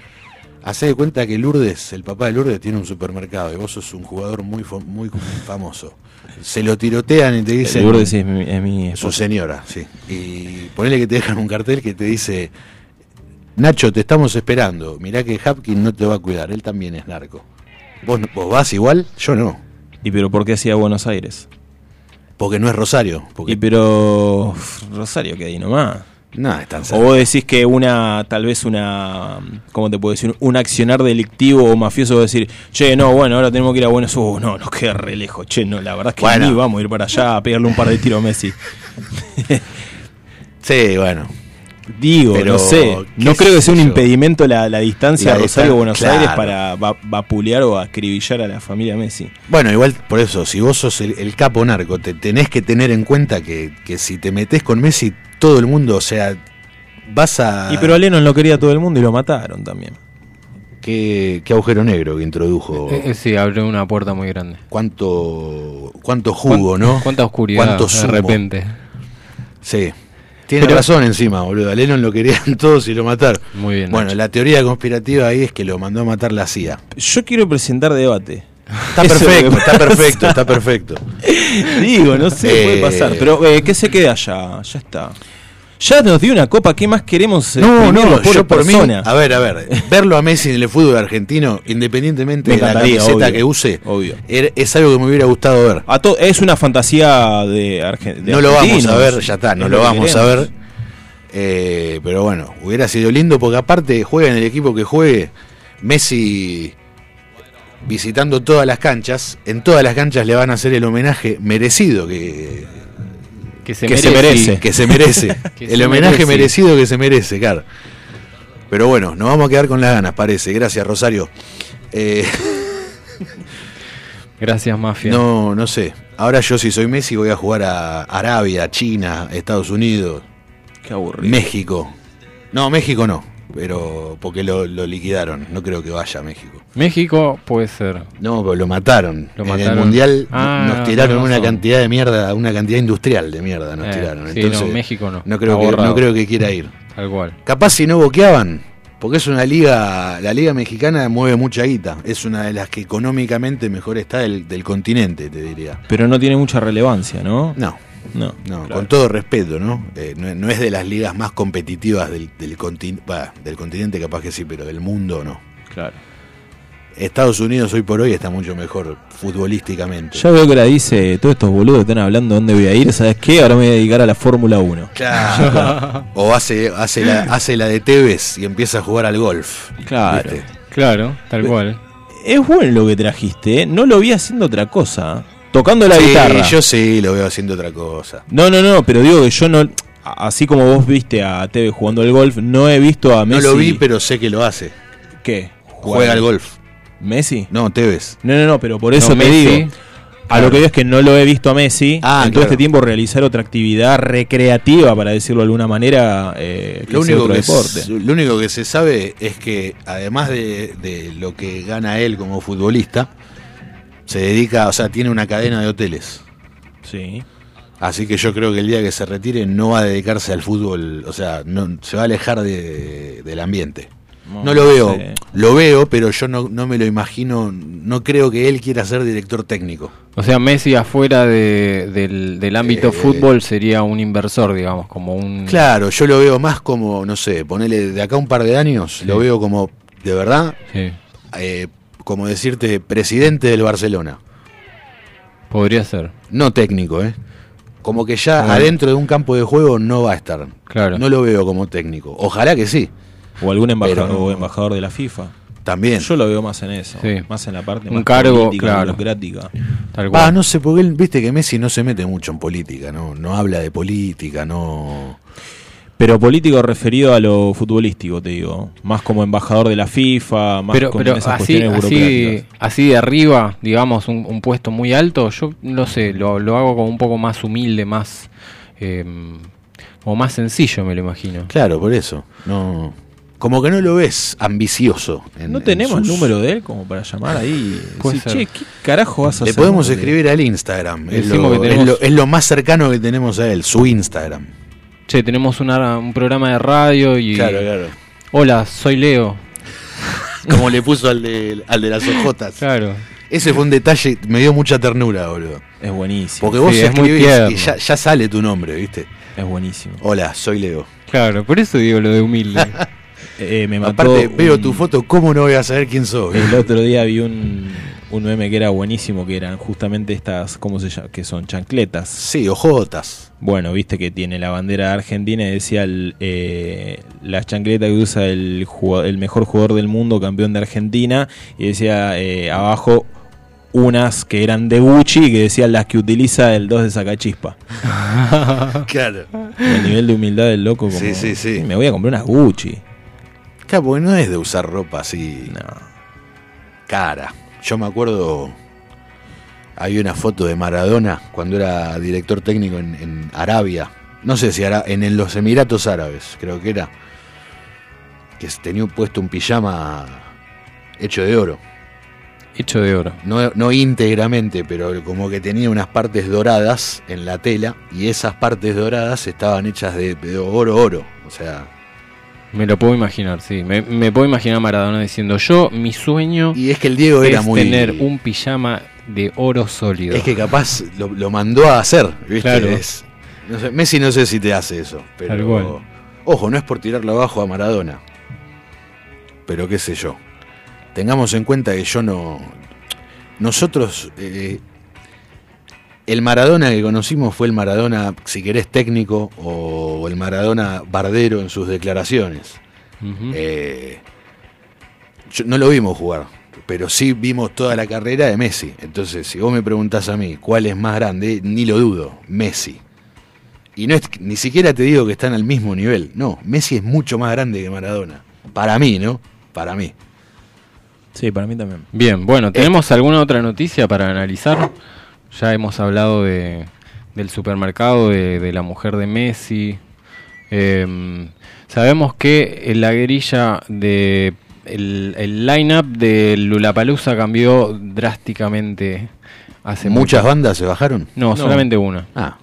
Speaker 1: Hacé de cuenta que Lourdes, el papá de Lourdes, tiene un supermercado y vos sos un jugador muy, fam- muy famoso. Se lo tirotean y te dicen.
Speaker 3: Lourdes es mi, es mi
Speaker 1: Su
Speaker 3: esposa.
Speaker 1: señora, sí. Y ponele que te dejan un cartel que te dice: Nacho, te estamos esperando. Mirá que Hapkin no te va a cuidar, él también es narco. ¿Vos, no- vos vas igual? Yo no.
Speaker 3: ¿Y pero por qué hacía Buenos Aires?
Speaker 1: Porque no es Rosario.
Speaker 3: Y
Speaker 1: Porque
Speaker 3: pero uf, Rosario que ahí nomás.
Speaker 1: No, es tan
Speaker 3: O vos decís que una, tal vez una, ¿cómo te puedo decir? Un accionar delictivo o mafioso va a decir, che, no, bueno, ahora tenemos que ir a Buenos Aires. Uh, no, nos queda re lejos, che, no, la verdad es que
Speaker 1: Bueno.
Speaker 3: ni vamos a ir para allá a pegarle un par de tiros a Messi.
Speaker 1: sí, bueno.
Speaker 3: Digo,
Speaker 1: Pero,
Speaker 3: no sé, no
Speaker 1: qué
Speaker 3: creo que sea un
Speaker 1: sé yo.
Speaker 3: impedimento la, la distancia
Speaker 1: La
Speaker 3: a Rosario
Speaker 1: distan-
Speaker 3: Buenos
Speaker 1: claro.
Speaker 3: Aires para va- vapulear o acribillar a la familia Messi.
Speaker 1: Bueno, igual por eso, si vos sos el, el capo narco, te tenés que tener en cuenta que, que si te metés con Messi, todo el mundo, o sea, vas a.
Speaker 3: Y pero a Lennon lo quería todo el mundo y lo mataron también.
Speaker 1: ¿Qué, qué agujero negro que introdujo?
Speaker 2: Eh, eh, sí, abrió una puerta muy grande.
Speaker 1: Cuánto, cuánto jugo, ¿no?
Speaker 2: Cuánta oscuridad
Speaker 1: Cuánto
Speaker 2: de
Speaker 1: zumo.
Speaker 2: repente.
Speaker 1: Sí. Tiene
Speaker 2: Pero-
Speaker 1: razón encima, boludo. A Lennon lo querían todos y lo mataron.
Speaker 2: Muy bien.
Speaker 1: Bueno, la teoría conspirativa ahí es que lo mandó a matar la CIA.
Speaker 3: Yo quiero presentar debate.
Speaker 1: Está
Speaker 3: Eso es lo
Speaker 1: perfecto,
Speaker 3: que
Speaker 1: está
Speaker 3: pasa.
Speaker 1: perfecto, está perfecto.
Speaker 3: Digo, no sé, puede
Speaker 1: Eh,
Speaker 3: pasar. Pero eh, que se quede allá, ya está. Ya nos dio una copa, ¿qué más queremos? eh,
Speaker 1: No,
Speaker 3: exprimir
Speaker 1: no,
Speaker 3: los pobres
Speaker 1: yo por
Speaker 3: personas?
Speaker 1: mí. A ver, a ver. Verlo a Messi en el fútbol argentino, independientemente
Speaker 3: Me
Speaker 1: de la
Speaker 3: encantaría,
Speaker 1: camiseta
Speaker 3: obvio,
Speaker 1: que use,
Speaker 3: obvio.
Speaker 1: er- es algo que me hubiera gustado ver.
Speaker 3: A to- es una fantasía de, Argen- de
Speaker 1: no lo vamos a
Speaker 3: argentinos.
Speaker 1: ver, ya está, no
Speaker 3: Es
Speaker 1: lo
Speaker 3: que
Speaker 1: vamos a
Speaker 3: queremos.
Speaker 1: ver. Eh, pero bueno, hubiera sido lindo porque aparte juega en el equipo que juegue Messi visitando todas las canchas, en todas las canchas le van a hacer el homenaje merecido que,
Speaker 2: Que se,
Speaker 1: que que se merece.
Speaker 2: Que
Speaker 1: el
Speaker 2: se
Speaker 1: homenaje
Speaker 2: merece.
Speaker 1: merecido que se merece, claro. Pero bueno, nos vamos a quedar con las ganas, parece. Gracias, Rosario. Eh,
Speaker 2: Gracias, mafia.
Speaker 1: No, no sé. Ahora yo si soy Messi voy a jugar a Arabia, China, Estados Unidos,
Speaker 3: Qué aburrido.
Speaker 1: México. No, México no, pero porque lo, lo liquidaron. No creo que vaya a México.
Speaker 2: México puede ser.
Speaker 1: No, pero lo mataron.
Speaker 2: Lo
Speaker 1: En el
Speaker 2: mataron.
Speaker 1: Mundial
Speaker 2: Ah,
Speaker 1: nos
Speaker 2: no,
Speaker 1: tiraron
Speaker 2: tenés
Speaker 1: una
Speaker 2: razón.
Speaker 1: cantidad de mierda, una cantidad industrial de mierda nos
Speaker 2: Eh,
Speaker 1: tiraron.
Speaker 2: sí,
Speaker 1: Entonces,
Speaker 2: no, México no.
Speaker 1: creo
Speaker 2: Está
Speaker 1: que, no
Speaker 2: borrado.
Speaker 1: creo que quiera ir.
Speaker 2: Tal cual.
Speaker 1: Capaz si no boqueaban, porque es una liga, la liga mexicana mueve mucha guita. Es una de las que económicamente mejor está del, del continente, te diría.
Speaker 3: Pero no tiene mucha relevancia, ¿no?
Speaker 1: No.
Speaker 3: No.
Speaker 1: No,
Speaker 3: Claro.
Speaker 1: con todo respeto, ¿no? Eh, no, no es de las ligas más competitivas del, del, contin- bah, del continente, capaz que sí, pero del mundo no.
Speaker 3: Claro.
Speaker 1: Estados Unidos hoy por hoy está mucho mejor futbolísticamente.
Speaker 3: Ya veo que la dice, todos estos boludos que están hablando dónde voy a ir, ¿sabes qué? Ahora me voy a dedicar a la Fórmula 1.
Speaker 1: Claro. o hace, hace, la, hace la de Tevez y empieza a jugar al golf.
Speaker 3: Claro.
Speaker 1: ¿viste?
Speaker 2: Claro, tal cual.
Speaker 3: Es bueno lo que trajiste, ¿eh? No lo vi haciendo otra cosa. Tocando la
Speaker 1: Sí,
Speaker 3: guitarra.
Speaker 1: yo sí lo veo haciendo otra cosa.
Speaker 3: No, no, no, pero digo que yo no. a- Así como vos viste a TV jugando al golf, no he visto a
Speaker 1: No
Speaker 3: Messi.
Speaker 1: lo vi, pero sé que lo hace.
Speaker 3: ¿Qué?
Speaker 1: Juega al golf.
Speaker 3: ¿Messi?
Speaker 1: No, Tevez.
Speaker 3: No, no, no, pero por eso
Speaker 2: No,
Speaker 3: te
Speaker 2: Messi.
Speaker 3: digo. A lo que digo es que no lo he visto a Messi
Speaker 1: Ah,
Speaker 3: en todo
Speaker 1: claro.
Speaker 3: este tiempo realizar otra actividad recreativa, para decirlo de alguna manera, eh, que
Speaker 1: Lo
Speaker 3: sea
Speaker 1: único
Speaker 3: otro
Speaker 1: que,
Speaker 3: deporte.
Speaker 1: s- lo único que se sabe es que además de, de lo que gana él como futbolista, se dedica, o sea, tiene una cadena de hoteles.
Speaker 3: Sí.
Speaker 1: Así que yo creo que el día que se retire no va a dedicarse al fútbol, o sea, no, se va a alejar de- del ambiente. No lo veo,
Speaker 3: sé.
Speaker 1: lo veo, pero yo no, no me lo imagino, no creo que él quiera ser director técnico.
Speaker 2: O sea, Messi afuera de- del, del ámbito
Speaker 1: Eh,
Speaker 2: fútbol sería un inversor, digamos, como un...
Speaker 1: Claro, yo lo veo más como, no sé, ponele de acá un par de años, lo veo como, de verdad,
Speaker 2: Sí,
Speaker 1: eh, como decirte, presidente del Barcelona.
Speaker 2: podría ser,
Speaker 1: No técnico, ¿eh? Como que ya
Speaker 2: Ah.
Speaker 1: adentro de un campo de juego no va a estar.
Speaker 2: claro.
Speaker 1: No lo veo como técnico. Ojalá que sí,
Speaker 3: O algún embajador,
Speaker 1: Pero-
Speaker 3: o embajador de la FIFA.
Speaker 1: también.
Speaker 3: Yo lo veo más en eso.
Speaker 2: Sí.
Speaker 3: Más en la parte
Speaker 2: Un
Speaker 3: más
Speaker 2: cargo,
Speaker 3: política,
Speaker 2: claro.
Speaker 3: burocrática.
Speaker 2: tal cual.
Speaker 1: Ah, no sé, porque él, viste que Messi no se mete mucho en política, no, no habla de política, no.
Speaker 3: Pero político referido a lo futbolístico, te digo. Más como embajador de la FIFA, más
Speaker 2: pero
Speaker 3: como
Speaker 2: pero
Speaker 3: en esas
Speaker 2: así,
Speaker 3: cuestiones burocráticas.
Speaker 2: así, así de arriba, digamos, un, un puesto muy alto, yo no sé, lo, lo hago como un poco más humilde, más... eh, como más sencillo, me lo imagino.
Speaker 1: Claro, por eso. No. Como que no lo ves ambicioso. en-
Speaker 3: ¿No
Speaker 1: en
Speaker 3: tenemos
Speaker 1: sus-
Speaker 3: el número de él como para llamar ahí?
Speaker 2: Puede
Speaker 3: Sí,
Speaker 2: ser.
Speaker 3: che, ¿qué carajo vas a
Speaker 1: Le
Speaker 3: hacer?
Speaker 1: podemos
Speaker 3: Porque-
Speaker 1: escribir al Instagram. Es
Speaker 2: Decimos
Speaker 1: lo,
Speaker 2: que tenemos-
Speaker 1: es lo- es lo más cercano que tenemos a él, su Instagram.
Speaker 2: Che, tenemos una- un programa de radio y...
Speaker 1: claro.
Speaker 2: Hola, soy Leo.
Speaker 1: Como le puso al de, al de las ojotas.
Speaker 2: Claro.
Speaker 1: Ese fue un detalle, me dio mucha ternura, boludo.
Speaker 3: Es buenísimo.
Speaker 1: Porque vos
Speaker 2: Sí, es muy
Speaker 1: escribís y
Speaker 2: tierno.
Speaker 1: ya, ya sale tu nombre, ¿viste?
Speaker 3: Es buenísimo.
Speaker 1: Hola, soy Leo.
Speaker 2: Claro, por eso digo lo de humilde.
Speaker 3: Eh, me mató
Speaker 1: Aparte, veo
Speaker 3: un-
Speaker 2: Eh.
Speaker 1: tu foto, ¿cómo no voy a saber quién sos?
Speaker 3: El otro día vi un, un meme que era buenísimo, que eran justamente estas, ¿cómo se llama? Que son chancletas.
Speaker 1: Sí, ojotas.
Speaker 3: Bueno, viste que tiene la bandera de Argentina y decía el, eh, la chancleta que usa el, jugador- el mejor jugador del mundo, campeón de Argentina, y decía eh, abajo unas que eran de Gucci y que decían las que utiliza el 2 de Sacachispa.
Speaker 2: Ah.
Speaker 1: Claro.
Speaker 3: El nivel de humildad del loco como,
Speaker 1: Sí, sí, sí.
Speaker 3: Me voy a comprar unas Gucci.
Speaker 1: Claro, porque no es de usar ropa así. Cara. Yo me acuerdo. Hay una foto de Maradona cuando era director técnico en, en Arabia. No sé si era en, en los Emiratos Árabes, creo que era. Que se tenía puesto un pijama hecho de oro.
Speaker 2: Hecho de oro.
Speaker 1: No, no íntegramente, pero como que tenía unas partes doradas en la tela. Y esas partes doradas estaban hechas de, de oro, oro. O sea,
Speaker 2: Me lo puedo imaginar, sí. Me, me puedo imaginar a Maradona diciendo, yo, mi sueño
Speaker 1: y es que el Diego era
Speaker 2: es
Speaker 1: muy.
Speaker 2: tener un pijama de oro sólido.
Speaker 1: Es que capaz lo, lo mandó a hacer, ¿viste?
Speaker 2: Claro.
Speaker 1: Es- no sé, Messi no sé si te hace eso, pero.
Speaker 2: Tal cual.
Speaker 1: Ojo, no es por tirarlo abajo a Maradona. Pero qué sé yo. Tengamos en cuenta que yo no. Nosotros. eh, el Maradona que conocimos fue el Maradona, si querés, técnico o el Maradona bardero en sus declaraciones.
Speaker 2: Ujú.
Speaker 1: Eh, yo- no lo vimos jugar, pero sí vimos toda la carrera de Messi. Entonces, si vos me preguntás a mí cuál es más grande, ni lo dudo, Messi. Y no es, que- ni siquiera te digo que están al mismo nivel. No, Messi es mucho más grande que Maradona. Para mí, ¿no? Para mí.
Speaker 3: Sí, para mí también.
Speaker 2: Bien, bueno, ¿tenemos alguna otra noticia para analizar? Ya hemos hablado de, del supermercado, de, de la mujer de Messi. Eh, sabemos que la guerrilla de el, el line-up de Lulapalooza cambió drásticamente hace
Speaker 1: ¿Muchas
Speaker 2: mucho-
Speaker 1: bandas se bajaron?
Speaker 2: No, solamente una.
Speaker 1: Ah,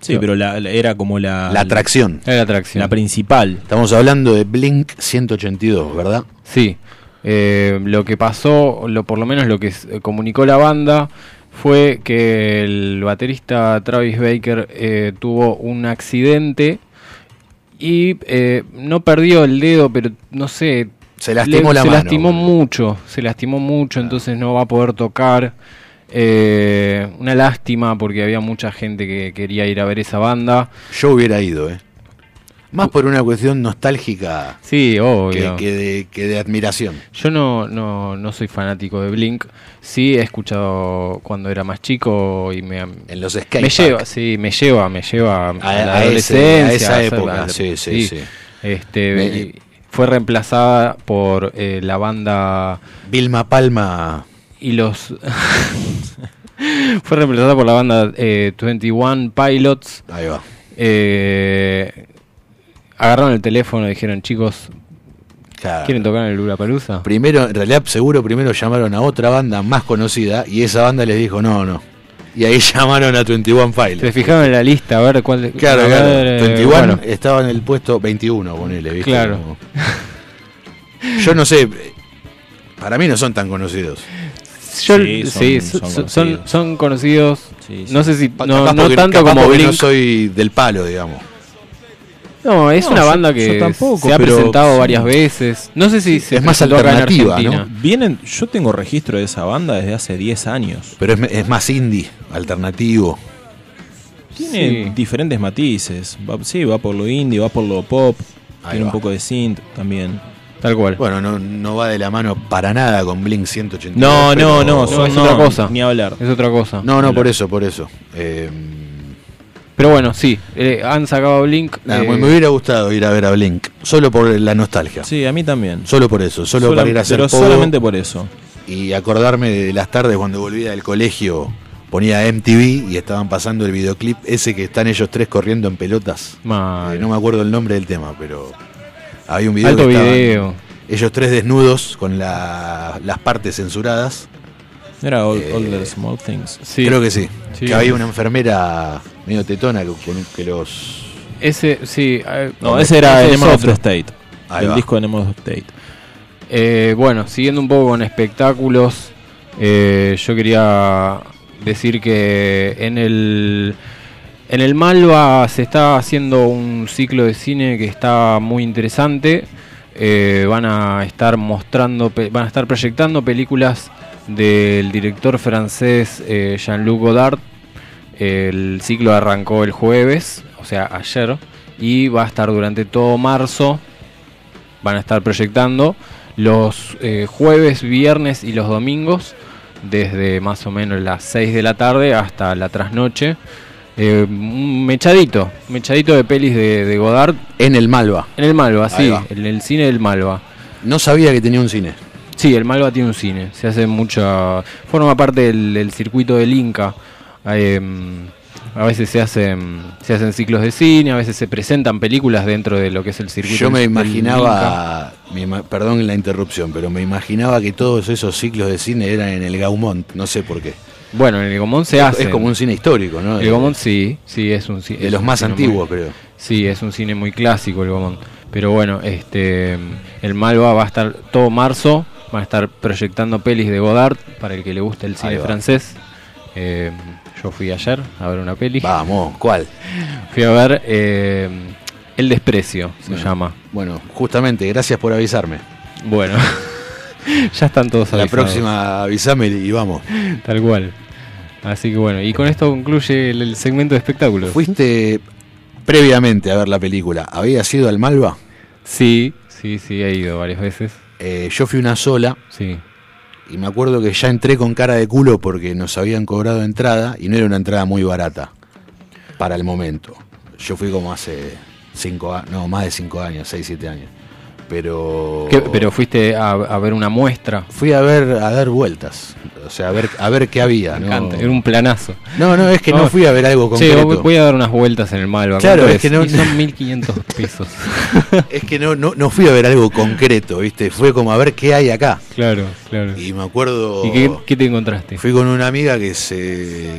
Speaker 3: Sí, pero la- la- era como la,
Speaker 1: la atracción.
Speaker 2: Era la atracción.
Speaker 3: la principal.
Speaker 1: Ah, Estamos hablando de Blink 182, ¿verdad?
Speaker 2: Sí, eh, lo que pasó, lo, por lo menos lo que s- eh, comunicó la banda, fue que el baterista Travis Baker eh, tuvo un accidente y eh, no perdió el dedo, pero no sé.
Speaker 1: Se lastimó la
Speaker 2: se
Speaker 1: mano. Ah.
Speaker 2: lastimó mucho, se lastimó mucho, entonces no va a poder tocar. Eh, una lástima porque había mucha gente que quería ir a ver esa banda.
Speaker 1: Yo hubiera ido, ¿eh? Más por una cuestión nostálgica
Speaker 2: Sí,
Speaker 1: que,
Speaker 2: obvio.
Speaker 1: que de, que de admiración.
Speaker 2: Yo no, no, no soy fanático de Blink. Sí, he escuchado cuando era más chico y me,
Speaker 1: En los
Speaker 2: me
Speaker 1: skateparks.
Speaker 2: lleva, sí, me lleva, me lleva a,
Speaker 1: A-
Speaker 2: la
Speaker 1: a ese-
Speaker 2: adolescencia,
Speaker 1: a esa
Speaker 2: a ser-
Speaker 1: época,
Speaker 2: a-
Speaker 1: sí, sí, sí.
Speaker 2: Este,
Speaker 1: Me-
Speaker 2: y fue reemplazada por eh, la banda
Speaker 1: Vilma Palma
Speaker 2: y los fue reemplazada por la banda eh, 21 Pilots.
Speaker 1: Ahí va.
Speaker 2: Eh, agarraron el teléfono y dijeron, "Chicos,
Speaker 1: Claro.
Speaker 2: ¿quieren tocar en el Lula Palusa?"
Speaker 1: Primero, en realidad, seguro primero llamaron a otra banda más conocida y esa banda les dijo no, no. Y ahí llamaron a 21
Speaker 2: Se
Speaker 1: Pilots.
Speaker 2: fijaron en la lista a ver cuál.
Speaker 1: Claro,
Speaker 2: a
Speaker 1: claro.
Speaker 2: ver, eh,
Speaker 1: 21
Speaker 2: bueno.
Speaker 1: estaba en el puesto 21, ponele, ¿viste?
Speaker 2: Claro.
Speaker 1: Como- Yo no sé. Para mí no son tan conocidos.
Speaker 2: Yo-
Speaker 3: Sí,
Speaker 2: sí,
Speaker 3: son-
Speaker 2: son,
Speaker 3: son
Speaker 2: son- son
Speaker 3: conocidos.
Speaker 2: conocidos. No sé si.
Speaker 1: Pa-
Speaker 2: No,
Speaker 1: capaz
Speaker 2: no
Speaker 1: porque-
Speaker 2: tanto
Speaker 1: capaz
Speaker 2: como
Speaker 1: porque
Speaker 2: Blink.
Speaker 1: no soy del palo, digamos.
Speaker 2: No, es
Speaker 3: No,
Speaker 2: una
Speaker 3: yo-
Speaker 2: banda
Speaker 3: yo
Speaker 2: que
Speaker 3: tampoco,
Speaker 2: se ha
Speaker 3: pero-
Speaker 2: presentado
Speaker 3: sí.
Speaker 2: varias veces. No sé si se
Speaker 1: Es más
Speaker 2: presentó acá en
Speaker 1: alternativa,
Speaker 2: Argentina.
Speaker 1: ¿no?
Speaker 3: Vienen, yo tengo registro de esa banda desde hace 10 años.
Speaker 1: Pero es, es más indie, alternativo.
Speaker 3: Tiene
Speaker 2: Sí.
Speaker 3: diferentes matices. Va- sí, va por lo indie, va por lo pop.
Speaker 1: Ahí
Speaker 3: tiene
Speaker 1: va.
Speaker 3: un poco de synth también.
Speaker 2: Tal cual.
Speaker 1: Bueno, no, no va de la mano para nada con Blink 182.
Speaker 3: No, no,
Speaker 1: pero-
Speaker 3: no,
Speaker 2: No,
Speaker 3: son-
Speaker 2: es otra
Speaker 3: no,
Speaker 2: cosa.
Speaker 3: Ni hablar.
Speaker 2: Es otra cosa.
Speaker 1: No, no, por eso, por eso. Eh,
Speaker 2: Pero bueno, sí. eh, han sacado Blink.
Speaker 1: Nada,
Speaker 2: eh,
Speaker 1: me- me hubiera gustado ir a ver a Blink, solo por la nostalgia,
Speaker 3: Sí, a mí también.
Speaker 1: solo por eso, solo
Speaker 3: Solam-
Speaker 1: para ir a hacer
Speaker 3: pero
Speaker 1: pogo
Speaker 3: solamente por eso.
Speaker 1: y acordarme de las tardes cuando volvía del colegio, ponía MTV y estaban pasando el videoclip ese que están ellos tres corriendo en pelotas.
Speaker 2: mal.
Speaker 1: Eh, no me acuerdo el nombre del tema, pero había un video
Speaker 2: Alto
Speaker 1: que estaban
Speaker 2: video.
Speaker 1: ellos tres desnudos con la- las partes censuradas.
Speaker 3: Era All,
Speaker 1: Eh,
Speaker 3: All the Small Things.
Speaker 2: Sí.
Speaker 1: Creo que sí.
Speaker 2: Sí.
Speaker 1: Que había una enfermera medio tetona que, con- que los
Speaker 2: Ese, sí. eh,
Speaker 3: No, ese era
Speaker 2: es
Speaker 3: Enema of the
Speaker 2: otro.
Speaker 3: State.
Speaker 1: Ahí
Speaker 3: el
Speaker 1: va.
Speaker 3: disco de Enema of the State.
Speaker 2: Eh, bueno, siguiendo un poco con espectáculos, eh, yo quería decir que en el en el Malva se está haciendo un ciclo de cine que está muy interesante. Eh, van a estar mostrando, pe- van a estar proyectando películas del director francés eh, Jean-Luc Godard. El ciclo arrancó el jueves, o sea, ayer, y va a estar durante todo marzo. Van a estar proyectando los eh, jueves, viernes y los domingos, desde más o menos las 6 de la tarde hasta la trasnoche. Eh, un mechadito, mechadito de pelis de, de Godard.
Speaker 1: En el Malva.
Speaker 2: En el Malva,
Speaker 1: Ahí
Speaker 2: sí,
Speaker 1: va.
Speaker 2: en el cine del Malva.
Speaker 1: No sabía que tenía un cine.
Speaker 2: Sí, el Malva tiene un cine. Se hace mucha. Forma parte del, del circuito del Inca. Eh, a veces se hacen, se hacen ciclos de cine, a veces se presentan películas dentro de lo que es el circuito
Speaker 1: Yo me
Speaker 2: del- del Inca.
Speaker 1: imaginaba, me ima- perdón la interrupción, pero me imaginaba que todos esos ciclos de cine eran en el Gaumont, no sé por qué.
Speaker 2: Bueno, en el Gomón se
Speaker 1: Es-
Speaker 2: hace.
Speaker 1: Es como un cine histórico, ¿no?
Speaker 2: Ah, El Gomón sí, sí, es un cine.
Speaker 1: Ah, De los más antiguos, creo.
Speaker 2: Sí, es un cine muy clásico el Gomón. Pero bueno, este el Malva va a estar todo marzo, van a estar proyectando pelis de Godard, para el que le gusta el
Speaker 1: Ahí
Speaker 2: cine
Speaker 1: va.
Speaker 2: francés. Eh, yo fui ayer a ver una peli.
Speaker 1: Vamos, ¿cuál?
Speaker 2: Fui a ver eh, El Desprecio, se llama.
Speaker 1: Bueno, justamente, gracias por avisarme.
Speaker 2: Bueno, ya están todos
Speaker 1: La
Speaker 2: avisados.
Speaker 1: próxima avisame y vamos.
Speaker 2: Tal cual. Así que bueno, y con esto concluye el, el segmento de espectáculos.
Speaker 1: ¿Fuiste previamente a ver la película? ¿Habías ido al Malva?
Speaker 2: Sí, sí, sí, he ido varias veces.
Speaker 1: Eh, yo fui una sola.
Speaker 2: Sí.
Speaker 1: Y me acuerdo que ya entré con cara de culo porque nos habían cobrado entrada y no era una entrada muy barata para el momento. Yo fui como hace cinco años, no, más de cinco años, seis, siete años. Pero.
Speaker 2: ¿Qué- pero fuiste a, a ver una muestra.
Speaker 1: Fui a ver, a dar vueltas. O sea, a ver, a ver qué había.
Speaker 2: Me
Speaker 1: ¿no?
Speaker 2: encanta, era un planazo.
Speaker 1: No, no, es que no
Speaker 2: Vamos.
Speaker 1: fui a ver algo
Speaker 2: Che,
Speaker 1: concreto.
Speaker 2: voy, voy a dar unas vueltas en el Malva.
Speaker 1: Claro,
Speaker 2: ¿cuánto
Speaker 1: es que no-
Speaker 2: Y son 1500 pesos.
Speaker 1: Es que no, no, no fui a ver algo concreto, ¿viste? Fue como a ver qué hay acá.
Speaker 2: Claro, claro.
Speaker 1: Y me acuerdo.
Speaker 2: ¿Y qué, qué te encontraste?
Speaker 1: Fui con una amiga que se,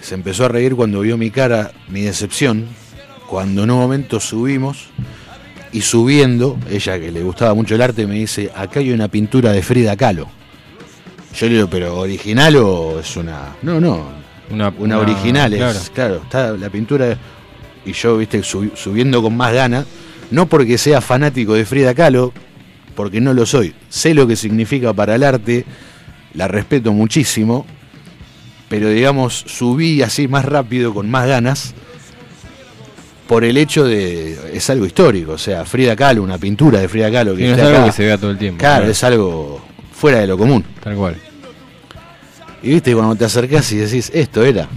Speaker 1: se empezó a reír cuando vio mi cara, mi decepción, cuando en un momento subimos y subiendo, ella que le gustaba mucho el arte me dice, acá hay una pintura de Frida Kahlo. Yo le digo, pero original o es una... No, no,
Speaker 2: Una,
Speaker 1: una original, es, claro. está la pintura y yo, viste, subi- subiendo con más ganas, no porque sea fanático de Frida Kahlo, porque no lo soy, sé lo que significa para el arte, la respeto muchísimo, pero digamos, subí así más rápido, con más ganas, por el hecho de, es algo histórico, o sea, Frida Kahlo, una pintura de Frida Kahlo que
Speaker 2: Sí, no es
Speaker 1: está
Speaker 2: algo
Speaker 1: acá,
Speaker 2: que se vea todo el tiempo.
Speaker 1: claro, es algo fuera de lo común.
Speaker 2: Tal cual.
Speaker 1: Y viste, cuando te acercás y decís, esto era.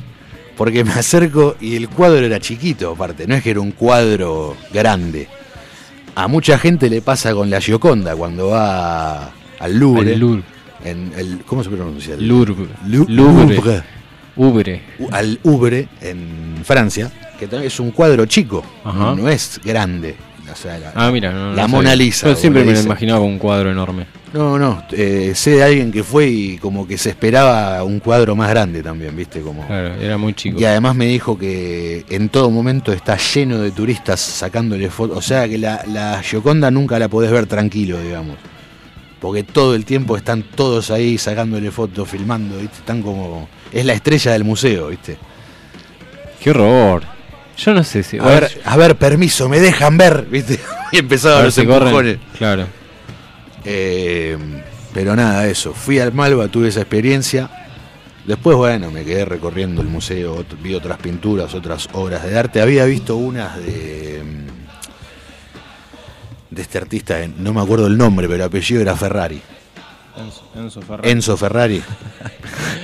Speaker 1: Porque me acerco y el cuadro era chiquito, aparte. No es que era un cuadro grande. A mucha gente le pasa con la Gioconda cuando va al Louvre.
Speaker 2: Al Louvre.
Speaker 1: En el, ¿Cómo se pronuncia? El-
Speaker 2: Louvre.
Speaker 1: Lu-
Speaker 2: Louvre.
Speaker 1: Louvre.
Speaker 2: Ubre.
Speaker 1: U- Al Louvre, en Francia. Que también es un cuadro chico.
Speaker 2: Ajá.
Speaker 1: No es grande. O sea, la,
Speaker 2: Ah, mira, no, no
Speaker 1: la
Speaker 2: sabía.
Speaker 1: Mona Lisa.
Speaker 2: Yo siempre
Speaker 1: como
Speaker 2: me
Speaker 1: le
Speaker 2: lo
Speaker 1: dicen.
Speaker 2: imaginaba con un cuadro enorme.
Speaker 1: No, no, eh, sé de alguien que fue y como que se esperaba un cuadro más grande también, ¿viste? Como...
Speaker 2: Claro, era muy chico.
Speaker 1: Y además me dijo que en todo momento está lleno de turistas sacándole fotos. O sea que la, la Gioconda nunca la podés ver tranquilo, digamos. Porque todo el tiempo están todos ahí sacándole fotos, filmando, ¿viste? Están como. Es la estrella del museo, ¿viste?
Speaker 2: Qué horror. Yo no sé si.
Speaker 1: A ver, a ver, permiso, me dejan ver, ¿viste? Y
Speaker 2: a
Speaker 1: empezaban
Speaker 2: ver
Speaker 1: los
Speaker 2: si corren.
Speaker 1: empujones.
Speaker 2: Claro.
Speaker 1: Eh, pero nada, eso. Fui al Malva, tuve esa experiencia. Después, bueno, me quedé recorriendo el museo, ot- vi otras pinturas, otras obras de arte. Había visto unas de. mm, de este artista, eh, no me acuerdo el nombre, pero el apellido era Ferrari.
Speaker 3: Enzo, Enzo Ferrari.
Speaker 1: Enzo Ferrari.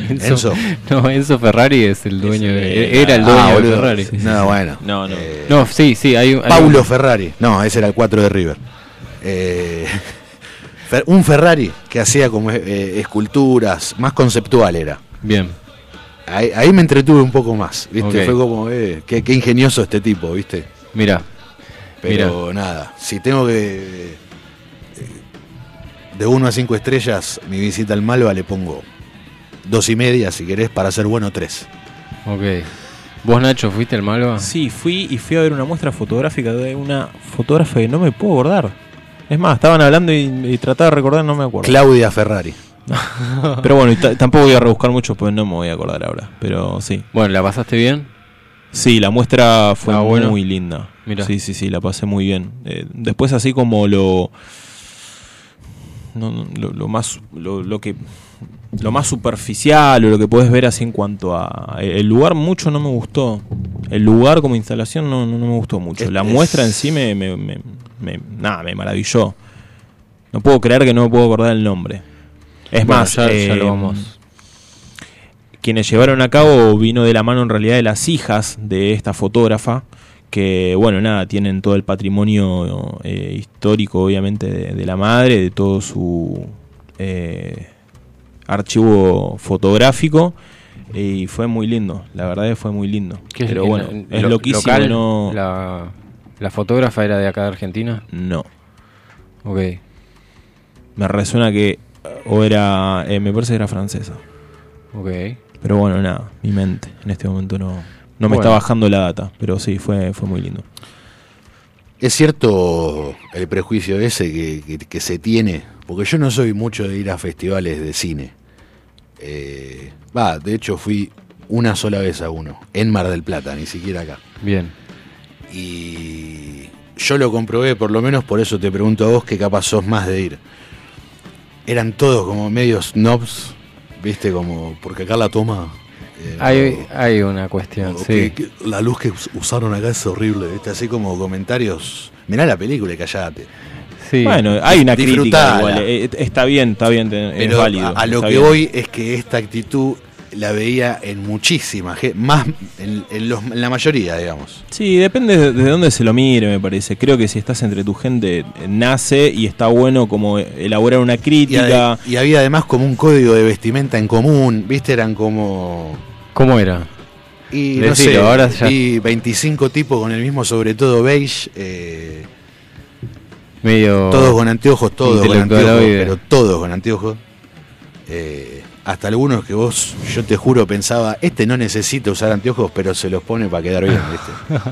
Speaker 1: Enzo.
Speaker 2: No, Enzo Ferrari es el dueño
Speaker 1: el-
Speaker 2: de. Era el
Speaker 1: ah,
Speaker 2: dueño de
Speaker 1: boludo.
Speaker 2: Ferrari.
Speaker 1: Sí, sí, No, sí. bueno. Eh,
Speaker 3: No, no.
Speaker 2: No, sí, sí, hay, un- hay
Speaker 1: Paulo
Speaker 2: un-
Speaker 1: Ferrari. No, ese era el 4 de River. Eh, Fer- un Ferrari que hacía como eh, esculturas, más conceptual era.
Speaker 2: Bien.
Speaker 1: Ahí, ahí me entretuve un poco más, ¿viste?
Speaker 2: Ok.
Speaker 1: Fue como, eh, qué, qué ingenioso este tipo, ¿viste?
Speaker 2: Mira.
Speaker 1: Pero nada, si tengo que. eh, De 1 a 5 estrellas, mi visita al Malva le pongo dos y media, si querés, para ser bueno, tres.
Speaker 2: Ok. ¿Vos, Nacho, fuiste el Malva?
Speaker 3: Sí, fui y fui a ver una muestra fotográfica de una fotógrafa que no me puedo acordar. Es más, estaban hablando y, y trataba de recordar, no me acuerdo.
Speaker 1: Claudia Ferrari.
Speaker 3: Pero bueno, y ta- tampoco voy a rebuscar mucho, pues no me voy a acordar ahora. Pero sí.
Speaker 2: Bueno, ¿la pasaste bien?
Speaker 3: Sí, la muestra fue
Speaker 2: Ah, bueno.
Speaker 3: muy linda.
Speaker 2: Mirá.
Speaker 3: Sí, sí, sí, la pasé muy bien. Eh, después así como lo, no, no, lo, lo más lo, lo que lo más superficial o lo que podés ver así en cuanto a. El lugar mucho no me gustó. El lugar como instalación no, no, no me gustó mucho.
Speaker 1: Es-
Speaker 3: la
Speaker 1: es-
Speaker 3: muestra en sí me. me, me- me- nada, me maravilló. No puedo creer que no me puedo acordar el nombre. Es
Speaker 2: Bueno,
Speaker 3: más,
Speaker 2: ya- ya lo
Speaker 3: eh,
Speaker 2: vamos.
Speaker 3: Quienes llevaron a cabo vino de la mano en realidad de las hijas de esta fotógrafa. Que, bueno, nada, tienen todo el patrimonio eh, histórico, obviamente, de, de la madre, de todo su. eh, archivo fotográfico y fue muy lindo, la verdad es que fue muy lindo.
Speaker 2: ¿Qué es-
Speaker 3: Pero
Speaker 2: en-
Speaker 3: bueno,
Speaker 2: en-
Speaker 3: es
Speaker 2: lo-
Speaker 3: loquísimo,
Speaker 2: local?
Speaker 3: no,
Speaker 2: La, la fotógrafa era de acá de Argentina?
Speaker 3: No.
Speaker 2: Ok.
Speaker 3: me resuena que o era, eh, me parece que era francesa.
Speaker 2: Ok.
Speaker 3: Pero bueno, nada, mi mente en este momento no, no me
Speaker 1: Bueno.
Speaker 3: está bajando la data, pero sí, fue, fue muy lindo.
Speaker 1: Es cierto el prejuicio ese que, que- que se tiene, porque yo no soy mucho de ir a festivales de cine. Eh, Va, de hecho fui una sola vez a uno, en Mar del Plata, ni siquiera acá.
Speaker 2: Bien.
Speaker 1: Y yo lo comprobé, por lo menos por eso te pregunto a vos que capaz sos más de ir. Eran todos como medios snobs, viste, como porque acá la toma. eh,
Speaker 2: Hay, hay una cuestión,
Speaker 1: o
Speaker 2: sí.
Speaker 1: que- que la luz que us- usaron acá es horrible, viste, así como comentarios. Mirá la película y callate.
Speaker 3: Bueno, hay una crítica
Speaker 1: Disfrutala.
Speaker 3: igual, eh, está bien, está bien, te- es
Speaker 1: Pero
Speaker 3: válido.
Speaker 1: a, a lo
Speaker 3: está
Speaker 1: que
Speaker 3: bien.
Speaker 1: voy es que esta actitud la veía en muchísima gente, más en, en los- en la mayoría, digamos.
Speaker 3: Sí, depende de de dónde se lo mire, me parece. Creo que si estás entre tu gente, eh, nace y está bueno como elaborar una
Speaker 1: Y, ade-
Speaker 3: crítica.
Speaker 1: y había además como un código de vestimenta en común, viste, eran como...
Speaker 2: ¿Cómo era?
Speaker 1: Y no
Speaker 2: Decilo,
Speaker 1: sé,
Speaker 2: ahora ya-
Speaker 1: vi 25 tipos con el mismo sobre todo beige, eh,
Speaker 2: Medio.
Speaker 1: todos con anteojos, todos con anteojos,
Speaker 2: intelectualoide.
Speaker 1: pero todos con anteojos. Eh, hasta algunos que vos, yo te juro, pensaba, este no necesita usar anteojos, pero se los pone para quedar bien, viste.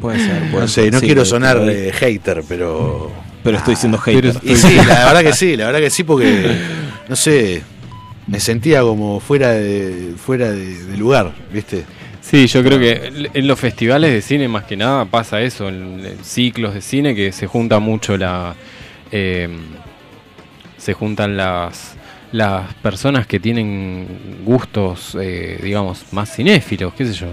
Speaker 3: Puede ser, puede
Speaker 1: No sé,
Speaker 3: ser.
Speaker 1: no
Speaker 3: Sí,
Speaker 1: quiero Ah,
Speaker 3: pero-
Speaker 1: sonar eh, hater, pero.
Speaker 3: Pero estoy siendo hater.
Speaker 1: Y sí, la verdad que sí, la verdad que sí, porque. No sé. Me sentía como fuera de, fuera de, de lugar, ¿viste?
Speaker 2: Sí, yo creo que en los festivales de cine más que nada pasa eso, en en ciclos de cine que se junta mucho la... eh, se juntan las, las personas que tienen gustos, eh, digamos, más cinéfilos, qué sé yo.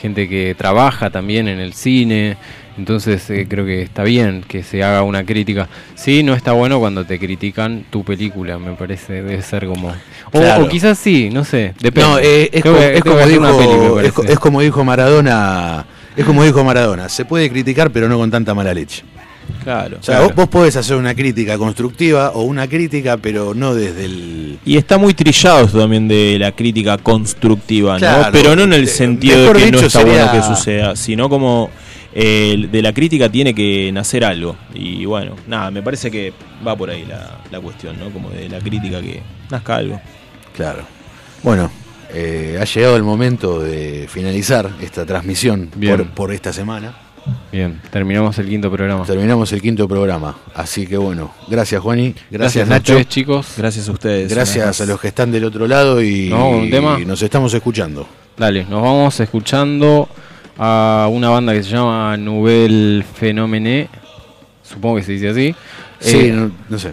Speaker 2: Gente que trabaja también en el cine, entonces eh, creo que está bien que se haga una crítica. Sí, no está bueno cuando te critican tu película, me parece, debe ser como... O,
Speaker 1: Claro.
Speaker 2: o quizás sí, no sé, depende.
Speaker 1: No, eh, es, como,
Speaker 2: Creo que-
Speaker 1: es
Speaker 2: creo
Speaker 1: como
Speaker 2: que hacer
Speaker 1: dijo,
Speaker 2: una peli, me
Speaker 1: es, co-
Speaker 2: parece.
Speaker 1: es como dijo Maradona. Es como dijo Maradona, se puede criticar pero no con tanta mala leche.
Speaker 3: Claro.
Speaker 1: O sea, vos, vos podés hacer una crítica constructiva o una crítica, pero no desde el...
Speaker 3: Y está muy trillado esto también de la crítica constructiva,
Speaker 1: Claro.
Speaker 3: ¿no? Pero no en el sentido de
Speaker 1: mejor
Speaker 3: que no
Speaker 1: dicho,
Speaker 3: está bueno
Speaker 1: sería-
Speaker 3: que suceda, sino como eh, de la crítica tiene que nacer algo. Y bueno, nada, me parece que va por ahí la, la cuestión, ¿no? Como de la crítica que nazca algo.
Speaker 1: Claro. Bueno, eh, ha llegado el momento de finalizar esta transmisión
Speaker 2: Bien.
Speaker 1: por, por esta semana.
Speaker 2: Bien, terminamos el quinto
Speaker 1: Ah.
Speaker 2: programa.
Speaker 1: Terminamos el quinto programa. Así que bueno, gracias Juani, gracias,
Speaker 2: a
Speaker 1: Nacho,
Speaker 2: ustedes, chicos.
Speaker 3: Gracias a ustedes.
Speaker 1: gracias a los que están del otro lado y,
Speaker 2: No, un tema.
Speaker 1: y nos estamos escuchando.
Speaker 2: Dale, nos vamos escuchando a una banda que se llama Nouvelle Phénomène. Supongo que se dice así.
Speaker 1: Sí,
Speaker 2: Eh,
Speaker 1: no, no sé.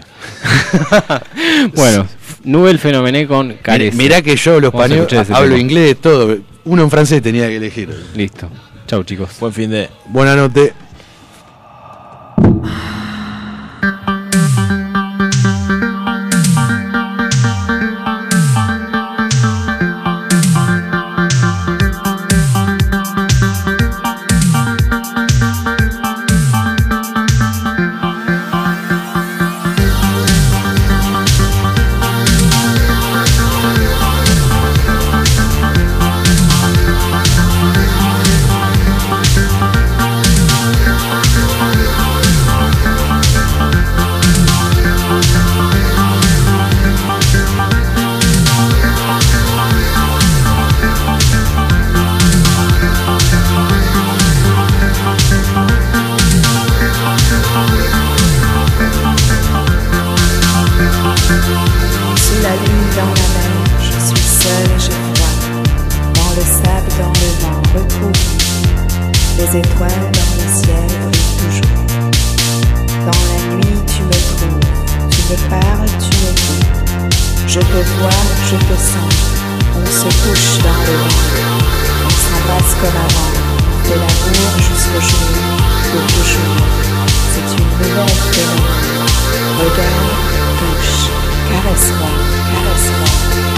Speaker 2: bueno, Nouvelle Phénomène con Carece.
Speaker 1: Mirá que yo los
Speaker 2: Vamos a
Speaker 1: español
Speaker 2: escuchar ese
Speaker 1: hablo
Speaker 2: tema.
Speaker 1: inglés, todo. Uno en francés tenía que elegir.
Speaker 2: Listo. Chau, chicos.
Speaker 3: Buen fin de.
Speaker 1: Buenas noches.
Speaker 10: Sous la lune dans la mer, je suis seule et je crois. Dans le sable, dans le vent, retrouve les étoiles dans le ciel brillent toujours. Dans la nuit, tu me trouves, tu me parles, tu me dis. Je Je te vois, je te sens. On se touche dans le vent. On s'embrasse comme avant. On fait l'amour jusqu'au jour de toujours. C'est une nouvelle phénomène. Regarde, touche, caresse-moi, caresse-moi.